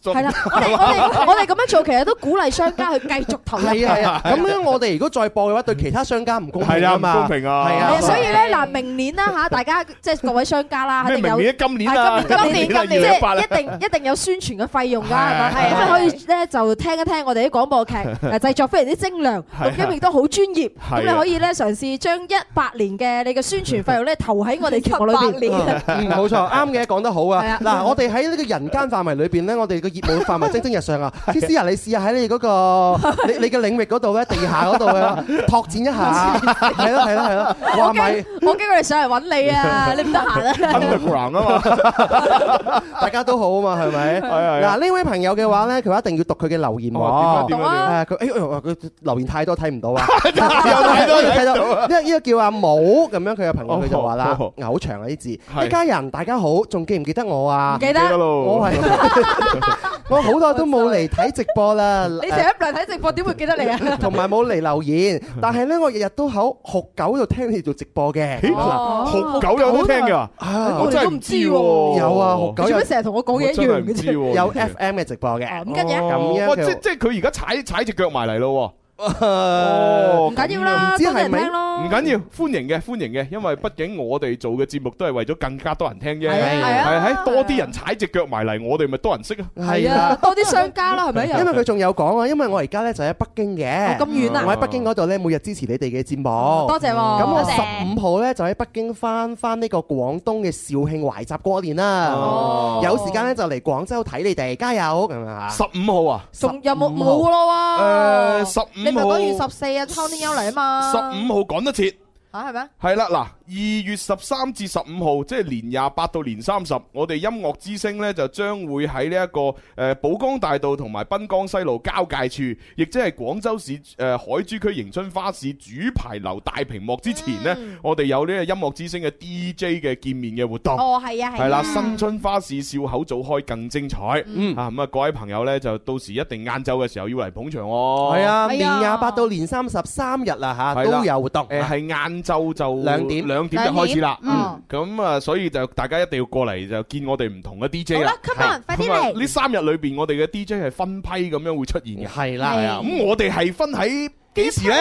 [SPEAKER 4] 再
[SPEAKER 8] 係啦，我哋 我哋我哋咁樣做，其實都鼓勵商家去繼續投入。
[SPEAKER 5] 係啊係啊，咁樣我哋如果再播嘅話，對其他商家唔公平啊嘛，
[SPEAKER 4] 係啊唔公平啊
[SPEAKER 5] 係
[SPEAKER 8] 係啊
[SPEAKER 5] 啊，
[SPEAKER 8] 所以咧嗱，明年啦嚇，大家即係各位商家啦，
[SPEAKER 4] 咩
[SPEAKER 8] 肯定有
[SPEAKER 4] 明年 今年啊
[SPEAKER 8] 係今年今年今
[SPEAKER 4] 二零
[SPEAKER 8] 年
[SPEAKER 4] 一八啦
[SPEAKER 8] 即係一定一 定有宣傳嘅費用㗎，係
[SPEAKER 4] 係
[SPEAKER 8] 咪？咁可以咧就聽一聽我哋啲廣 播劇誒製作非常之精良，
[SPEAKER 4] 係
[SPEAKER 8] 錄音亦都好專業，
[SPEAKER 4] 係啊
[SPEAKER 8] 咁你可以咧嘗試將一百年嘅你嘅宣傳費用咧投喺我哋節目裏
[SPEAKER 5] Ờ.
[SPEAKER 8] 邊。
[SPEAKER 5] 嗯冇錯，啱嘅，講得好
[SPEAKER 8] 係啊
[SPEAKER 5] 啊！嗱，我哋喺呢個人間範圍裏邊咧，我哋個業務範圍蒸蒸日上啊！K C 啊，你試下喺你嗰個你你嘅領域嗰度咧，地下嗰度啊，拓展一下，係咯係咯係咯，話咪
[SPEAKER 8] 我驚佢哋上嚟揾 你啊！你唔得閒啊！
[SPEAKER 4] Underground 啊嘛，
[SPEAKER 5] 大家都好啊嘛，係咪？
[SPEAKER 4] 係
[SPEAKER 5] 嗱，呢位朋友嘅話咧，佢一定要讀佢嘅留言
[SPEAKER 4] 哦
[SPEAKER 5] 喎。
[SPEAKER 4] 點啊
[SPEAKER 5] 誒佢哎呦佢留言太多睇唔到啊！
[SPEAKER 4] 太多睇唔到啊
[SPEAKER 5] 呢呢個叫阿武咁樣，佢嘅朋友佢就話啦
[SPEAKER 4] 哦，
[SPEAKER 5] 啊好長啊啲字，
[SPEAKER 4] 係
[SPEAKER 5] 一家人大家好，仲記唔記得我啊？
[SPEAKER 8] 唔記得唔記得咯
[SPEAKER 5] 我係我好耐都冇嚟睇直播啦。
[SPEAKER 8] 你成日嚟睇直播，點會記得 你啊？
[SPEAKER 5] 同埋冇 嚟留言，但係咧我日日都喺酷狗度聽你做直 播嘅。
[SPEAKER 4] 咦
[SPEAKER 8] Ờ.
[SPEAKER 4] 嗱酷狗有得聽㗎
[SPEAKER 5] 啊
[SPEAKER 4] 我真係唔知喎
[SPEAKER 5] 有啊，酷狗
[SPEAKER 8] 你做
[SPEAKER 5] 有
[SPEAKER 8] 咩成日同我講嘢一
[SPEAKER 4] 我真係
[SPEAKER 8] 樣
[SPEAKER 4] 唔
[SPEAKER 8] 嘅
[SPEAKER 4] 知
[SPEAKER 8] 啫？
[SPEAKER 4] 喎
[SPEAKER 5] 有 FM 嘅直播嘅。
[SPEAKER 8] 咁跟住咧
[SPEAKER 5] 咁樣
[SPEAKER 4] 哇！
[SPEAKER 5] 佢
[SPEAKER 4] 即即係佢而家踩踩只腳埋嚟咯
[SPEAKER 5] 喎，
[SPEAKER 8] 唔緊要啦
[SPEAKER 4] 唔知係咪
[SPEAKER 8] 多啲人聽咯
[SPEAKER 4] 唔緊要，歡迎嘅，歡迎嘅，因為畢竟我哋做嘅節目都係為咗更加多人聽啫，
[SPEAKER 5] 係啊係啊
[SPEAKER 4] 係喺多啲人踩只腳埋嚟，我哋咪多人識啊，
[SPEAKER 5] 係啊
[SPEAKER 8] 多啲商家啦，係咪？
[SPEAKER 5] 因為佢仲有講啊，因為我而家咧就喺北京嘅，
[SPEAKER 8] 哦咁遠啊
[SPEAKER 5] 我喺北京嗰度咧每日支持你哋嘅節目，
[SPEAKER 8] 多謝喎
[SPEAKER 5] 咁我
[SPEAKER 8] 多謝
[SPEAKER 5] 十五號咧就喺北京翻翻呢個廣東嘅肇慶懷集過年啦
[SPEAKER 4] 哦，
[SPEAKER 5] 有時間咧就嚟廣州睇你哋，加油咁啊
[SPEAKER 4] 十五號啊，
[SPEAKER 8] 仲有冇冇咯喎？
[SPEAKER 4] 誒十
[SPEAKER 8] 你咪
[SPEAKER 4] 五號
[SPEAKER 8] 講月十四啊，蒼天優嚟啊嘛。
[SPEAKER 4] 十五號趕得切。
[SPEAKER 8] 嚇係咩？
[SPEAKER 4] 係啦，嗱，二月十三至十五號，即係年廿八到年三十，我哋音樂之聲呢就將會喺呢一個誒寶江大道同埋濱江西路交界處，亦即係廣州市誒、呃海珠區迎春花市主牌樓大屏幕之前呢，
[SPEAKER 8] 嗯
[SPEAKER 4] 我哋有呢個音樂之聲嘅 DJ 嘅見面嘅活動。
[SPEAKER 8] 哦，係啊，係啊。
[SPEAKER 4] 係啦，新春花市笑口早開更精彩。
[SPEAKER 8] 嗯
[SPEAKER 4] 啊，咁啊，各位朋友呢，就到時一定晏晝嘅時候要嚟捧場哦。
[SPEAKER 5] 啊係啊，年廿八到年三十三日啦嚇，
[SPEAKER 4] 係啦
[SPEAKER 5] 都有活動。
[SPEAKER 4] 誒係晏晝就
[SPEAKER 5] 兩點
[SPEAKER 4] 兩兩點就開始啦。
[SPEAKER 11] 兩
[SPEAKER 4] 嗯咁啊，所以就大家一定要過嚟就見我哋唔同嘅 DJ 啦。
[SPEAKER 11] come on，
[SPEAKER 4] 係
[SPEAKER 11] 快啲
[SPEAKER 4] 咁啊
[SPEAKER 11] 嚟
[SPEAKER 4] 呢三日裏邊，我哋嘅 DJ 係分批咁樣會出現嘅。係
[SPEAKER 11] 啦
[SPEAKER 4] 係啊。咁我哋係分喺幾時呢？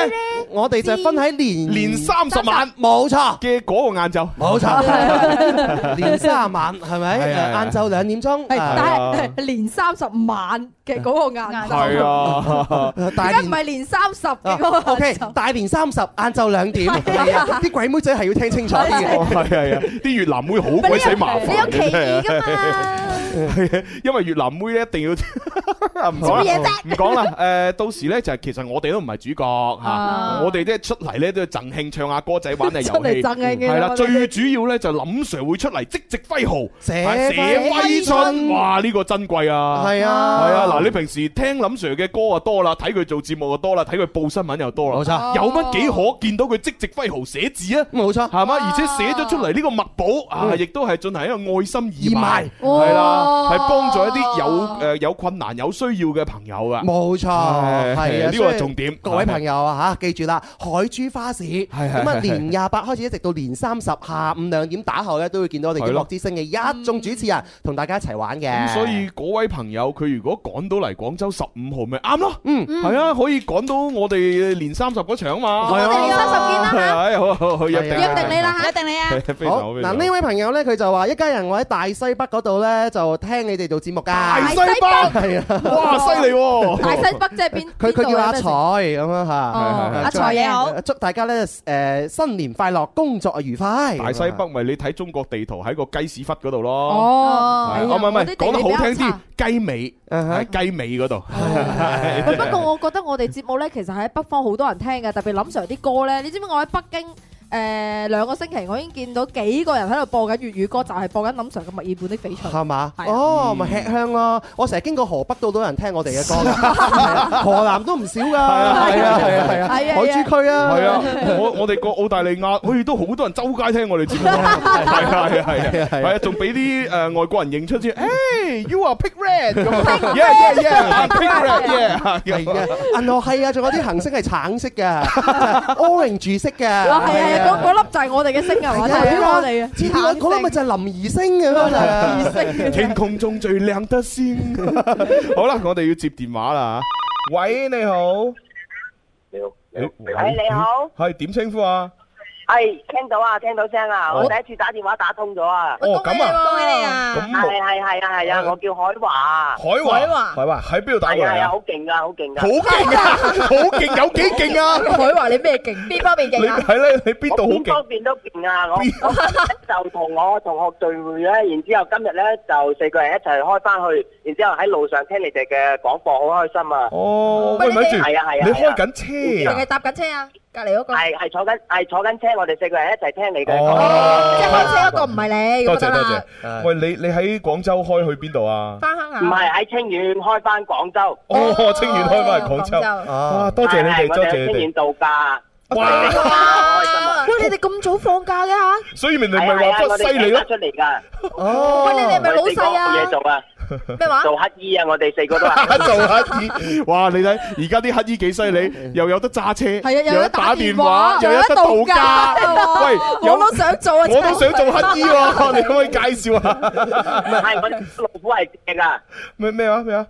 [SPEAKER 5] 我哋就係分喺年
[SPEAKER 4] 年三十晚，
[SPEAKER 5] 冇錯
[SPEAKER 4] 嘅嗰個晏晝，
[SPEAKER 5] 冇錯， 年三十晚係咪？
[SPEAKER 4] 係啊係啊
[SPEAKER 5] 晏晝兩點鐘，
[SPEAKER 8] 但 係年三十晚嘅嗰個晏晝，
[SPEAKER 4] 係啊，
[SPEAKER 8] 而
[SPEAKER 5] 大
[SPEAKER 8] 家唔
[SPEAKER 5] 年
[SPEAKER 8] 係年三十嘅嗰個
[SPEAKER 5] O K，大年三十晏晝兩點，係啊啲鬼妹仔係要聽清楚
[SPEAKER 4] 係
[SPEAKER 5] 啲嘅。
[SPEAKER 4] 啊係啊，啲越南妹好鬼
[SPEAKER 11] 啊
[SPEAKER 4] 死麻煩。
[SPEAKER 5] 你有歧義 㗎
[SPEAKER 4] 嘛？ 因為越南妹咧一定要 啊唔講
[SPEAKER 11] 做乜嘢
[SPEAKER 4] 啦，唔
[SPEAKER 11] 啫
[SPEAKER 4] 講啦。誒，到時咧就係其實我哋都唔係主角
[SPEAKER 11] 啊
[SPEAKER 4] 嚇，我哋咧出嚟咧都要贈慶唱下歌仔玩下遊戲。
[SPEAKER 11] 出嚟贈慶嘅
[SPEAKER 4] 係啦，
[SPEAKER 11] 我哋
[SPEAKER 4] 最主要咧就林 Sir 會出嚟即席揮毫，
[SPEAKER 11] 揮
[SPEAKER 4] 揮春。哇！呢個珍貴啊，
[SPEAKER 11] 係啊
[SPEAKER 4] 係啊。嗱，你平時聽林 Sir 嘅歌啊多啦，睇佢做節目啊多啦，睇佢報新聞又多啦。冇
[SPEAKER 5] 錯
[SPEAKER 4] 有乜幾可見到佢即席揮毫寫字啊？
[SPEAKER 5] 冇錯，
[SPEAKER 4] 係嘛？而且寫咗出嚟呢個墨寶啊，
[SPEAKER 5] 嗯
[SPEAKER 4] 亦都係進行一個愛心義賣
[SPEAKER 5] 賣，
[SPEAKER 4] 係啦，
[SPEAKER 5] 哇
[SPEAKER 4] 係幫助一啲有誒有困難、有需要嘅朋友啊。
[SPEAKER 5] 冇錯，係啊，
[SPEAKER 4] 呢
[SPEAKER 5] 所
[SPEAKER 4] 個係
[SPEAKER 5] 以
[SPEAKER 4] 重點。
[SPEAKER 5] 各位朋友啊嚇，記住啦，海珠花市
[SPEAKER 4] 係
[SPEAKER 5] 咁啊，
[SPEAKER 4] 係
[SPEAKER 5] 年廿八開始一直到年三十下午兩點打後咧，都會見到我哋
[SPEAKER 4] 係
[SPEAKER 5] 音
[SPEAKER 4] 咯嗯
[SPEAKER 5] 樂之星嘅一眾主持人同大家一齊玩嘅。
[SPEAKER 4] 咁所以嗰位朋友佢如果趕到嚟廣州十五號咪啱咯，
[SPEAKER 5] 嗯
[SPEAKER 4] 係啊，可以趕到我哋年三十嗰場嘛，
[SPEAKER 5] 我哋年
[SPEAKER 4] 三
[SPEAKER 5] 30見啦嚇
[SPEAKER 4] 係啊好好好，約定
[SPEAKER 5] 約定
[SPEAKER 8] 你啦嚇，
[SPEAKER 6] 一定你啊！
[SPEAKER 4] 係非常
[SPEAKER 5] 好
[SPEAKER 4] 好，非常
[SPEAKER 5] 嗱，
[SPEAKER 4] 好
[SPEAKER 5] 呢位朋友咧，佢就話一家人我喺大西北嗰度咧，就聽你哋做節目㗎。大
[SPEAKER 8] 西北
[SPEAKER 5] 係啊，
[SPEAKER 4] 哇犀利喎
[SPEAKER 8] 大西北即係邊？
[SPEAKER 5] 佢佢叫阿
[SPEAKER 8] 邊
[SPEAKER 5] 財
[SPEAKER 8] 度啊哦
[SPEAKER 5] 咁樣嚇，
[SPEAKER 8] 阿財你好，
[SPEAKER 5] 祝大家咧誒新年快樂，工作愉快。
[SPEAKER 4] 大西北咪你睇中國地圖喺個雞屎忽嗰度咯。
[SPEAKER 8] 哦
[SPEAKER 4] 係
[SPEAKER 8] 哎呀
[SPEAKER 4] 哦唔係唔
[SPEAKER 8] 我
[SPEAKER 4] 係，
[SPEAKER 8] 啲地理
[SPEAKER 4] 講得好聽
[SPEAKER 8] 比較
[SPEAKER 4] 啲
[SPEAKER 8] 差，哦
[SPEAKER 4] 雞尾
[SPEAKER 5] 嗯啊
[SPEAKER 4] 喺雞尾嗰度。
[SPEAKER 8] 喂不過我覺得我哋節目咧，其實喺北方好多人聽嘅，特別林 Sir 啲歌咧。你知唔知我喺北京誒兩個星期，我已經見到幾個人喺度播緊粵語歌，就係播緊林 Sir 嘅《墨爾本的翡翠》。
[SPEAKER 5] 係嘛？
[SPEAKER 8] 係啊
[SPEAKER 5] 哦，咪吃香咯！我成日經過河北都都有人聽我哋嘅歌㗎，係啊河南都唔少㗎。係
[SPEAKER 4] 啊係啊係啊
[SPEAKER 5] 係啊，
[SPEAKER 4] 係啊
[SPEAKER 5] 海珠區啊，
[SPEAKER 4] 係啊，我我哋個澳大利亞，好似都好多人周街聽我哋節目啊，係啊係啊係啊，係啊，仲俾啲誒外國人認出先，誒 you are pig red 咁啊 yeah yeah yeah，pig red yeah，
[SPEAKER 5] 係嘅，銀河系啊，仲有啲行星係橙色嘅，orange 色嘅，
[SPEAKER 8] 哇，係啊，嗰嗰粒就係我哋嘅星啊，
[SPEAKER 5] 係
[SPEAKER 8] 代表我哋
[SPEAKER 5] 啊，似我嗰粒咪就係林兒星咁樣啊
[SPEAKER 4] 天空中最亮的 星。好啦，我哋要接電話啦嚇喂，你好，
[SPEAKER 13] 你好，喂，
[SPEAKER 4] 喂
[SPEAKER 13] 你好，
[SPEAKER 4] 係點稱呼啊？
[SPEAKER 13] 系听到啊，听到声啊，
[SPEAKER 4] 哦
[SPEAKER 13] 我第一次打电话打通咗啊，
[SPEAKER 4] 哦咁啊
[SPEAKER 13] 恭喜你
[SPEAKER 7] À,
[SPEAKER 13] 啊，
[SPEAKER 4] 咁
[SPEAKER 13] 系系系啊系啊，我叫海华，
[SPEAKER 4] 海華，海華喺邊度打過
[SPEAKER 13] 系啊
[SPEAKER 4] 嚟
[SPEAKER 13] 系啊，
[SPEAKER 4] 啊
[SPEAKER 13] 好？劲啊，好劲啊，
[SPEAKER 4] 好勁啊， 好勁，有幾勁啊？
[SPEAKER 7] 海華你咩勁？邊方面
[SPEAKER 4] 你
[SPEAKER 7] 勁啊？
[SPEAKER 4] 係咧，你邊度好
[SPEAKER 13] 邊
[SPEAKER 4] 勁？
[SPEAKER 13] 方面都勁啊！我我就同我同學聚會咧，然之後今日咧就四個人一齊開翻去，然之後喺路上聽你哋嘅廣播，好開心啊！
[SPEAKER 4] 哦喂咪住，
[SPEAKER 13] 係啊係啊，
[SPEAKER 4] 你
[SPEAKER 13] 係啊
[SPEAKER 4] 開緊車
[SPEAKER 7] 定係
[SPEAKER 4] 啊？
[SPEAKER 7] 搭緊車啊？隔離嗰個
[SPEAKER 13] 係係坐緊係坐緊車，我哋四個人一齊聽你嘅。
[SPEAKER 7] 即係開車嗰個唔係你
[SPEAKER 4] 多
[SPEAKER 7] 咁得
[SPEAKER 4] 謝多
[SPEAKER 7] 啦。
[SPEAKER 4] 謝。喂，你你喺廣州開去邊度啊？
[SPEAKER 7] 翻鄉下
[SPEAKER 13] 唔 係喺清遠開翻廣州。
[SPEAKER 4] 哦，清遠開翻嚟廣州。哇，多謝你哋，
[SPEAKER 13] 係係
[SPEAKER 4] 多
[SPEAKER 13] 我哋
[SPEAKER 4] 謝
[SPEAKER 13] 喺清
[SPEAKER 4] 你
[SPEAKER 13] 遠度假。
[SPEAKER 4] 哇！
[SPEAKER 8] 喂，你哋咁早放假嘅嚇？
[SPEAKER 4] 哋。所以咪你咪話不犀利咯
[SPEAKER 13] 出。嚟
[SPEAKER 2] à?
[SPEAKER 13] 㗎。
[SPEAKER 5] 哦
[SPEAKER 8] 喂，你哋係咪老細啊？
[SPEAKER 7] à?
[SPEAKER 13] 我哋四個冇嘢做啊？
[SPEAKER 8] 咩話
[SPEAKER 13] 做乞衣啊！我哋四 個都係
[SPEAKER 4] 做乞衣，哇！你睇而家啲乞衣幾犀利，又有得揸車，
[SPEAKER 8] 係啊又有得
[SPEAKER 4] 又有得打
[SPEAKER 8] 打
[SPEAKER 4] 電
[SPEAKER 8] 電
[SPEAKER 4] 話
[SPEAKER 8] 話，
[SPEAKER 4] 又有得度假。
[SPEAKER 8] 又有得度假
[SPEAKER 4] 喂，
[SPEAKER 8] 我都想做啊
[SPEAKER 4] 我都
[SPEAKER 8] 真
[SPEAKER 4] 想
[SPEAKER 8] 係
[SPEAKER 4] 做乞衣喎， 你可唔可以介 紹下？
[SPEAKER 13] 係我哋老虎係正㗎。
[SPEAKER 4] 咩咩話咩話？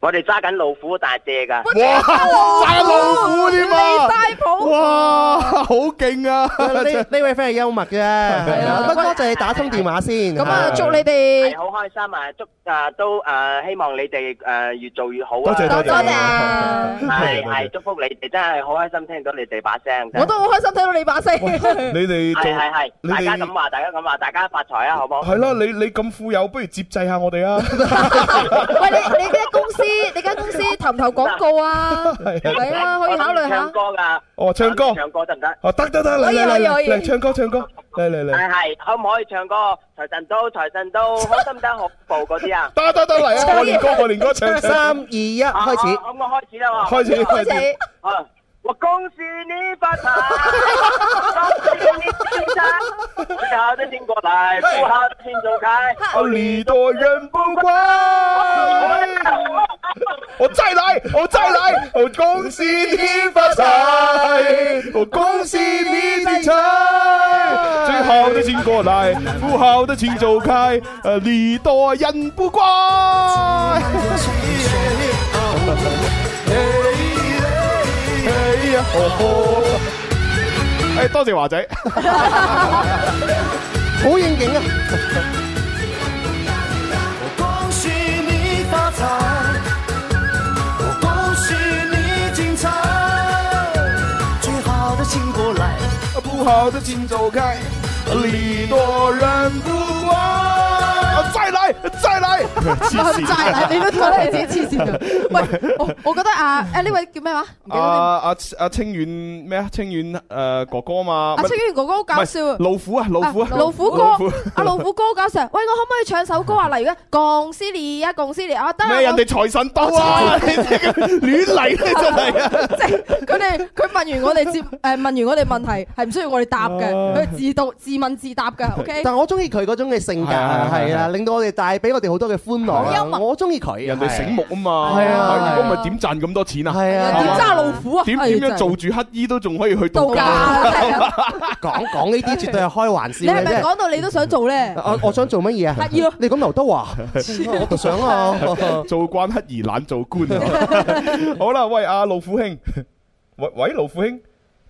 [SPEAKER 13] 我哋揸緊老虎，但係借㗎。
[SPEAKER 4] 哇！揸老虎添啊！哇，好勁啊！
[SPEAKER 5] 呢呢位 friend 係幽默嘅，不過多謝你打通電話先。
[SPEAKER 13] 咁啊
[SPEAKER 5] 係
[SPEAKER 13] 祝你
[SPEAKER 8] 哋
[SPEAKER 13] 係好開心啊！祝啊都誒，希望你哋誒越做越好啊！
[SPEAKER 4] 多謝多謝多謝
[SPEAKER 13] 係係祝福你哋，真係好開心聽到你哋把聲。
[SPEAKER 8] 我都好開心聽到你把聲。
[SPEAKER 4] 你哋做
[SPEAKER 13] 係係係，
[SPEAKER 4] 你
[SPEAKER 13] 大
[SPEAKER 4] 哋
[SPEAKER 13] 家咁話，大家咁話，大家發財啊，好唔好？
[SPEAKER 4] 係啦，你你咁富有，不如接濟下我 哋啊！
[SPEAKER 8] 喂，你你間公司，你間公司投唔投廣告啊？係啊，可以考慮下
[SPEAKER 13] 唱。歌㗎，
[SPEAKER 4] 哦，唱歌，
[SPEAKER 13] 唱歌得唔得？
[SPEAKER 4] 哦，得得得，嚟
[SPEAKER 13] 可以
[SPEAKER 4] 嚟嚟
[SPEAKER 13] 可以可以
[SPEAKER 4] 嚟，唱歌唱歌，嚟嚟
[SPEAKER 13] 係
[SPEAKER 4] 嚟，
[SPEAKER 13] 係，可唔可以唱歌？財神到，財神到，開心得好步嗰啲啊！
[SPEAKER 4] 得得得嚟啊！
[SPEAKER 13] 可
[SPEAKER 4] 過
[SPEAKER 13] 以
[SPEAKER 4] 年 歌過年歌唱
[SPEAKER 5] 三二一，開始
[SPEAKER 13] 啊好咁我開始啦喎。
[SPEAKER 4] 開始開始。
[SPEAKER 13] 啊我恭喜你發財，恭喜你精彩，好的請過來，不好的請走開。
[SPEAKER 4] 哦，你多人不怪。我再來，我再來，我恭喜你發財，我恭喜你精彩，过来，不好的请走开，呃，礼多人不怪。哦哎呀，哦吼！哎，多謝華仔，
[SPEAKER 5] 好應景啊！
[SPEAKER 2] 我恭喜你发财，我恭喜你精彩。最好的请过来，
[SPEAKER 4] 不好的请走开，礼多人不怪。啊再來，再來，黐線
[SPEAKER 7] 再嚟，你都覺得你自己黐線㗎喂，我我覺得啊，誒呢位叫咩話？唔記
[SPEAKER 4] 啊
[SPEAKER 7] 得咗
[SPEAKER 4] 啊啊！清遠咩啊？清遠誒哥哥嘛，
[SPEAKER 7] 啊阿清遠哥哥好搞笑啊
[SPEAKER 4] 唔係老虎啊，老虎啊，
[SPEAKER 7] 啊老虎哥，阿老虎哥好搞笑啊。喂，我可唔可以唱首歌啊？例如咧，共斯利啊，共斯利啊，得啦
[SPEAKER 4] 咩人哋財神到啊！你呢個亂嚟咧真係啊！
[SPEAKER 7] 佢哋佢問完我哋 接誒問完我哋問題係唔需要我哋答嘅，佢哋自導自問自 答嘅。OK，
[SPEAKER 5] 但我中意佢嗰種嘅性格，係啊，令到我哋帶俾我哋好多嘅歡樂啊。我中意佢，
[SPEAKER 4] 人哋醒目啊嘛，
[SPEAKER 5] 係啊
[SPEAKER 4] 如果唔係點賺咁多錢啊？係
[SPEAKER 5] 啊
[SPEAKER 7] 點揸老虎啊
[SPEAKER 4] 點
[SPEAKER 7] 哎
[SPEAKER 4] 點
[SPEAKER 7] 真
[SPEAKER 4] 樣
[SPEAKER 7] 係
[SPEAKER 4] 做住乞衣都仲可以去度假？
[SPEAKER 8] 啊
[SPEAKER 5] 講講呢啲絕對係開玩笑
[SPEAKER 7] 你係
[SPEAKER 5] 嘅
[SPEAKER 7] 咪
[SPEAKER 5] 啫。
[SPEAKER 7] 講到你都想做咧？
[SPEAKER 5] 我我想做乜嘢啊？你講劉德華，我都想 啊。
[SPEAKER 4] 做關乞兒懶做官啊！ 好啦，喂阿老虎兄，喂喂老虎兄。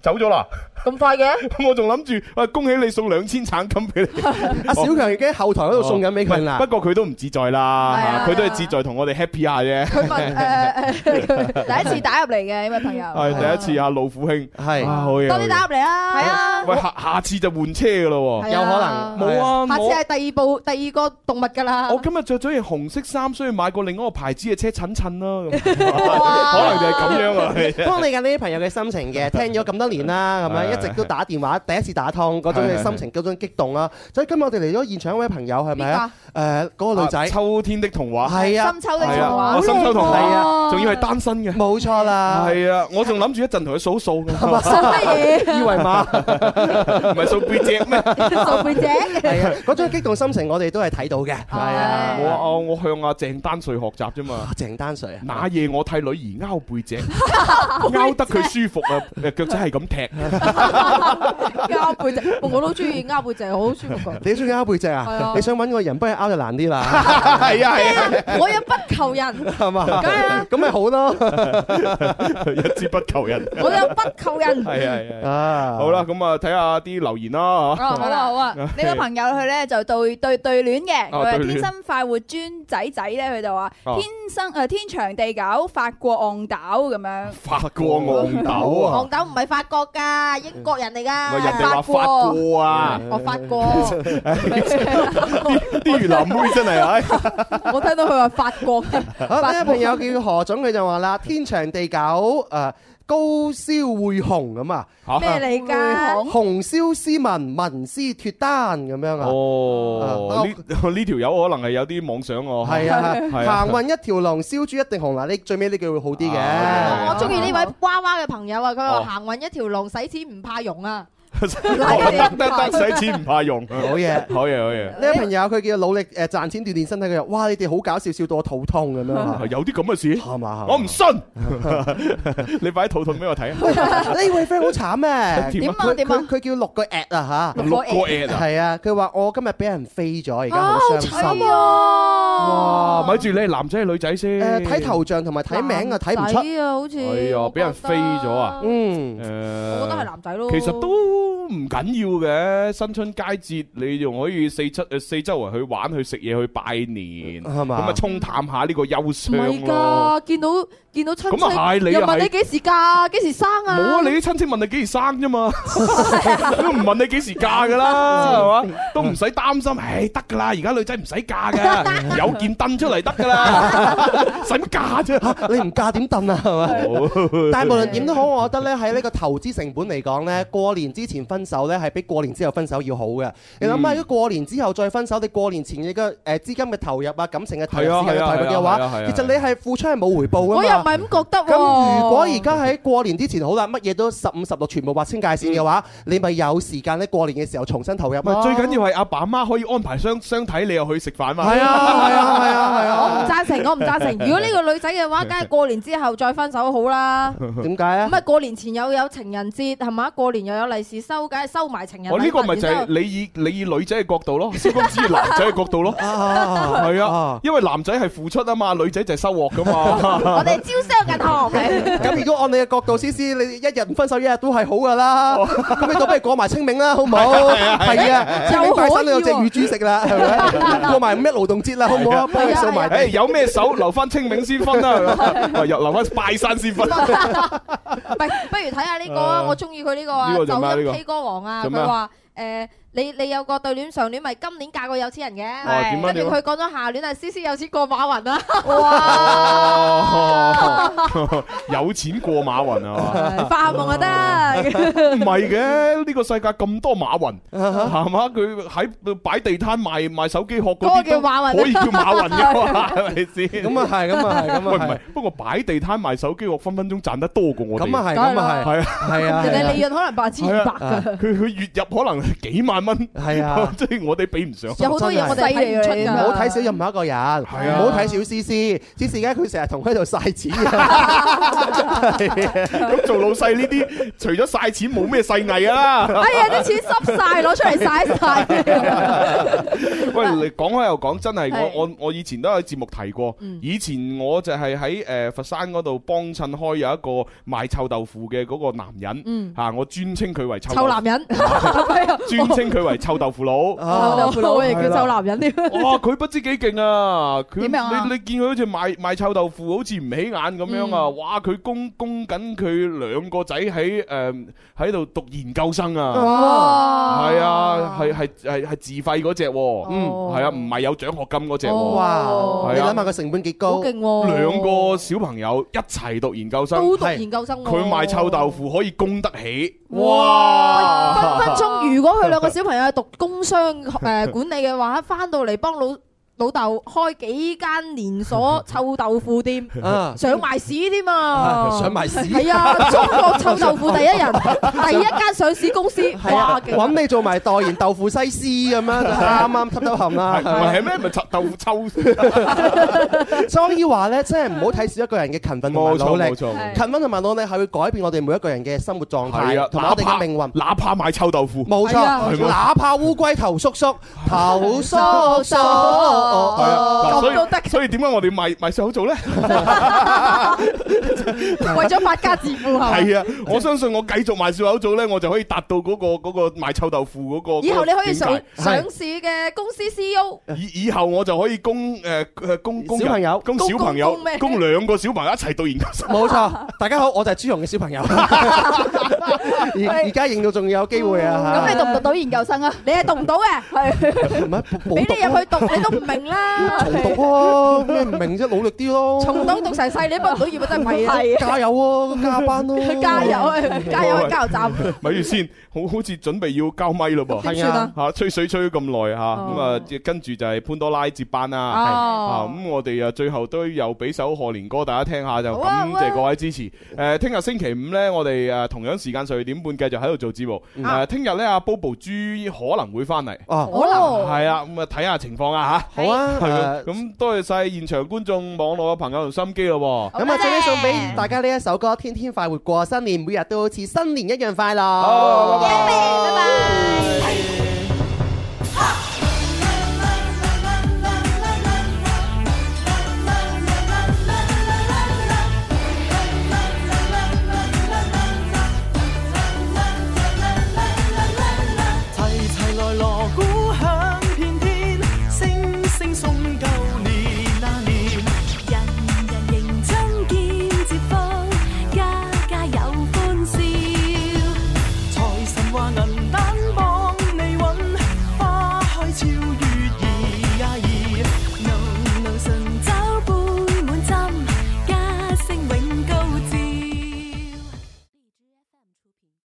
[SPEAKER 4] 走咗啦！
[SPEAKER 17] 咁快嘅？
[SPEAKER 4] 我仲諗住，啊恭喜你送兩千橙金 俾你。
[SPEAKER 5] 阿小強已經喺後台嗰度送緊俾佢啦
[SPEAKER 4] 唔係。不過佢都唔自在
[SPEAKER 7] 啊
[SPEAKER 4] 啦，佢都係自在同我哋 happy 下啫。
[SPEAKER 8] 佢問誒誒，第一次打入嚟嘅呢位朋友，
[SPEAKER 4] 係第一次啊，老虎兄，係好嘢。
[SPEAKER 8] 多
[SPEAKER 4] 好嘢
[SPEAKER 8] 啲打入嚟啊！係啊，
[SPEAKER 4] 喂，下下次就換車噶咯喎，
[SPEAKER 7] 係啊
[SPEAKER 4] 冇啊，
[SPEAKER 7] 下次
[SPEAKER 4] 我
[SPEAKER 7] 係第二部第二個動物㗎啦。
[SPEAKER 4] 我今日着咗件紅色衫，所以買過另一個牌子嘅車襯襯啦，咁可能就係咁樣啊。
[SPEAKER 5] 幫你嘅呢啲朋友嘅心情嘅，聽咗咁多年啦，咁
[SPEAKER 4] 係
[SPEAKER 5] 樣一直都打電話，第一次打通嗰種嘅心情，嗰種激動啦。所以今日我哋嚟咗現場一位朋友係咪啊？誒嗰個女
[SPEAKER 4] 啊
[SPEAKER 5] 仔，
[SPEAKER 4] 秋天的童話
[SPEAKER 5] 係啊，
[SPEAKER 4] 深秋的童話係啊深秋童話
[SPEAKER 5] 係啊，
[SPEAKER 4] 仲要係單身嘅，
[SPEAKER 5] 冇錯啦。
[SPEAKER 4] 係啊，我仲諗住一陣同佢數數
[SPEAKER 5] 係嘛
[SPEAKER 4] 㗎，
[SPEAKER 5] 二維碼。
[SPEAKER 4] 唔係數背脊咩？
[SPEAKER 7] 做背脊。
[SPEAKER 5] 係啊，嗰種激動心情我哋都係睇到嘅。係啊，
[SPEAKER 4] 我啊，我向阿鄭丹瑞學習啫嘛。
[SPEAKER 5] 鄭丹瑞啊，
[SPEAKER 4] 那夜我替女兒拗背脊，拗得佢舒服啊， 誒腳仔係咁踢。
[SPEAKER 7] 拗背脊，我都中意拗背脊，好舒 服㗎。
[SPEAKER 5] 你中意拗背脊
[SPEAKER 7] 係啊
[SPEAKER 5] 啊？你想揾個人幫你拗就難啲啦。係
[SPEAKER 4] 啊係
[SPEAKER 7] 我有不求人，
[SPEAKER 5] 係嘛？
[SPEAKER 7] 梗係啊
[SPEAKER 5] 咁咪好咯。
[SPEAKER 4] 一支不求人。
[SPEAKER 7] 我有不求人。
[SPEAKER 4] 係啊係啊。好啦，咁啊睇下啲留言啦
[SPEAKER 8] 啊好 啊好啊！呢個朋友佢咧就對對對戀嘅，佢
[SPEAKER 4] 啊
[SPEAKER 8] 話
[SPEAKER 4] 對戀
[SPEAKER 8] 天生快活專仔仔咧，佢就話
[SPEAKER 4] 哦
[SPEAKER 8] 天生誒天長地久，法國戇豆咁樣。
[SPEAKER 4] 法國戇豆啊
[SPEAKER 7] 黃！豆唔係法國㗎，英國人嚟㗎。
[SPEAKER 4] 喂人哋話法國啊，
[SPEAKER 7] 我法國，
[SPEAKER 4] 啲越南妹真係唉。
[SPEAKER 7] 我聽到佢話法國。
[SPEAKER 5] 好，呢位啊朋友叫何總，佢就話啦：天長地久，誒高燒匯紅咁啊！
[SPEAKER 7] 咩嚟
[SPEAKER 8] 哦
[SPEAKER 7] 㗎？
[SPEAKER 5] 紅燒斯文，文思脱單咁樣啊！
[SPEAKER 4] 哦，
[SPEAKER 5] 啊
[SPEAKER 4] 呢呢條友可能係有啲妄想喎。
[SPEAKER 5] 係啊，
[SPEAKER 4] 係
[SPEAKER 5] 行運一條龍，燒豬一定紅嗱，你最尾呢句會好啲嘅。
[SPEAKER 7] 我中意呢 位娃娃嘅朋友啊，佢
[SPEAKER 5] 哦
[SPEAKER 7] 話行運一條龍，使錢唔怕用啊。
[SPEAKER 4] 哦得得得，使錢唔怕用。
[SPEAKER 5] 好嘢
[SPEAKER 4] 好嘢，好嘢。
[SPEAKER 5] 呢位朋友佢叫努力誒賺錢鍛鍊身體，佢話： 哇！你哋好搞笑，笑到我肚痛咁樣啊。
[SPEAKER 4] 有啲咁嘅事，
[SPEAKER 5] 係 嘛？
[SPEAKER 4] 我唔信，你擺啲肚痛俾我睇
[SPEAKER 5] 喂
[SPEAKER 4] 啊！
[SPEAKER 5] 呢位 friend 好慘 啊！
[SPEAKER 4] 點啊
[SPEAKER 5] 佢
[SPEAKER 4] 點
[SPEAKER 5] 佢佢叫六個 at 啊 嚇，
[SPEAKER 4] 六個 at 啊
[SPEAKER 5] 係啊！佢啊話我今日俾人飛咗，而家好傷心。
[SPEAKER 7] 哦
[SPEAKER 4] 哇，咪住你係男仔係女仔先？
[SPEAKER 5] 誒睇頭像同埋睇名啊，睇唔出。
[SPEAKER 7] 啊，好似
[SPEAKER 4] 哎呀，俾人飛咗啊！
[SPEAKER 5] 嗯，
[SPEAKER 4] 我
[SPEAKER 7] 我覺得係男仔咯
[SPEAKER 4] 其實都唔緊要嘅，新春佳節你仲可以四出誒四周圍去玩、去食嘢、去拜年，
[SPEAKER 5] 係嘛
[SPEAKER 4] 咁啊沖淡下呢個憂
[SPEAKER 7] 唔
[SPEAKER 4] 傷
[SPEAKER 7] 係
[SPEAKER 4] 咯。
[SPEAKER 7] 㗎，見到見到親
[SPEAKER 4] 咁啊係
[SPEAKER 7] 戚
[SPEAKER 4] 你啊
[SPEAKER 7] 又問你
[SPEAKER 4] 係
[SPEAKER 7] 幾時嫁，幾時生
[SPEAKER 4] 冇
[SPEAKER 7] 啊？
[SPEAKER 4] 啊！你啲親戚問你幾時生啫 嘛，都唔問你幾時嫁噶啦，係
[SPEAKER 7] 嗯
[SPEAKER 4] 嘛？都唔使擔心，唉得噶啦，而家女仔唔使嫁嘅， 有件凳出嚟得噶啦，使乜嫁 啫？
[SPEAKER 5] 你唔嫁點燉啊？係嘛？ 但係無論點都好，我覺得咧喺呢個投資成本嚟講咧，過年之前分手咧係比過年之後分手要好嘅。你諗
[SPEAKER 4] 嗯
[SPEAKER 5] 下，如果過年之後再分手，你過年前嘅誒資金嘅投入啊、感情嘅投入、
[SPEAKER 4] 係啊
[SPEAKER 5] 時間嘅投入嘅話
[SPEAKER 4] 係啊係啊係啊係，啊
[SPEAKER 5] 其實你係付出係冇回報㗎嘛。
[SPEAKER 7] 我又唔係咁覺得喎。
[SPEAKER 5] 啊咁如果而家喺過年之前好啦，乜嘢都十五十六全部劃清界線嘅話，你咪有時間咧過年嘅時候重新投入
[SPEAKER 4] 唔係
[SPEAKER 5] 咯。
[SPEAKER 4] 最嗯緊要係阿爸阿媽可以安排相相睇，你又去食飯嘛？哦
[SPEAKER 5] 係啊 係啊係啊係啊
[SPEAKER 7] 我唔贊成，我唔贊成。如果呢個女仔嘅話，梗係過年之後再分手好啦。
[SPEAKER 5] 點解啊
[SPEAKER 7] 咁？啊，過年前又有情人節係嘛？過年又有利是收梗係收埋情人
[SPEAKER 4] 哦我呢個
[SPEAKER 7] 禮物
[SPEAKER 4] 咪就係
[SPEAKER 7] 然之後
[SPEAKER 4] 你以你以女仔嘅角度咯，蕭公子以男仔嘅角 度咯，
[SPEAKER 7] 啊
[SPEAKER 4] 係啊，因為男仔係付出啊嘛，女仔就係收穫噶嘛。
[SPEAKER 7] 我哋招商銀 行啊嘅。
[SPEAKER 5] 咁如果按你嘅角度，思思你一日唔分手，一日都係好噶啦。咁你倒不如過埋清明啦，好唔好？
[SPEAKER 4] 係啊係啊
[SPEAKER 5] 係
[SPEAKER 4] 係
[SPEAKER 5] 啊，
[SPEAKER 4] 啊
[SPEAKER 5] 清明拜山都有隻
[SPEAKER 4] 又可
[SPEAKER 5] 乳
[SPEAKER 4] 以喎
[SPEAKER 5] 豬食啦，係咪？過埋五一勞動節啦，好唔好啊？幫你掃埋。
[SPEAKER 4] 誒有咩手留翻清明先分啦，喂又留翻拜山先 分。
[SPEAKER 7] 唔係，不如睇下呢個啊！
[SPEAKER 4] 誒
[SPEAKER 7] 我中意佢呢個啊，
[SPEAKER 4] 呢個做咩啊
[SPEAKER 7] 走
[SPEAKER 4] 呢
[SPEAKER 7] 音
[SPEAKER 4] 個
[SPEAKER 7] K 歌王啊！
[SPEAKER 4] 做咩啊
[SPEAKER 7] 佢話誒，你你有個對戀上戀咪今年嫁個有錢人
[SPEAKER 4] 哦點
[SPEAKER 7] 嘅，
[SPEAKER 4] 啊
[SPEAKER 7] 跟
[SPEAKER 4] 點
[SPEAKER 7] 住
[SPEAKER 4] 啊
[SPEAKER 7] 佢講咗下戀係思思有錢過馬雲啊！
[SPEAKER 4] 哦，有錢過馬雲啊！
[SPEAKER 7] 發夢啊 得！
[SPEAKER 4] 唔係嘅，呢個世界咁多馬雲，係嘛？佢喺擺地攤賣賣手機殼嗰
[SPEAKER 7] 嗰個
[SPEAKER 4] 啲
[SPEAKER 7] 叫
[SPEAKER 4] 都
[SPEAKER 7] 馬雲
[SPEAKER 4] 可以叫馬雲嘅 嘛，係咪先？
[SPEAKER 5] 咁啊係咁啊係咁啊係
[SPEAKER 4] 喂唔係，不過擺地攤賣手機殼分分鐘賺得多過我哋。
[SPEAKER 5] 咁啊係咁啊係
[SPEAKER 4] 係啊
[SPEAKER 5] 係啊
[SPEAKER 7] 人哋利潤可能百分之二百㗎。
[SPEAKER 4] 佢佢月入可能幾萬蚊，
[SPEAKER 5] 係啊
[SPEAKER 4] 即係我哋比唔上。
[SPEAKER 7] 有好多嘢我哋睇唔出㗎
[SPEAKER 5] 唔好睇小任何一個人，唔好睇小思思。思思而家佢成日同佢喺度晒錢嘅，
[SPEAKER 4] 咁做老細呢啲，除咗晒錢冇咩細藝啊！
[SPEAKER 7] 哎呀，啲錢濕晒，攞出嚟 晒一晒。
[SPEAKER 4] 喂，你講開又講，真係
[SPEAKER 7] 係嗯
[SPEAKER 4] 我我我以前都有節目提過，以前我就係喺誒佛山嗰度幫襯開有一個賣臭豆腐嘅嗰個男人
[SPEAKER 7] 嗯，
[SPEAKER 4] 嚇我專稱佢為臭
[SPEAKER 7] 臭
[SPEAKER 4] 豆
[SPEAKER 7] 男
[SPEAKER 4] 腐，
[SPEAKER 7] 人，
[SPEAKER 4] 專 稱佢為臭豆腐佬，
[SPEAKER 7] 臭豆腐佬亦叫臭男人添。
[SPEAKER 4] 哇！佢不知幾勁啊！佢
[SPEAKER 7] 點樣啊
[SPEAKER 4] 你你見佢好似賣賣臭豆腐，好似唔起眼咁樣
[SPEAKER 7] 嗯
[SPEAKER 4] 啊！哇！佢供供緊佢兩個仔喺誒喺度讀研究生啊！
[SPEAKER 5] 哇
[SPEAKER 4] 係啊，係係係係自費嗰只喎，嗯，
[SPEAKER 7] 哦
[SPEAKER 4] 係啊，唔係有獎學金嗰只喎。
[SPEAKER 5] 哇！你
[SPEAKER 4] 係
[SPEAKER 5] 諗下
[SPEAKER 4] 啊，
[SPEAKER 5] 個成本幾高？
[SPEAKER 7] 好勁喎
[SPEAKER 4] 兩個小朋友一齊讀研究生，
[SPEAKER 7] 哦都讀研究生喎
[SPEAKER 4] 佢賣臭豆腐可以供得起，
[SPEAKER 7] 哇！分分鐘，如果佢兩個小朋友係讀工商誒管理嘅話，翻到嚟幫老老豆開幾間連鎖臭豆腐店
[SPEAKER 5] 啊，
[SPEAKER 7] 上埋市添啊！
[SPEAKER 5] 上埋市
[SPEAKER 7] 係啊！中國臭豆腐第一人，第一間上市公司，
[SPEAKER 5] 係
[SPEAKER 7] 哇！
[SPEAKER 5] 啊，
[SPEAKER 7] 勁
[SPEAKER 5] 揾你做埋代言豆腐西施咁樣，就 啱啱吸到含啊啦。
[SPEAKER 4] 係咩？咪臭豆 腐臭。
[SPEAKER 5] 所以話咧，真係唔好睇少一個人嘅勤奮同埋努力。
[SPEAKER 4] 冇錯冇錯
[SPEAKER 5] 勤奮同埋努力係會改變我哋每一個人嘅生活狀
[SPEAKER 4] 係啊
[SPEAKER 5] 態，同埋我哋
[SPEAKER 4] 哪怕
[SPEAKER 5] 嘅命運。
[SPEAKER 4] 哪怕買臭豆腐，
[SPEAKER 5] 冇
[SPEAKER 4] 係啊係
[SPEAKER 5] 錯，
[SPEAKER 4] 嘛
[SPEAKER 5] 哪怕烏龜頭叔叔，頭叔叔，
[SPEAKER 4] 係啊，嗱所
[SPEAKER 5] 咁
[SPEAKER 4] 以 所以點解我哋賣賣手 做咧？
[SPEAKER 7] 為咗發家致富係
[SPEAKER 4] 係啊，我相信我繼續賣笑口組咧，我就可以達到嗰個嗰個賣臭豆腐嗰個。
[SPEAKER 7] 以後你可以上
[SPEAKER 4] 嗰個境界
[SPEAKER 7] 上市嘅公司 E CEO，
[SPEAKER 4] 以以後我就可以供誒誒供供
[SPEAKER 5] 小朋友
[SPEAKER 4] 供小朋
[SPEAKER 7] 供
[SPEAKER 4] 友
[SPEAKER 7] 供咩，
[SPEAKER 4] 供兩個小朋友一齊讀研究生。
[SPEAKER 5] 冇錯，大家好，我就係朱紅嘅小朋友，而而家認到仲有機會啊！
[SPEAKER 4] 嗯
[SPEAKER 8] 咁你讀唔讀到研究生啊？
[SPEAKER 7] 你係讀唔到嘅，係
[SPEAKER 5] 唔係
[SPEAKER 7] 俾
[SPEAKER 5] 冇
[SPEAKER 7] 你入去讀，你都唔明啦。
[SPEAKER 5] 重讀喎，咩唔明啫？努力啲咯，
[SPEAKER 7] 重讀讀成世，你畢唔到業啊，真係唔係啊！
[SPEAKER 5] 加油喎，加班咯，
[SPEAKER 7] 加油啊！加油啊！加油站！
[SPEAKER 4] 咪住先，好好似準備要交咪嘞噃，
[SPEAKER 7] 點算啊
[SPEAKER 4] 嚇吹水吹咗咁耐嚇，咁啊
[SPEAKER 7] 哦
[SPEAKER 4] 跟住就係潘多拉接班啦，
[SPEAKER 7] 哦
[SPEAKER 4] 啊咁我哋啊最後都又俾首賀年歌大家聽下，就
[SPEAKER 7] 好啊
[SPEAKER 4] 感
[SPEAKER 7] 好啊
[SPEAKER 4] 謝各位支持。誒，聽日星期五呢，我哋誒同樣時間十二點半繼續喺度做節目。
[SPEAKER 7] 嗯
[SPEAKER 4] 誒，聽日呢，阿 Bobo 豬可能會翻嚟，
[SPEAKER 5] 哦，
[SPEAKER 4] 係啊，咁啊睇下情況啊嚇。
[SPEAKER 5] 好啊
[SPEAKER 4] 係
[SPEAKER 5] 誒
[SPEAKER 4] 啊咁多謝晒現場觀眾、網絡嘅朋友同心機咯喎。
[SPEAKER 5] 咁啊，最尾送俾大家呢一首歌《天天快活過新年》，每日都好似新年一樣快樂。
[SPEAKER 4] 好，拜拜。